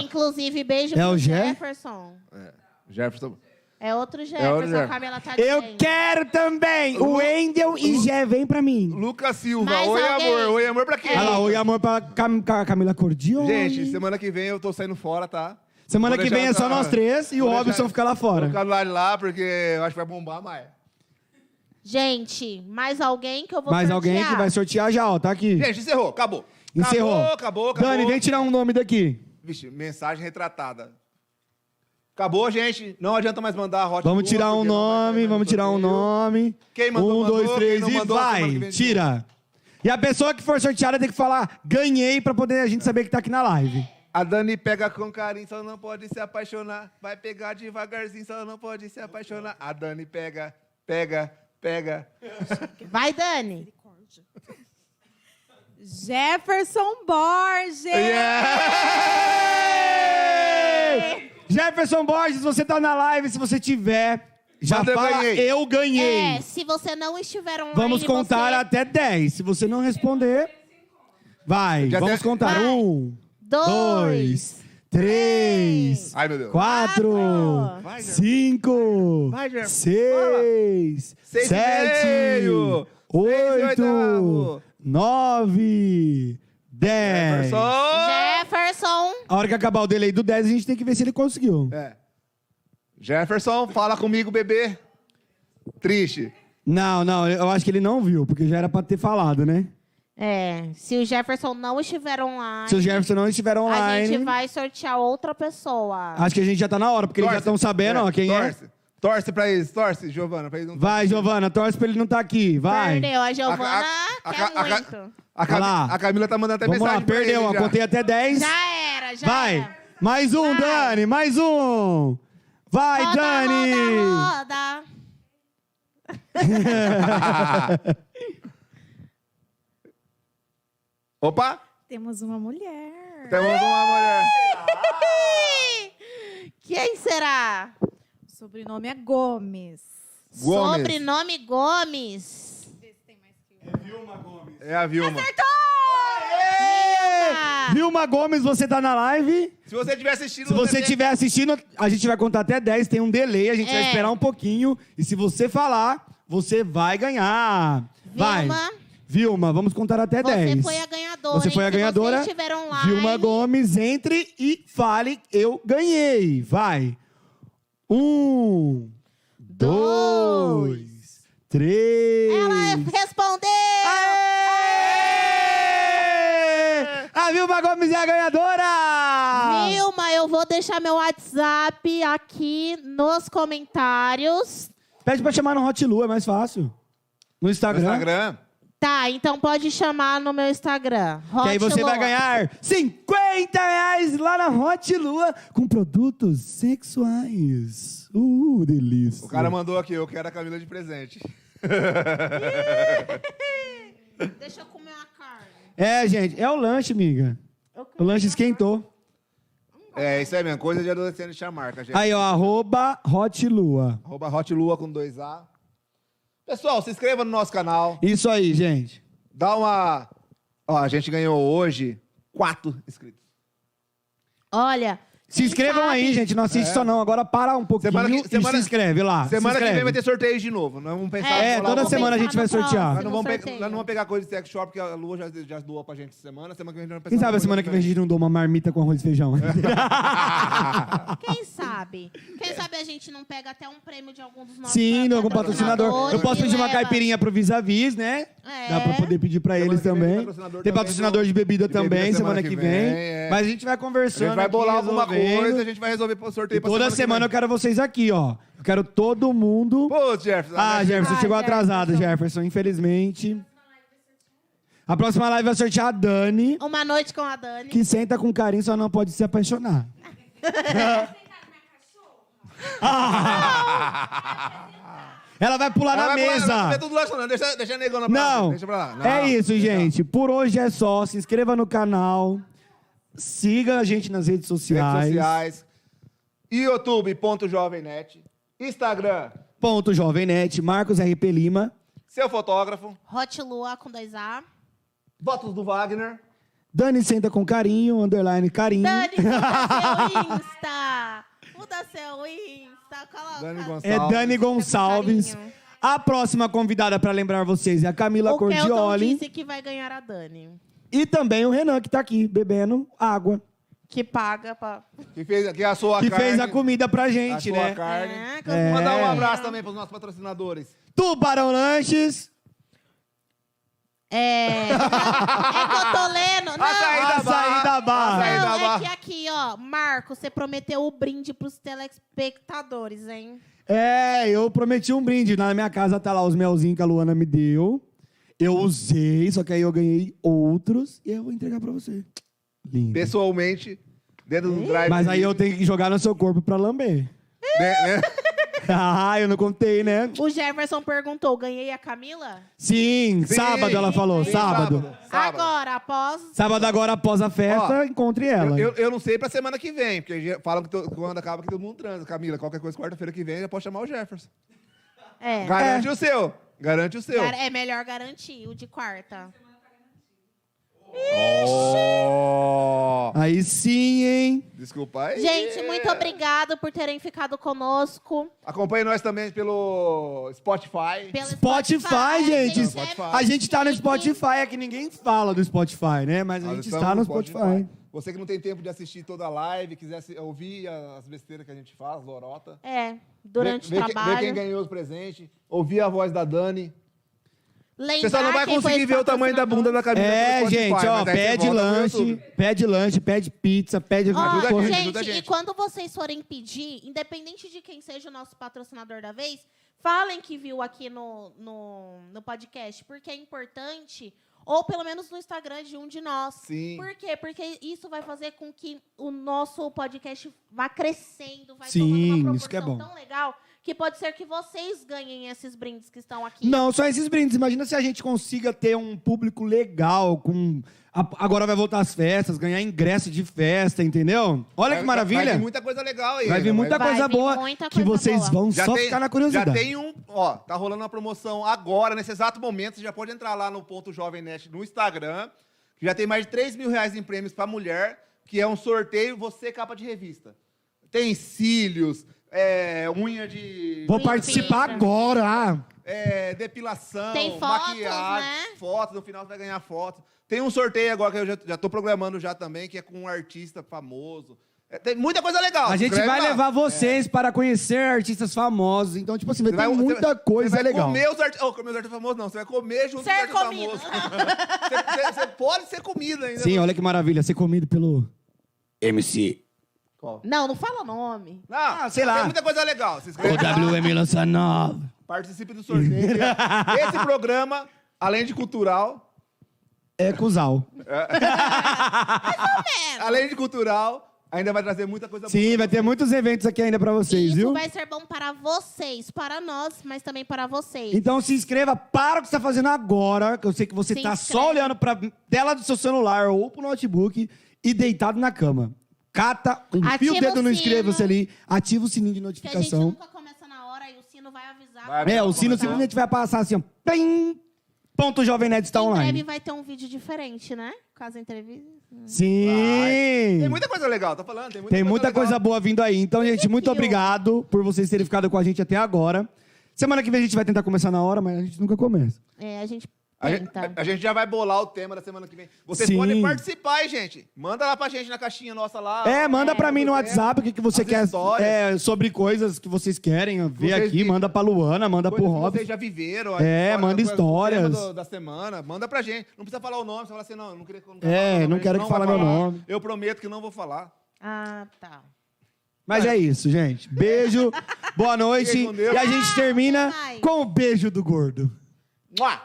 D: Inclusive, beijo
A: É
D: pro
A: o Jé?
D: Jefferson.
B: Jefferson.
D: É outro
B: É outro
D: Jefferson,
B: Jé.
D: a Camila tá
A: Eu
D: dizendo.
A: quero também! O Wendel e Gé, vem pra mim.
B: Lucas Silva,
D: Mais
B: oi
D: alguém?
B: amor, oi amor pra
D: É.
B: quem?
A: Olha lá, oi amor pra Cam Ca- Camila Cordione.
B: Gente, semana que vem eu tô saindo fora, tá?
A: Semana
B: Vou
A: que vem
B: deixar
A: é só
B: pra-
A: nós três e o
B: vou deixar-
A: Robson fica lá
B: Vou
A: fora.
B: ficar do lado de lá, porque eu acho que vai bombar mais.
D: Gente, mais alguém que eu vou
A: Mais
D: sortear.
A: alguém que vai sortear já, ó, tá aqui.
B: Gente, encerrou, acabou.
A: Encerrou.
B: Acabou, acabou, acabou.
A: Dani, vem tirar um nome daqui.
B: Vixe, mensagem retratada. Acabou, gente. Não adianta mais mandar a Hot
A: Vamos
B: Lua,
A: tirar um
B: porque não vai ter
A: nome,
B: mais
A: vamos tirar um
B: sorteio.
A: nome.
B: Quem
A: um,
B: mandou,
A: dois,
B: mandou.
A: três
B: Quem não
A: e
B: mandou, semana que
A: vai.
B: vem.
A: Tira. E a pessoa que for sorteada tem que falar ganhei pra poder a gente saber que tá aqui na live.
B: A Dani pega com carinho, só não pode se apaixonar. Vai pegar devagarzinho, só não pode se apaixonar. A Dani pega, pega, pega.
D: Vai, Dani.
F: Jefferson Borges!
B: é.
A: Jefferson Borges, você tá na live. Se você tiver, já
B: Manda eu
A: fala
B: ganhei.
A: eu ganhei.
D: É, se você não estiver online,
A: Vamos contar
D: você...
A: até 10. Se você não responder, vai.
B: Já
A: Vamos
B: tem-
A: contar.
D: Vai.
A: Um,
D: Dois.
A: dois, três,
B: Ai, meu Deus.
A: quatro,
B: Vai, Jer.
A: cinco,
B: Vai, Jer.
A: seis,
B: Seis e
A: sete,
B: meio. Seis e
A: oito,
B: oitavo. É,
A: nove, dez.
B: Jefferson!
D: Jefferson.
A: A hora que acabar o delay do 10, a gente tem que ver se ele conseguiu.
B: É. Jefferson, fala comigo, bebê. Triste.
A: Não, não, eu acho que ele não viu, porque já era pra ter falado, né?
D: É, se o Jefferson não estiver online,
A: Se o Jefferson não estiver
D: a
A: online,
D: gente vai sortear outra pessoa.
A: acho que a gente já tá na hora, porque eles já
B: Torce.
A: estão sabendo, ó, quem é.
B: torce. Torce pra eles, torce, Giovana, pra eles não
A: Vai, Giovana, torce pra ele não estar tá aqui. Vai.
D: Perdeu, a
B: A- a-
D: Giovana
B: a-
D: quer
B: a- a-
D: muito.
B: A,
A: Vai lá.
B: Cam... a Camila tá mandando até
A: Vamos lá,
B: mensagem. pra
A: perdeu.
B: ele
A: ó,
B: já.
A: contei até 10.
D: Já era, já
A: Vai.
D: era.
A: Mais um,
D: Vai.
A: Dani. Mais um. Vai,
D: Roda,
A: Dani.
D: roda, roda.
B: Opa!
F: Temos uma mulher.
B: Temos uma mulher.
D: Quem será?
F: O sobrenome é Gomes.
B: Gomes.
D: Sobrenome Gomes. um.
B: É a Vilma.
D: Vilma.
A: Vilma Gomes, você tá na live?
B: Se você estiver assistindo...
A: Se você estiver assistindo, a gente vai contar até 10, tem um delay, a gente vai
D: É.
A: esperar um pouquinho. E se você falar, você vai ganhar. Vai.
D: Vilma.
A: Vilma, vamos contar até
D: Você
A: 10.
D: foi a ganhadora.
A: Você
D: hein?
A: foi a ganhadora.
D: Se você estiver online,
A: Vilma Gomes, entre e fale, eu ganhei. Vai. Um, dois, três.
D: é Ela respondeu!
A: Vilma Gomes é a ganhadora!
D: Vilma, eu vou deixar meu WhatsApp aqui nos comentários.
A: Pede pra chamar no Hot Lu, é mais fácil. No Instagram.
B: Instagram.
D: Tá, então pode chamar no meu Instagram.
A: Que aí você
D: Hot
A: vai
D: Lu.
A: ganhar 50 reais lá na Hot Lua com produtos sexuais. Uh, delícia.
B: O cara mandou aqui, eu quero a Camila de presente.
D: Deixa eu comer uma carne.
A: É, gente, é o lanche, miga.
D: Eu
A: O lanche esquentou.
B: É, isso aí mesmo, coisa de adolescente chamar, tá, gente?
A: Aí, ó, arroba Hot Lua.
B: Arroba Hot Lua com dois A. Pessoal, se inscreva no nosso canal.
A: Isso aí, gente.
B: Dá uma. Ó, a gente ganhou hoje quatro inscritos.
D: Olha.
A: Se
D: quem
A: inscrevam
D: sabe-
A: aí, gente. Não assiste só não. Agora para um pouquinho
B: É. Semana que-
A: e
B: semana-
A: se inscreve lá. Ah, Se
B: Semana que
A: inscreve.
B: vem vai ter sorteio de novo. Nós vamos pensar.
A: É,
B: em rolar
A: toda
B: uma-
D: vamos
A: semana a gente
D: pensar
A: vai
D: no
A: sortear.
D: próximo
B: Nós não, vamos pegar,
D: sorteio.
B: nós não vamos pegar coisa de sex shop, porque a Lua já, já doou pra gente essa semana. Semana que vem a gente vai
A: Quem
B: pensar
A: sabe a
B: numa
A: semana que
B: coisa
A: vem a gente não dou uma marmita com arroz e
B: *laughs*
A: feijão. *laughs*
D: Quem sabe? Quem sabe a gente não pega até um prêmio de algum dos nossos
A: Sim, de algum patrocinador.
D: patrocinadores
A: Eu posso
D: e
A: pedir uma
D: leva.
A: caipirinha pro vis-a-vis, né?
D: É.
A: Dá pra poder pedir pra
B: Semana
A: eles
B: que vem tem
A: também.
B: patrocinador
A: Tem
B: também,
A: patrocinador de bebida
B: de bebida
A: também semana que vem.
B: é.
A: Mas a gente vai
B: diferente.
A: conversando.
B: A gente vai
A: aqui,
B: bolar alguma
A: resolvendo.
B: coisa, a gente vai resolver o sorteio
A: E
B: pra
A: toda semana, eu
B: que
A: quero vocês aqui, ó. Eu quero todo mundo.
B: vem. Pô, Jefferson.
A: ah,
B: né?
A: Jefferson,
D: Ah,
A: chegou
D: Jefferson.
A: atrasado, Jefferson, infelizmente. A próxima live vai sortear a Dani,
D: Uma noite com a Dani.
A: que senta com carinho, só não pode se apaixonar. Ela vai pular
B: Ah!
A: tá
B: Ela
A: na
B: vai pular,
A: mesa.
B: ela vai comer tudo lá, não. Deixa, deixa negão na
A: Não.
B: Deixa pra lá. Não,
A: É isso,
B: deixa.
A: gente. Por hoje é só. Se inscreva no canal. Siga a gente nas redes sociais.
B: Redes sociais. YouTube.jovemnet. Instagram.
A: Ponto Jovem Net, Marcos RP Lima,
B: Seu fotógrafo.
D: Hot Lua com 2A.
B: Votos do Wagner.
A: Dani Senta com Carinho, underline Carinho. *laughs*
D: Dani, muda seu Insta. Muda seu Insta. Coloca.
B: Dani Gonçalves.
A: É Dani Gonçalves.
D: Carinho.
A: A próxima convidada, pra lembrar vocês, é a Camila
D: O Kelton
A: Cordioli.
D: disse que vai ganhar a Dani.
A: E também o Renan, que tá aqui bebendo água.
D: Que paga pra...
B: Que fez que assou a
A: que
B: carne.
A: fez a comida pra gente,
B: assou
A: né?
B: a carne.
D: É, que
A: É.
B: Mandar um abraço também pros nossos patrocinadores.
A: Tubarão Lanches, *laughs*
D: É. é que eu tô lendo. Não,
B: Açaí da
A: Açaí
B: Barra.
A: da Barra.
B: Açaí da
D: não é que
B: Barra.
D: aqui, ó. Marco, você prometeu o brinde pros telespectadores, hein?
A: É, eu prometi um brinde. Na minha casa tá lá os melzinhos que a Luana me deu. Eu usei, só que aí eu ganhei outros e eu vou entregar pra você. Lindo.
B: Pessoalmente, dentro do drive.
A: Mas aí eu tenho que jogar no seu corpo pra lamber. *laughs*
B: Né, né?
A: ah, eu não contei, né?
D: O Jefferson perguntou: ganhei a Camila?
A: Sim,
B: Sim.
A: sábado ela falou,
B: Sim,
A: sábado. sábado.
B: Sábado.
D: Agora, após.
A: agora após a festa,
B: Ó,
A: encontre ela.
B: Eu, eu, eu não sei pra semana que vem, porque já falam que to- quando acaba que todo mundo transa. Camila, qualquer coisa, quarta-feira que vem, já pode chamar o Jefferson.
D: É.
B: Garante o seu. Garante o seu.
D: Gar- É melhor garantir o de quarta.
B: Oh.
A: Aí sim, hein?
B: Desculpa aí.
D: Gente, muito obrigado por terem ficado conosco.
B: Acompanhe nós também pelo Spotify.
D: Pelo
A: Spotify, gente.
D: é
B: Spotify.
A: A gente tá no Spotify, é que ninguém fala do Spotify, né? Mas a
B: Nós
A: gente
B: estamos
A: está no Spotify.
B: Você que não tem tempo de assistir toda a live, quiser se- ouvir as besteiras que a gente faz, lorota.
D: É, durante
B: Vê- vê
D: o
B: que-
D: trabalho.
B: Vê quem ganhou os presentes, ouvir a voz da Dani. Você
D: Lembrar
B: só não vai
D: quem foi
B: conseguir ver o tamanho da bunda da Camila
A: É,
B: Tá pelo Spotify,
A: gente, ó,
B: mas aí você
A: pede
B: volta pro
A: lanche,
B: YouTube.
A: pede lanche, pede pizza, pede
D: Ó,
A: alguma
B: Ajuda a
A: coisa.
B: gente,
D: gente,
B: ajuda a
D: e
B: gente.
D: quando vocês forem pedir, independente de quem seja o nosso patrocinador da vez, falem que viu aqui no, no, no podcast, porque é importante, ou pelo menos no Instagram de um de nós.
B: Sim.
D: Por quê? Porque isso vai fazer com que o nosso podcast vá crescendo, vai
A: Sim,
D: tomando uma proporção
A: isso que é bom.
D: tão legal, que pode ser que vocês ganhem esses brindes que estão aqui.
A: Não, só esses brindes. Imagina se a gente consiga ter um público legal, com. a- Agora vai voltar às festas, ganhar ingresso de festa, entendeu? Olha
B: Vai-
A: que
B: Vai
A: maravilha!
B: vir muita coisa legal aí.
A: Vai vir muita
D: Vai
A: coisa
D: vir
A: boa
D: muita
A: que
D: coisa
A: vocês
D: boa.
A: vão
B: Já
A: só
B: tem-
A: ficar na
B: Já
A: curiosidade.
B: tem um, ó, tá rolando uma promoção agora, nesse exato momento. Você já pode entrar lá no Ponto Jovem Nest no Instagram, que já tem mais de 3 mil reais em prêmios pra mulher, que é um sorteio você capa de revista. Tem cílios, é, unha de...
A: Vou participar
D: Sim.
A: agora!
B: é, depilação,
D: Tem fotos,
B: maquiagem,
D: né?
B: fotos, no final você vai ganhar foto. Tem um sorteio agora que eu já, já tô programando já também, que é com um artista famoso.
C: É, Tem muita coisa legal.
A: A gente
C: Escreve
A: vai
C: lá.
A: levar vocês para conhecer artistas famosos. Então, tipo assim, vai
B: É. Você
A: ter
B: vai- você
A: muita
B: vai-
A: coisa
B: você vai
A: legal.
B: Comer os artistas. comer os artistas famosos, não. Você vai comer junto
D: Ser
B: com os
D: comida.
B: artistas
D: *laughs*
B: famosos. Você- você, você pode ser comida ainda.
A: Sim, olha que maravilha. Ser comido pelo... MC.
D: Não, não fala nome.
B: Não,
A: Ah, sei lá.
B: Tem muita coisa legal. Se inscreve lá.
A: OWM lança nova.
B: Participe do sorteio.
A: *laughs*
B: Esse programa, além de cultural,
A: É Cusal.
D: É.
B: além de cultural, ainda vai trazer muita coisa
A: Sim, vai ter muitos eventos aqui ainda pra vocês,
D: Isso
A: viu?
D: vai ser bom para vocês, para nós, mas também para vocês.
A: Então se inscreva, para o que você está fazendo agora, que eu sei que você
D: Se
A: está
D: inscreve.
A: só olhando pra tela do seu celular ou pro notebook e deitado na cama. Cata, enfia
D: Ativa
A: o dedo
D: o
A: no
D: sino.
A: inscreva-se ali, ativa o sininho de
D: Porque a gente
A: notificação.
D: nunca começa na hora e o sino vai avisar.
B: Vai
A: É, o sino simplesmente vai passar assim, ó. Plim! Ponto Jovem Nerd está
D: em breve
A: online.
D: vai ter um vídeo diferente, né? Com as entrevistas.
A: Sim!
B: Tem muita coisa legal, tô falando. Tem muita,
A: Tem muita coisa
B: legal.
A: boa vindo aí. Então, gente, muito
D: aqui, ó.
A: obrigado por vocês terem ficado com a gente até agora. Semana que vem a gente vai tentar começar na hora, mas a gente nunca começa.
D: É, a gente
B: A gente,
D: tenta.
B: a gente já vai bolar o tema da semana que vem. Vocês
A: Sim.
B: podem participar, hein, gente. Manda lá pra gente na caixinha nossa lá.
A: É, manda pra mim no
B: tudo
A: WhatsApp o que, que você
B: Ah, As
A: quer
B: histórias.
A: é, sobre coisas que vocês querem ver
B: Vocês
A: aqui.
B: vivem.
A: Manda pra Luana, manda
B: Coisas
A: pro
B: que
A: Robson.
B: Vocês já viveram. a
A: É,
B: história,
A: manda
B: o
A: histórias.
B: tema do- da semana. Manda pra gente. Não precisa falar o nome, você fala assim, não, não queria não quero
A: É,
B: falar o nome,
A: não
B: a gente
A: quero que
B: vai
A: fale meu
B: falar.
A: nome.
B: Eu prometo que não vou falar.
D: Ah, tá.
A: Mas é isso, gente. Beijo,
B: *laughs*
A: boa noite.
B: Fiquem com Deus.
A: E a gente termina
D: vai.
A: com o beijo do gordo.
B: Mua!